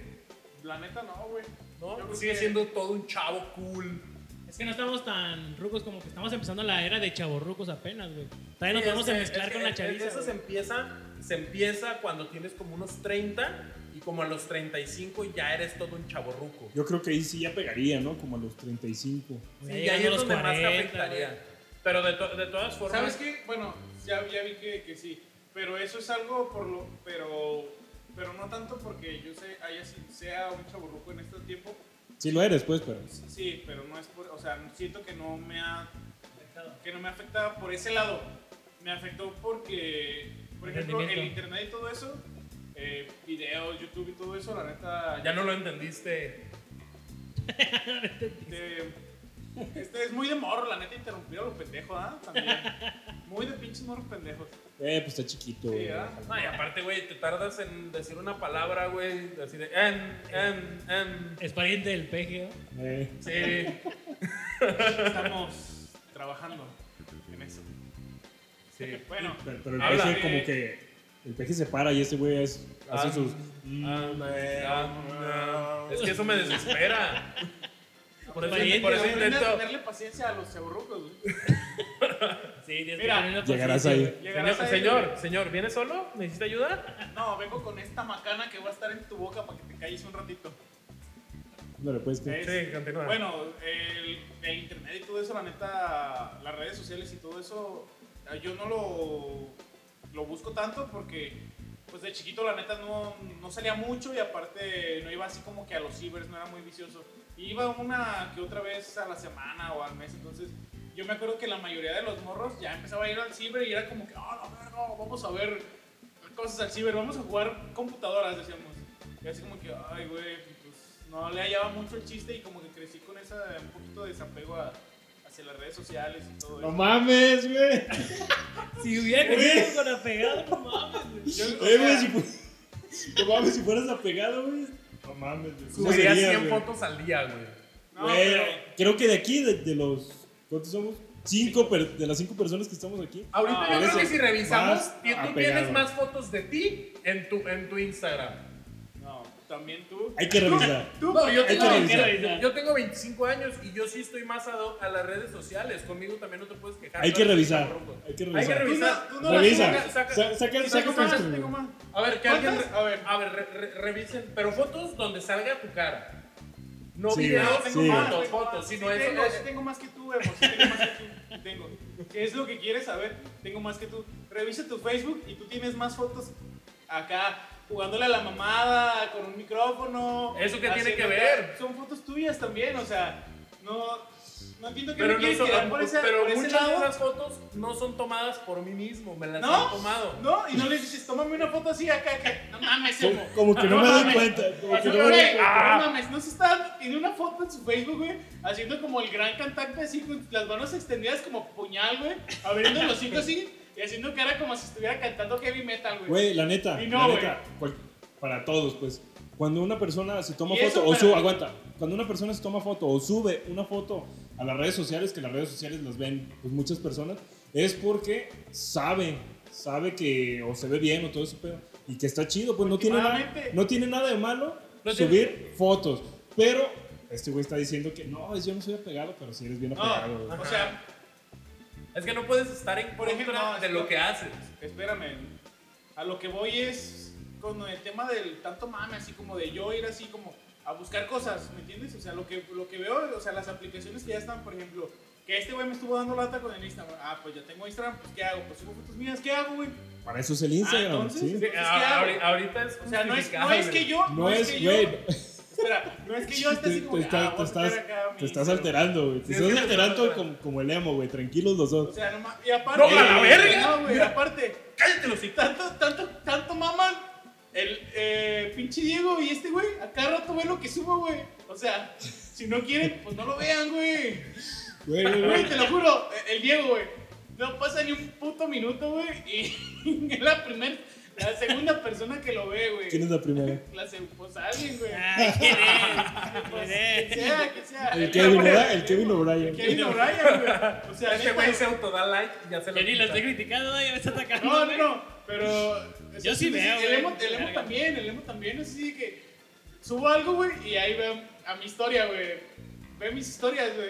Speaker 4: La neta no, güey.
Speaker 2: ¿No?
Speaker 4: Yo creo
Speaker 2: Sigue
Speaker 4: que-
Speaker 2: siendo todo un chavo cool.
Speaker 5: Es que no estamos tan rucos como que estamos empezando la era de chavorrucos apenas, güey. Todavía nos
Speaker 2: Sí,
Speaker 5: vamos
Speaker 2: es
Speaker 5: a
Speaker 2: que-
Speaker 5: mezclar
Speaker 2: es que
Speaker 5: con la
Speaker 2: es- em-
Speaker 5: chaviza.
Speaker 2: Eso se
Speaker 5: güey.
Speaker 2: empieza, se empieza cuando tienes como unos 30 y como a los 35 ya eres todo un chaborruco.
Speaker 3: Yo creo que ahí sí ya pegaría, ¿no? Como a los 35.
Speaker 5: Sí,
Speaker 2: y Pues ahí
Speaker 5: llegando
Speaker 2: es
Speaker 5: a los
Speaker 2: donde más te
Speaker 5: 40,
Speaker 2: afectaría.
Speaker 5: güey.
Speaker 2: Pero de, to- de todas formas,
Speaker 4: ¿Sabes qué? Bueno, ya, ya vi que, que sí. Pero eso es algo por lo. Pero. Pero no tanto porque yo sé, haya, si- sea un chaburruco en este tiempo.
Speaker 3: Sí lo eres, pues, pero.
Speaker 4: Sí, sí, pero no es por. O sea, siento que no me ha. Que no me afecta por ese lado. Me afectó porque. Por
Speaker 5: El
Speaker 4: ejemplo, el
Speaker 5: rendimiento.
Speaker 4: internet y todo eso. eh, videos, YouTube y todo eso, la neta.
Speaker 2: ya no lo entendiste.
Speaker 4: Este, este es muy de morro, la neta, interrumpir a los pendejos, ¿ah? También. Muy de pinches morros pendejos.
Speaker 3: Eh, pues está chiquito,
Speaker 4: Sí,
Speaker 3: güey.
Speaker 4: ¿ah?
Speaker 2: No, y aparte, güey, te tardas en decir una palabra, güey, así de en, en, en.
Speaker 5: Es pariente del peje, ¿no?
Speaker 3: Eh,
Speaker 2: Sí,
Speaker 4: pues, Estamos trabajando en eso.
Speaker 2: sí.
Speaker 4: Bueno,
Speaker 3: pero, pero el
Speaker 2: Habla.
Speaker 3: peje como que. El peje se para y este güey es- hace
Speaker 2: Ah.
Speaker 3: sus. mm,
Speaker 2: Ah, ah, Es que eso me [LAUGHS] desespera. Por eso,
Speaker 5: Pariente,
Speaker 2: por eso
Speaker 4: aprende a
Speaker 2: intento.
Speaker 4: tenerle paciencia a los chaburrucos. güey.
Speaker 5: Sí, tienes
Speaker 4: Mira,
Speaker 5: que tener una
Speaker 3: llegarás
Speaker 5: paciencia,
Speaker 3: ahí.
Speaker 4: Llegarás
Speaker 2: Señor,
Speaker 4: a él,
Speaker 2: señor, señor, ¿viene solo? ¿Necesita ayuda?
Speaker 4: güey. No, vengo con esta macana que va a estar en tu boca para que te calles un ratito.
Speaker 3: No le puedes creer.
Speaker 4: Es-
Speaker 2: Sí, continúa.
Speaker 4: Bueno, el, el internet y todo eso, la neta, las redes sociales y todo eso, eh, yo no lo, lo busco tanto porque, pues de chiquito, la neta, no, no salía mucho y aparte no iba así como que a los cibers, no era muy vicioso. Iba una que otra vez a la semana o al mes, entonces yo me acuerdo que la mayoría de los morros ya empezaba a ir al ciber y era como que, oh, no, no, vamos a ver cosas al ciber, vamos a jugar computadoras, decíamos. Y así como que, ay, güey, pues no le hallaba mucho el chiste y como que crecí con esa, un poquito de desapego a- hacia las redes sociales y todo
Speaker 3: ¡No
Speaker 4: eso.
Speaker 3: mames, güey!
Speaker 5: Si hubiera crecido con apegado, no mames, güey.
Speaker 4: Yo- o
Speaker 3: Eh, güey,
Speaker 4: sea,
Speaker 3: si fu- No mames, si fueras apegado, güey. No mames, güey. ¿Cómo
Speaker 2: Subiría
Speaker 3: serías,
Speaker 2: 100
Speaker 3: güey?
Speaker 2: fotos al día, güey.
Speaker 4: no,
Speaker 3: Güey,
Speaker 4: pero
Speaker 3: creo que de aquí, de, de los. ¿Cuántos somos? Cinco per- de las cinco personas que estamos aquí.
Speaker 2: Ahorita
Speaker 4: Ah,
Speaker 2: yo creo
Speaker 3: eres
Speaker 2: que
Speaker 3: el
Speaker 2: si revisamos,
Speaker 3: más
Speaker 2: ti- tú
Speaker 3: apegado.
Speaker 2: tienes más fotos de ti en tu, en tu Instagram.
Speaker 4: no, también tú.
Speaker 3: Hay que revisar.
Speaker 4: Tú,
Speaker 2: No, yo
Speaker 3: Hay
Speaker 2: tengo,
Speaker 3: que
Speaker 2: veinte-
Speaker 5: revisar.
Speaker 2: yo tengo 25 años y yo sí estoy más ado- a las redes sociales. Conmigo también no te puedes quejar.
Speaker 3: Hay
Speaker 2: no
Speaker 3: que
Speaker 2: eres
Speaker 3: revisar.
Speaker 2: chavorruco.
Speaker 3: Hay que
Speaker 2: Hay que
Speaker 3: revisar.
Speaker 2: revisar.
Speaker 4: Tú no- tú no la
Speaker 3: Revisa.
Speaker 2: Saca- saca-
Speaker 3: Sa- Saca
Speaker 4: Tengo
Speaker 3: saca
Speaker 4: más,
Speaker 3: Facebook,
Speaker 4: Ah, tengo
Speaker 3: güey.
Speaker 4: más.
Speaker 2: A ver, que alguien.
Speaker 4: ¿Cuántas? A ver.
Speaker 2: A ver, re- re- revisen. Pero fotos donde salga tu cara. No
Speaker 3: Sí,
Speaker 2: videos,
Speaker 3: güey,
Speaker 2: tengo
Speaker 3: sí,
Speaker 2: fotos,
Speaker 4: güey.
Speaker 2: fotos.
Speaker 4: Sí
Speaker 2: sino eso,
Speaker 4: tengo,
Speaker 2: eso.
Speaker 4: sí tengo más que tú, Emo, sí tengo más que tú. Tengo. ¿Qué es lo que quieres saber? Tengo más que tú. Revisa tu Facebook y tú tienes más fotos acá jugándole a la mamada con un micrófono.
Speaker 2: ¿Eso qué tiene
Speaker 4: haciendo-
Speaker 2: que ver?
Speaker 4: Son fotos tuyas también, o sea, no no entiendo que
Speaker 2: Pero,
Speaker 4: me quieres
Speaker 2: no son-
Speaker 4: tirar por ese,
Speaker 2: pero
Speaker 4: por ese
Speaker 2: muchas de
Speaker 4: lado.
Speaker 2: esas fotos no son tomadas por mí mismo. Me las
Speaker 4: ¿No?
Speaker 2: han tomado.
Speaker 4: No, y no les dices, "Tómame una foto así acá, acá." No mames, Emo. [LAUGHS]
Speaker 3: Como- Como que no me doy
Speaker 4: mames.
Speaker 3: cuenta. Como
Speaker 4: Así,
Speaker 3: que no
Speaker 4: güey,
Speaker 3: me doy cuenta.
Speaker 2: Ah.
Speaker 4: no mames, no se está. Tiene una foto en su Facebook, güey, haciendo como el gran cantante así, con las manos extendidas como puñal, güey, abriendo los hocico así y haciendo cara como si estuviera cantando heavy metal, güey.
Speaker 3: Güey, la neta.
Speaker 4: Y no,
Speaker 3: la
Speaker 4: güey.
Speaker 3: neta, cual- para todos, pues. Cuando una persona se toma
Speaker 4: Y
Speaker 3: foto
Speaker 4: eso
Speaker 3: o
Speaker 4: para
Speaker 3: sube,
Speaker 4: mí.
Speaker 3: aguanta. Cuando una persona se toma foto o sube una foto a las redes sociales, que las redes sociales las ven pues, muchas personas, es porque sabe, sabe que o se ve bien o todo ese pedo. Y que está chido, pues no tiene, nada,
Speaker 4: Últimamente.
Speaker 3: no tiene nada de malo
Speaker 2: No tiene-
Speaker 3: subir fotos. Pero Este güey está diciendo que no, es- yo no soy apegado, pero sí eres bien apegado.
Speaker 4: No,
Speaker 3: güey.
Speaker 4: o sea,
Speaker 2: Es que no puedes estar en
Speaker 4: Por
Speaker 2: contra
Speaker 4: ejemplo, no,
Speaker 2: de
Speaker 4: es
Speaker 2: lo
Speaker 4: que-
Speaker 2: que haces.
Speaker 4: espérame. A lo que voy es con el tema del tanto mame, así como de yo ir así como a buscar cosas, ¿me entiendes? O sea, lo que, lo que veo, o sea, las aplicaciones que ya están, por ejemplo, que este güey me estuvo dando lata con el Instagram. Ah, pues ya tengo Instagram, pues ¿qué hago? Pues subo fotos mías, ¿qué hago, güey?
Speaker 3: Para eso es el Instagram.
Speaker 4: Ah, entonces,
Speaker 3: ¿sí?
Speaker 4: es que
Speaker 2: Ah,
Speaker 4: hago.
Speaker 2: ahori- ahorita es
Speaker 4: O sea, no es, no
Speaker 2: justificable.
Speaker 4: es que yo,
Speaker 3: No es,
Speaker 4: que yo,
Speaker 3: güey.
Speaker 4: espera, no es que yo esté así
Speaker 3: Te-
Speaker 4: como,
Speaker 3: te,
Speaker 4: ah,
Speaker 3: estás-
Speaker 4: voy
Speaker 3: te
Speaker 4: a meter
Speaker 3: estás,
Speaker 4: acá mi
Speaker 3: te estás
Speaker 4: Instagram.
Speaker 3: alterando, güey. Te
Speaker 4: Sí, es que
Speaker 3: estás
Speaker 4: me estoy
Speaker 3: alterando
Speaker 4: alterando.
Speaker 3: como, como el emo, güey. Tranquilos los
Speaker 4: O [LAUGHS]
Speaker 3: dos.
Speaker 4: sea, no ma- y aparte.
Speaker 2: ¡No, a la
Speaker 4: Eh,
Speaker 2: verga!
Speaker 4: No, güey, aparte.
Speaker 2: Cállate los hijos.
Speaker 4: Tanto, tanto, tanto maman. El eh, pinche Diego y este güey, a cada rato ve lo que subo, güey. O sea, si no quieren, pues no lo vean, güey.
Speaker 3: Güey, güey, güey.
Speaker 4: Güey, te lo juro, eh, el Diego, güey. No pasa ni un puto minuto, güey. Y [LAUGHS] es la primera, la segunda persona que lo ve, güey.
Speaker 3: ¿Quién es la primera?
Speaker 4: La segunda, pues alguien, güey.
Speaker 5: Ay, ¿quién es?
Speaker 4: Pues,
Speaker 5: ¿Quién
Speaker 4: que
Speaker 5: es?
Speaker 4: sea, que sea.
Speaker 3: El Kevin O'Brien- el Kevin O'Brien.
Speaker 4: El Kevin O'Brien, güey. O sea,
Speaker 2: Este
Speaker 4: neta,
Speaker 2: güey se autoda like y ya se lo
Speaker 5: Yo ni lo
Speaker 2: quita.
Speaker 5: estoy criticando, ya me está atacando.
Speaker 4: No, no,
Speaker 5: güey.
Speaker 4: no, pero... o sea,
Speaker 5: Yo sí veo,
Speaker 4: El
Speaker 5: güey.
Speaker 4: emo, el emo
Speaker 5: Verga.
Speaker 4: también, el emo también, es así que subo algo, güey, y ahí veo a mi historia, güey. Ve mis historias, güey.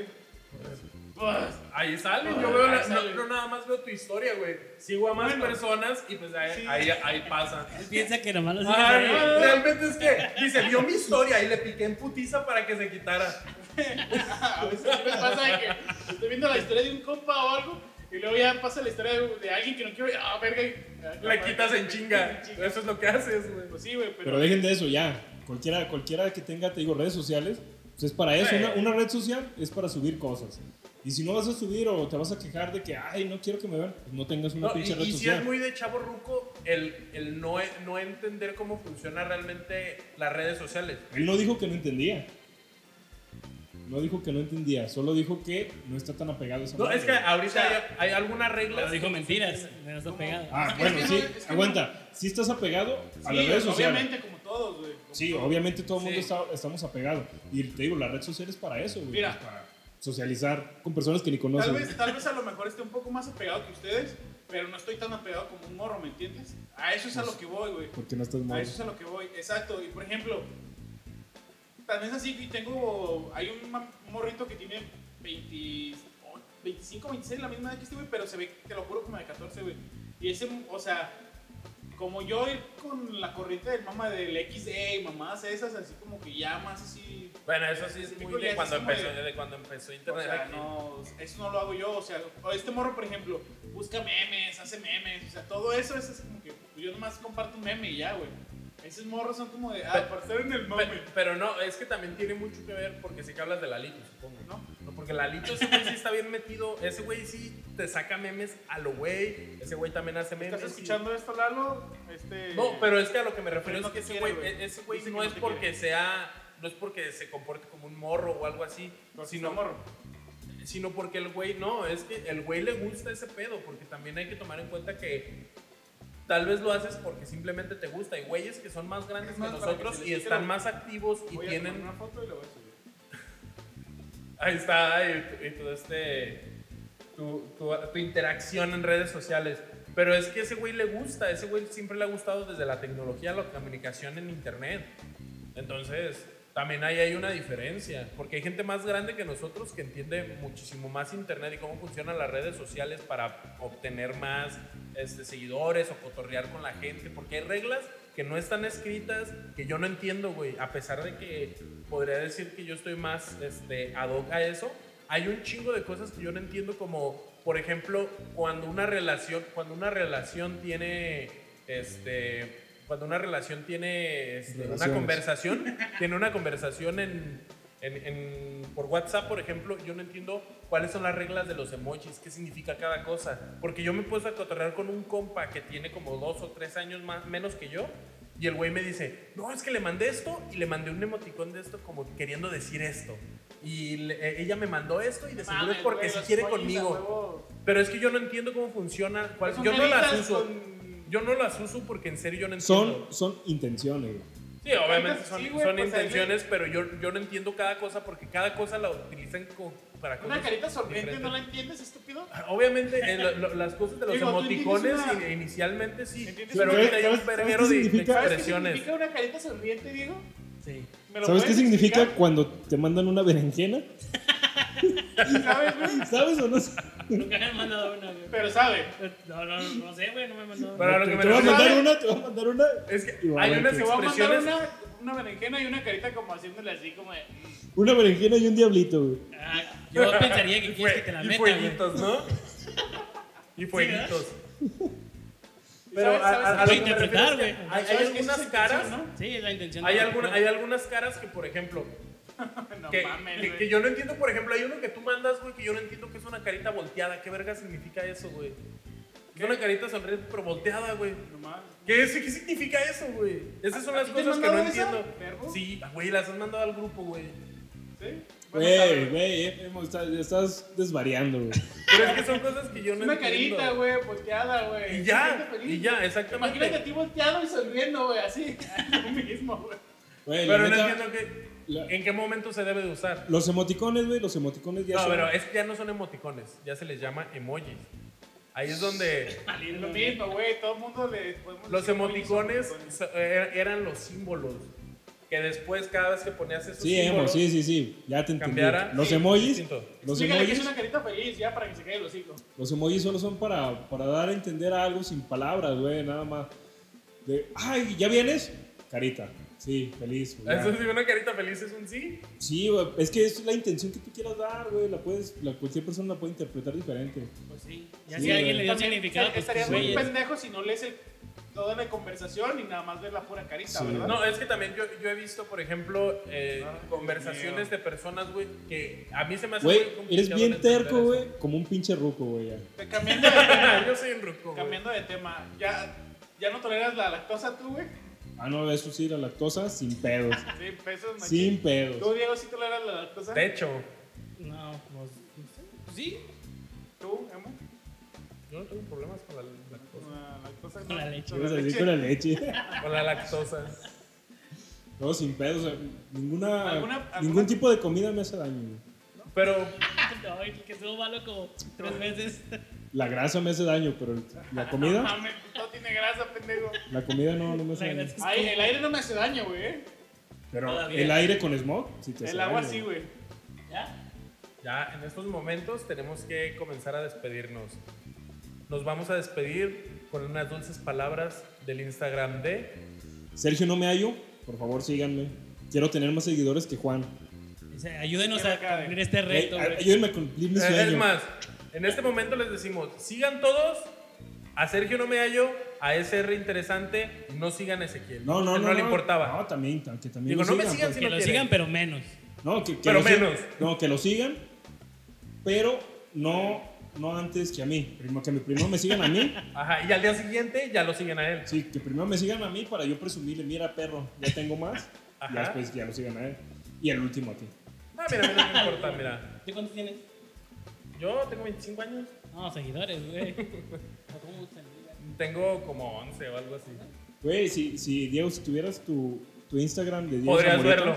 Speaker 4: Pues, [LAUGHS]
Speaker 2: Ahí sale, yo
Speaker 4: Ah,
Speaker 2: veo,
Speaker 4: ahí
Speaker 2: la- no,
Speaker 4: sale.
Speaker 2: no nada más veo tu historia, güey. Sigo a más
Speaker 4: Bueno.
Speaker 2: personas y pues ahí,
Speaker 4: Sí.
Speaker 2: ahí, ahí
Speaker 4: [LAUGHS]
Speaker 2: pasa.
Speaker 5: Él piensa que nomás lo sigue
Speaker 2: Ay,
Speaker 5: por ahí.
Speaker 4: no, no.
Speaker 2: realmente es que dice, vio mi historia y le piqué en putiza para que se quitara.
Speaker 4: a veces sí me pasa de que estoy viendo la historia de un compa o algo, y luego ya pasa la historia de, de alguien que no quiero... Ah, verga. y-
Speaker 2: La quitas
Speaker 4: [LAUGHS]
Speaker 2: en chinga. Eso es lo que haces, güey.
Speaker 4: Pues sí, güey, pero...
Speaker 3: Pero dejen de eso ya. Cualquiera, cualquiera que tenga, te digo, redes sociales, pues es para eso.
Speaker 2: Sí.
Speaker 3: Una, una red social es para subir cosas. Y si no vas a subir o te vas a quejar de que, ay, no quiero que me vean, pues no tengas una
Speaker 2: No, y,
Speaker 3: pinche red
Speaker 2: y sí
Speaker 3: social.
Speaker 2: es muy de chavo ruco el, el no, e- no entender cómo funciona realmente las redes sociales.
Speaker 3: Él no dijo que no entendía. No dijo que no entendía, solo dijo que no está tan apegado a esa
Speaker 2: No,
Speaker 3: madre.
Speaker 2: es que ahorita hay, hay algunas
Speaker 5: Pero
Speaker 2: reglas.
Speaker 5: dijo mentiras, no está pegado.
Speaker 3: Ah,
Speaker 4: Es que
Speaker 3: bueno,
Speaker 4: no,
Speaker 3: sí,
Speaker 4: es que
Speaker 3: aguanta. Si estás apegado a
Speaker 4: sí,
Speaker 3: las redes sociales.
Speaker 4: obviamente, como todos, güey. como
Speaker 3: Sí,
Speaker 4: todos.
Speaker 3: obviamente todo el
Speaker 2: Sí.
Speaker 3: mundo está- estamos apegados. Y te digo, la red social es para eso, güey.
Speaker 4: Mira.
Speaker 3: pues, para socializar con personas que ni
Speaker 4: Tal
Speaker 3: conocen.
Speaker 4: vez, tal vez a lo mejor esté un poco más apegado que ustedes, pero no estoy tan apegado como un morro, ¿me entiendes? A eso es a lo que voy, güey.
Speaker 3: Porque no estás
Speaker 4: A
Speaker 3: mal.
Speaker 4: eso es a lo que voy, exacto. Y por ejemplo, también es así que tengo. Hay un ma- un morrito que tiene 20 o 25, 26, la misma edad que este güey, pero se ve, te lo juro, como de 14, güey. Y ese, o sea, como yo ir con la corriente del mamá del XD y mamás esas, así como que ya más así.
Speaker 2: Bueno, eso sí
Speaker 4: Sí,
Speaker 2: es muy
Speaker 4: porque
Speaker 2: de
Speaker 4: ya
Speaker 2: cuando
Speaker 4: es como
Speaker 2: empezó,
Speaker 4: de-
Speaker 2: de cuando empezó
Speaker 4: O
Speaker 2: internet.
Speaker 4: sea,
Speaker 2: aquí.
Speaker 4: no, eso no lo hago yo. O sea, o este morro, por ejemplo, busca memes, hace memes. O sea, todo eso es, es como que pues, yo nomás comparto un meme y ya, güey. Esos morros son como de, ah,
Speaker 2: Pe-
Speaker 4: para estar en el
Speaker 2: Pe-
Speaker 4: mame.
Speaker 2: Pero, no, es que también tiene mucho que ver porque sé que hablas de Lalito, supongo, ¿no?
Speaker 4: ¿no?
Speaker 2: No, porque Lalito ese güey sí está bien metido. Ese güey sí te saca memes a lo güey. Ese güey también hace memes.
Speaker 4: ¿Estás
Speaker 2: y-
Speaker 4: escuchando esto, Lalo? Este...
Speaker 2: No, pero es que a lo que me refiero
Speaker 4: Pero
Speaker 2: es
Speaker 4: no
Speaker 2: que
Speaker 4: te
Speaker 2: ese
Speaker 4: quiere,
Speaker 2: güey e-,
Speaker 4: güey.
Speaker 2: ese güey
Speaker 4: Dice que
Speaker 2: no
Speaker 4: no
Speaker 2: es
Speaker 4: te
Speaker 2: porque
Speaker 4: quiere.
Speaker 2: sea no es porque se comporte como un morro o algo así,
Speaker 4: Porque
Speaker 2: sino
Speaker 4: está morro.
Speaker 2: sino porque el güey, no, es que el güey le gusta ese pedo, porque también hay que tomar en cuenta que tal vez lo haces porque simplemente te gusta. Y güeyes que son más grandes
Speaker 4: Es más,
Speaker 2: que
Speaker 4: para que
Speaker 2: nosotros
Speaker 4: se les
Speaker 2: y
Speaker 4: quite
Speaker 2: están
Speaker 4: lo-
Speaker 2: más activos y
Speaker 4: Voy a
Speaker 2: tienen.
Speaker 4: tomar una foto y la voy a subir.
Speaker 2: Ahí está, y, tu- y tu, este, tu, tu- tu interacción en redes sociales. Pero es que ese güey le gusta, ese güey siempre le ha gustado desde la tecnología, la comunicación en internet. Entonces, también ahí hay una diferencia, porque hay gente más grande que nosotros que entiende muchísimo más internet y cómo funcionan las redes sociales para obtener más este, seguidores o cotorrear con la gente, porque hay reglas que no están escritas, que yo no entiendo, güey, a pesar de que podría decir que yo estoy más este, ad hoc a eso, hay un chingo de cosas que yo no entiendo, como por ejemplo, cuando una relación, cuando una relación tiene este cuando una relación tiene este, una
Speaker 3: Relaciones.
Speaker 2: conversación, tiene una conversación en, en- en- por WhatsApp, por ejemplo, yo no entiendo cuáles son las reglas de los emojis, qué significa cada cosa. Porque yo me he puesto a cotorrear con un compa que tiene como dos o tres años más, menos que yo, y el güey me dice, no, es que le mandé esto y le mandé un emoticón de esto como queriendo decir esto. Y le- eh, ella me mandó esto y de seguro es
Speaker 4: Mames,
Speaker 2: porque
Speaker 4: güey,
Speaker 2: si
Speaker 4: los
Speaker 2: quiere
Speaker 4: pollitos, a
Speaker 2: conmigo.
Speaker 4: huevo. Pues
Speaker 2: Pero es que yo no entiendo cómo funciona. cuál-
Speaker 4: Son
Speaker 2: yo no las
Speaker 4: caritas
Speaker 2: uso.
Speaker 4: con-
Speaker 2: Yo no las uso porque en serio yo no entiendo.
Speaker 3: Son, son intenciones, güey.
Speaker 2: Sí, obviamente
Speaker 4: Sí,
Speaker 2: son,
Speaker 4: güey,
Speaker 2: son
Speaker 4: pues,
Speaker 2: intenciones, pero yo, yo no entiendo cada cosa porque cada cosa la utilizan co- para cosas.
Speaker 4: Una carita sorprendente,
Speaker 2: diferentes.
Speaker 4: ¿no la entiendes, estúpido?
Speaker 2: Obviamente, eh, lo- lo- las cosas de los
Speaker 4: Digo, tú
Speaker 2: emoticones
Speaker 4: entiendes una-
Speaker 2: in- inicialmente sí,
Speaker 4: ¿Entiendes
Speaker 2: pero
Speaker 4: una-
Speaker 2: ahorita hay un
Speaker 3: ¿Sabes- sabes
Speaker 2: verguero
Speaker 3: qué
Speaker 2: de, de
Speaker 3: significa?
Speaker 4: ¿Sabes qué
Speaker 2: expresiones.
Speaker 4: significa una carita sonriente, Diego?
Speaker 5: Sí.
Speaker 4: ¿Me lo
Speaker 3: ¿Sabes qué
Speaker 4: puedes
Speaker 3: significa
Speaker 4: explicar?
Speaker 3: cuando te mandan una berenjena?
Speaker 4: ¿Sabes, güey?
Speaker 3: ¿Sabes o no? sabes?
Speaker 5: Nunca me han mandado una, güey.
Speaker 4: Pero sabe.
Speaker 5: No, no, no sé, güey, no me han mandado.
Speaker 2: Pero a lo
Speaker 3: Te
Speaker 2: que me
Speaker 3: voy a
Speaker 2: refiero
Speaker 3: mandar una, te voy a mandar una.
Speaker 2: es que
Speaker 3: Y va a
Speaker 2: hay
Speaker 3: ver
Speaker 2: unas
Speaker 3: qué
Speaker 4: Te voy a mandar
Speaker 2: expresiones.
Speaker 4: una, una berenjena y una carita como haciéndole así, como de. mm,
Speaker 3: Una berenjena y un diablito, güey.
Speaker 5: Ah,
Speaker 2: [LAUGHS]
Speaker 5: yo pensaría que quieres que te la
Speaker 2: y
Speaker 5: meta, güey.
Speaker 2: fueguitos, ¿no? Y fueguitos. Pero
Speaker 4: ¿Sabes-
Speaker 2: a,
Speaker 4: sabes-
Speaker 2: a- a lo
Speaker 5: Sí,
Speaker 2: que me refiero
Speaker 5: interpretar,
Speaker 2: es que
Speaker 5: güey.
Speaker 2: hay, hay
Speaker 4: ¿Sabes qué es
Speaker 2: algunas
Speaker 4: esa
Speaker 2: caras,
Speaker 4: intención,
Speaker 5: Sí, es la intención.
Speaker 2: hay,
Speaker 5: de-
Speaker 2: alguna- hay algunas caras que, por ejemplo,
Speaker 4: No
Speaker 2: que,
Speaker 4: mames,
Speaker 2: que-
Speaker 4: güey.
Speaker 2: que yo no entiendo, por ejemplo, hay uno que tú mandas, güey, que yo no entiendo que es una carita volteada. ¿Qué verga significa eso, güey? Es una carita sonriente, pero volteada, güey.
Speaker 4: No mames.
Speaker 2: ¿Qué, es- qué significa eso, güey? Esas son
Speaker 4: ¿A- a
Speaker 2: las
Speaker 4: ti te han
Speaker 2: cosas que no
Speaker 4: mandado esa,
Speaker 2: entiendo.
Speaker 4: perro?
Speaker 2: Sí, güey, las has mandado al grupo, güey.
Speaker 4: ¿Sí? Bueno,
Speaker 3: Güey,
Speaker 4: sabe.
Speaker 3: güey, eh, Memo, estás, estás desvariando, güey.
Speaker 2: Pero es que son cosas que yo no
Speaker 4: Una
Speaker 2: entiendo.
Speaker 4: carita, güey, volteada, güey.
Speaker 2: Y ya,
Speaker 4: Gente feliz.
Speaker 2: y ya,
Speaker 4: Imagínate a
Speaker 2: exactamente.
Speaker 4: ti volteado y sonriendo,
Speaker 2: [LAUGHS]
Speaker 4: güey, así. [LAUGHS] Lo mismo, güey.
Speaker 3: Güey, la
Speaker 2: Pero no
Speaker 3: neta,
Speaker 2: entiendo que,
Speaker 3: la-
Speaker 2: en qué momento se debe de usar.
Speaker 3: Los emoticones, güey, los emoticones ya
Speaker 2: No,
Speaker 3: son.
Speaker 2: pero es que ya no son emoticones, ya se les llama emojis. Ahí es donde
Speaker 4: Es lo mismo, güey. Todo el mundo le podemos
Speaker 2: los
Speaker 4: decir, güey,
Speaker 2: emoticones
Speaker 4: son emoticones.
Speaker 2: so- er- eran los símbolos que después cada vez que ponías esos
Speaker 3: Sí, emo,
Speaker 2: símbolos
Speaker 3: sí, sí, sí. Ya te entendí.
Speaker 2: Cambiara.
Speaker 3: Los
Speaker 2: Sí,
Speaker 3: emojis.
Speaker 2: distinto.
Speaker 3: Los
Speaker 4: Explícale que es
Speaker 3: emojis.
Speaker 4: una carita feliz, ya, para que se caiga el hocico.
Speaker 3: Los emojis solo son para, para dar a entender algo sin palabras, güey, nada más. De, ay, ¿ya vienes? Carita. Sí, feliz. güey, ya.
Speaker 2: [LAUGHS] Eso sí, una carita feliz es un sí.
Speaker 3: Sí, güey, es que es la intención que tú quieras dar, güey. La puedes, la, cualquier persona la puede interpretar diferente.
Speaker 5: Pues sí. Ya
Speaker 3: Sí,
Speaker 5: si alguien
Speaker 3: güey.
Speaker 5: le dio
Speaker 4: También
Speaker 5: significado,
Speaker 4: estar-
Speaker 5: pues
Speaker 4: estarías
Speaker 5: güey,
Speaker 4: muy
Speaker 5: es-
Speaker 4: pendejo si no lees el- toda la conversación y nada más ves la pura carita,
Speaker 3: Sí.
Speaker 4: ¿verdad?
Speaker 2: No, es que también yo, yo he visto, por ejemplo, eh,
Speaker 4: Ay,
Speaker 2: conversaciones de personas, güey, que a mí se me hace
Speaker 3: Güey,
Speaker 2: muy complicado
Speaker 3: eres bien
Speaker 2: entender
Speaker 3: terco,
Speaker 2: eso.
Speaker 3: güey. Como un pinche ruco, güey. ya.
Speaker 4: Te- Cambiando de,
Speaker 2: [LAUGHS] yo soy un ruco. güey.
Speaker 4: cambiando de tema, ¿ya, ¿ya no toleras la lactosa tú, güey?
Speaker 3: Ah, no, eso sí, la lactosa, sin
Speaker 2: [LAUGHS]
Speaker 3: pedos.
Speaker 4: Sí, pesos, machín.
Speaker 3: sin pedos.
Speaker 4: ¿Tú, Diego, sí toleras la lactosa?
Speaker 2: De hecho,
Speaker 5: No, pues, no sé. Pues sí.
Speaker 4: ¿Tú, Emma?
Speaker 2: yo no tengo problemas con la lactosa.
Speaker 4: La lactosa no.
Speaker 5: Con la leche.
Speaker 3: Ibas a decir con la leche. [LAUGHS]
Speaker 2: Con la lactosa.
Speaker 3: No, sin pedos. o sea, ninguna,
Speaker 4: ¿Alguna-
Speaker 3: ningún
Speaker 4: alguna-
Speaker 3: tipo de comida me hace daño, güey.
Speaker 2: Pero
Speaker 5: No, el que estuvo malo como tres veces.
Speaker 3: La grasa me hace daño, pero la
Speaker 2: [LAUGHS] Ah,
Speaker 4: No
Speaker 3: comida,
Speaker 4: mames, todo tiene grasa, pendejo.
Speaker 3: la comida no, no me hace
Speaker 5: La
Speaker 3: daño.
Speaker 5: grasa es
Speaker 4: Ay,
Speaker 5: como-
Speaker 4: el aire no me hace daño, güey. ¿eh?
Speaker 3: Pero
Speaker 5: Todavía.
Speaker 3: el aire con smog, sí te hace
Speaker 4: El agua
Speaker 3: daño,
Speaker 4: sí, güey.
Speaker 5: ¿Ya?
Speaker 2: ya en estos momentos tenemos que comenzar a despedirnos. Nos vamos a despedir con unas dulces palabras del Instagram de.
Speaker 3: Sergio, no me hallo. Por favor, síganme. Quiero tener más seguidores que Juan.
Speaker 5: Dice, ayúdenos
Speaker 4: Que me
Speaker 5: a
Speaker 4: acabe.
Speaker 5: cumplir este
Speaker 3: Güey,
Speaker 5: reto,
Speaker 3: ay-
Speaker 5: güey.
Speaker 3: Ayúdenme a cumplir mi sueño.
Speaker 2: Eh, Es más, en este momento les decimos: sigan todos a Sergio No Me Hallo, a SR Interesante, no sigan a Ezequiel.
Speaker 3: no, no,
Speaker 2: Él
Speaker 3: no.
Speaker 2: le importaba.
Speaker 3: No, también, tam- que también.
Speaker 2: Digo,
Speaker 3: lo
Speaker 2: no me
Speaker 3: sigan,
Speaker 2: sigan
Speaker 3: pues.
Speaker 2: si
Speaker 5: Que
Speaker 2: no
Speaker 5: lo
Speaker 2: quieren.
Speaker 5: sigan, pero menos.
Speaker 3: No, que, que
Speaker 2: Pero
Speaker 3: lo sigan-
Speaker 2: menos.
Speaker 3: no, que lo sigan, pero no, no antes que a mí. Primo- que primero me sigan
Speaker 2: [LAUGHS]
Speaker 3: a mí.
Speaker 2: Ajá, y al día siguiente ya lo siguen a él.
Speaker 3: Sí, que primero me sigan a mí para yo presumirle, mira perro, ya tengo más.
Speaker 2: Ajá.
Speaker 3: Y después ya lo sigan a él. Y el último a ti.
Speaker 2: Ah, mira, mira, no me importa, mira.
Speaker 5: ¿Tú cuántos tienes?
Speaker 2: Yo tengo 25 años.
Speaker 5: No, seguidores, güey. [LAUGHS] No, ¿cómo gustan?
Speaker 2: Tengo como 11 o algo así.
Speaker 3: Güey, si, si Diego, si tuvieras tu, tu Instagram de Diego
Speaker 2: Podrías
Speaker 3: Zamorita-
Speaker 2: verlo.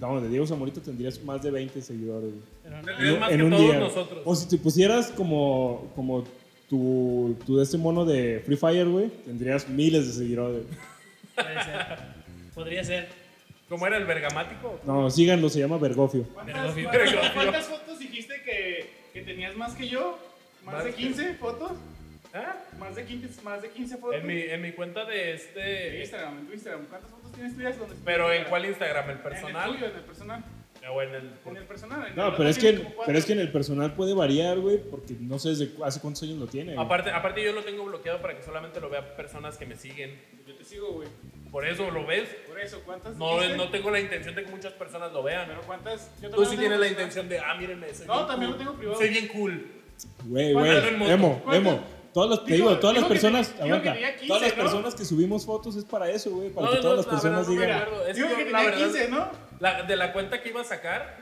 Speaker 3: No, de Diego Zamorita tendrías más de 20 seguidores. güey.
Speaker 5: Pero no.
Speaker 2: Es más que todos nosotros.
Speaker 3: O si te pusieras como, como tu, tu de este mono de Free Fire, güey, tendrías miles de seguidores.
Speaker 5: Puede ser. Podría ser.
Speaker 2: ¿Cómo era el bergamático?
Speaker 3: No, síganlo, se llama Vergofio.
Speaker 4: ¿Cuántas,
Speaker 5: Pero-
Speaker 2: pero-
Speaker 4: cuántas, cuántas fotos dijiste que, que tenías más que yo? ¿Más,
Speaker 2: Más
Speaker 4: de
Speaker 2: que-
Speaker 4: 15 fotos?
Speaker 2: ¿Ah?
Speaker 4: ¿Más de 15, más de 15 fotos?
Speaker 2: En mi, en mi cuenta de
Speaker 4: En
Speaker 2: este.
Speaker 4: Instagram, en tu Instagram. ¿Cuántas fotos tienes tuyas? Donde
Speaker 2: Pero en cuál Instagram, el
Speaker 4: En el tuyo,
Speaker 2: personal.
Speaker 4: en el personal.
Speaker 2: O en el.
Speaker 4: En el personal. en el
Speaker 3: No,
Speaker 4: otro
Speaker 3: pero es, que,
Speaker 4: tienes como cuatro.
Speaker 3: pero es que en el personal puede variar, güey, porque no sé desde cu- hace cuántos años lo tiene. güey.
Speaker 2: Aparte, aparte, yo lo tengo bloqueado para que solamente lo vean personas que me siguen.
Speaker 4: Yo te sigo, güey.
Speaker 2: Por eso lo ves.
Speaker 4: Por eso, ¿cuántas
Speaker 2: No,
Speaker 4: dijiste?
Speaker 2: no tengo la intención de que muchas personas lo vean.
Speaker 4: Pero ¿cuántas? Yo
Speaker 2: Tú
Speaker 4: también
Speaker 2: sí
Speaker 4: lo
Speaker 2: tienes
Speaker 4: tengo
Speaker 2: la
Speaker 4: privado.
Speaker 2: intención de. Ah, mírenme. Soy
Speaker 4: No,
Speaker 2: bien
Speaker 4: también
Speaker 2: cool.
Speaker 4: lo tengo privado.
Speaker 2: Soy bien cool.
Speaker 3: Güey,
Speaker 4: ¿Cuántas
Speaker 3: güey,
Speaker 2: son en moto?
Speaker 3: Emo,
Speaker 4: ¿Cuántas?
Speaker 3: Emo, todas las, te
Speaker 4: Dijo-
Speaker 3: digo, todas las
Speaker 4: dijo que
Speaker 3: personas,
Speaker 4: tenía- dijo
Speaker 3: aguanta,
Speaker 4: que tenía 15,
Speaker 3: todas las
Speaker 4: ¿no?
Speaker 3: personas que subimos fotos es para eso, güey, para
Speaker 2: No,
Speaker 3: que
Speaker 2: no,
Speaker 3: todas las
Speaker 2: la verdad,
Speaker 3: personas
Speaker 2: no me
Speaker 3: digan,
Speaker 2: acuerdo. Es
Speaker 4: Digo
Speaker 2: que
Speaker 4: que
Speaker 2: yo, la
Speaker 4: tenía
Speaker 2: verdad-
Speaker 4: 15, ¿no?
Speaker 2: La- de la cuenta que iba a sacar,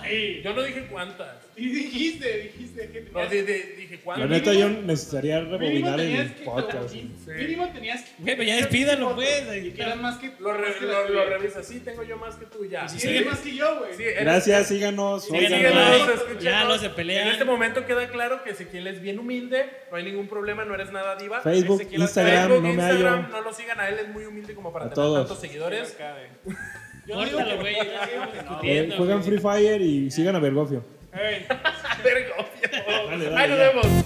Speaker 4: Ay.
Speaker 2: yo no dije cuántas.
Speaker 4: Y dijiste, dijiste que tenías...
Speaker 2: No, di- di- dije
Speaker 3: la
Speaker 2: cuántas.
Speaker 3: neta yo necesitaría rebobinar
Speaker 4: tenías
Speaker 3: el
Speaker 4: que-
Speaker 3: podcast. güey.
Speaker 2: Sí.
Speaker 4: Mínimo tenías que...
Speaker 5: Güey, pero ya despídalo, pues.
Speaker 4: Y que eran más que...
Speaker 2: Lo,
Speaker 4: más
Speaker 2: re-
Speaker 4: que
Speaker 2: lo,
Speaker 4: las
Speaker 2: lo
Speaker 4: tuyas.
Speaker 2: revisas. Sí, tengo yo más que tú ya.
Speaker 5: Sí,
Speaker 4: Sí,
Speaker 5: sí.
Speaker 4: eres más que yo, güey.
Speaker 2: Sí, eres-
Speaker 3: Gracias, síganos,
Speaker 5: Síganos,
Speaker 3: óiganos.
Speaker 5: güey.
Speaker 2: Síguenos,
Speaker 5: Ya
Speaker 2: escúchenos.
Speaker 5: no se pelean.
Speaker 2: En este momento queda claro que Ezequiel es bien humilde, no hay ningún problema, no eres nada diva.
Speaker 3: Facebook,
Speaker 2: Ezequiel-
Speaker 3: Instagram, no me
Speaker 2: Instagram,
Speaker 3: hallo.
Speaker 2: no lo sigan a él, es muy humilde como para
Speaker 3: A
Speaker 2: tener [LAUGHS]
Speaker 3: todos.
Speaker 2: tantos seguidores.
Speaker 4: Acá de- Yo digo
Speaker 5: Córtalo,
Speaker 4: que-
Speaker 5: güey.
Speaker 4: yo
Speaker 5: ya la
Speaker 4: digo
Speaker 5: estamos
Speaker 4: que no.
Speaker 3: Eh,
Speaker 5: discutiendo,
Speaker 3: juegan
Speaker 5: güey.
Speaker 3: Free Fire y sigan a Bergofio.
Speaker 4: Ey.
Speaker 2: Verga, obvio.
Speaker 3: Dale, dale,
Speaker 2: Ahí nos
Speaker 3: ya.
Speaker 2: vemos.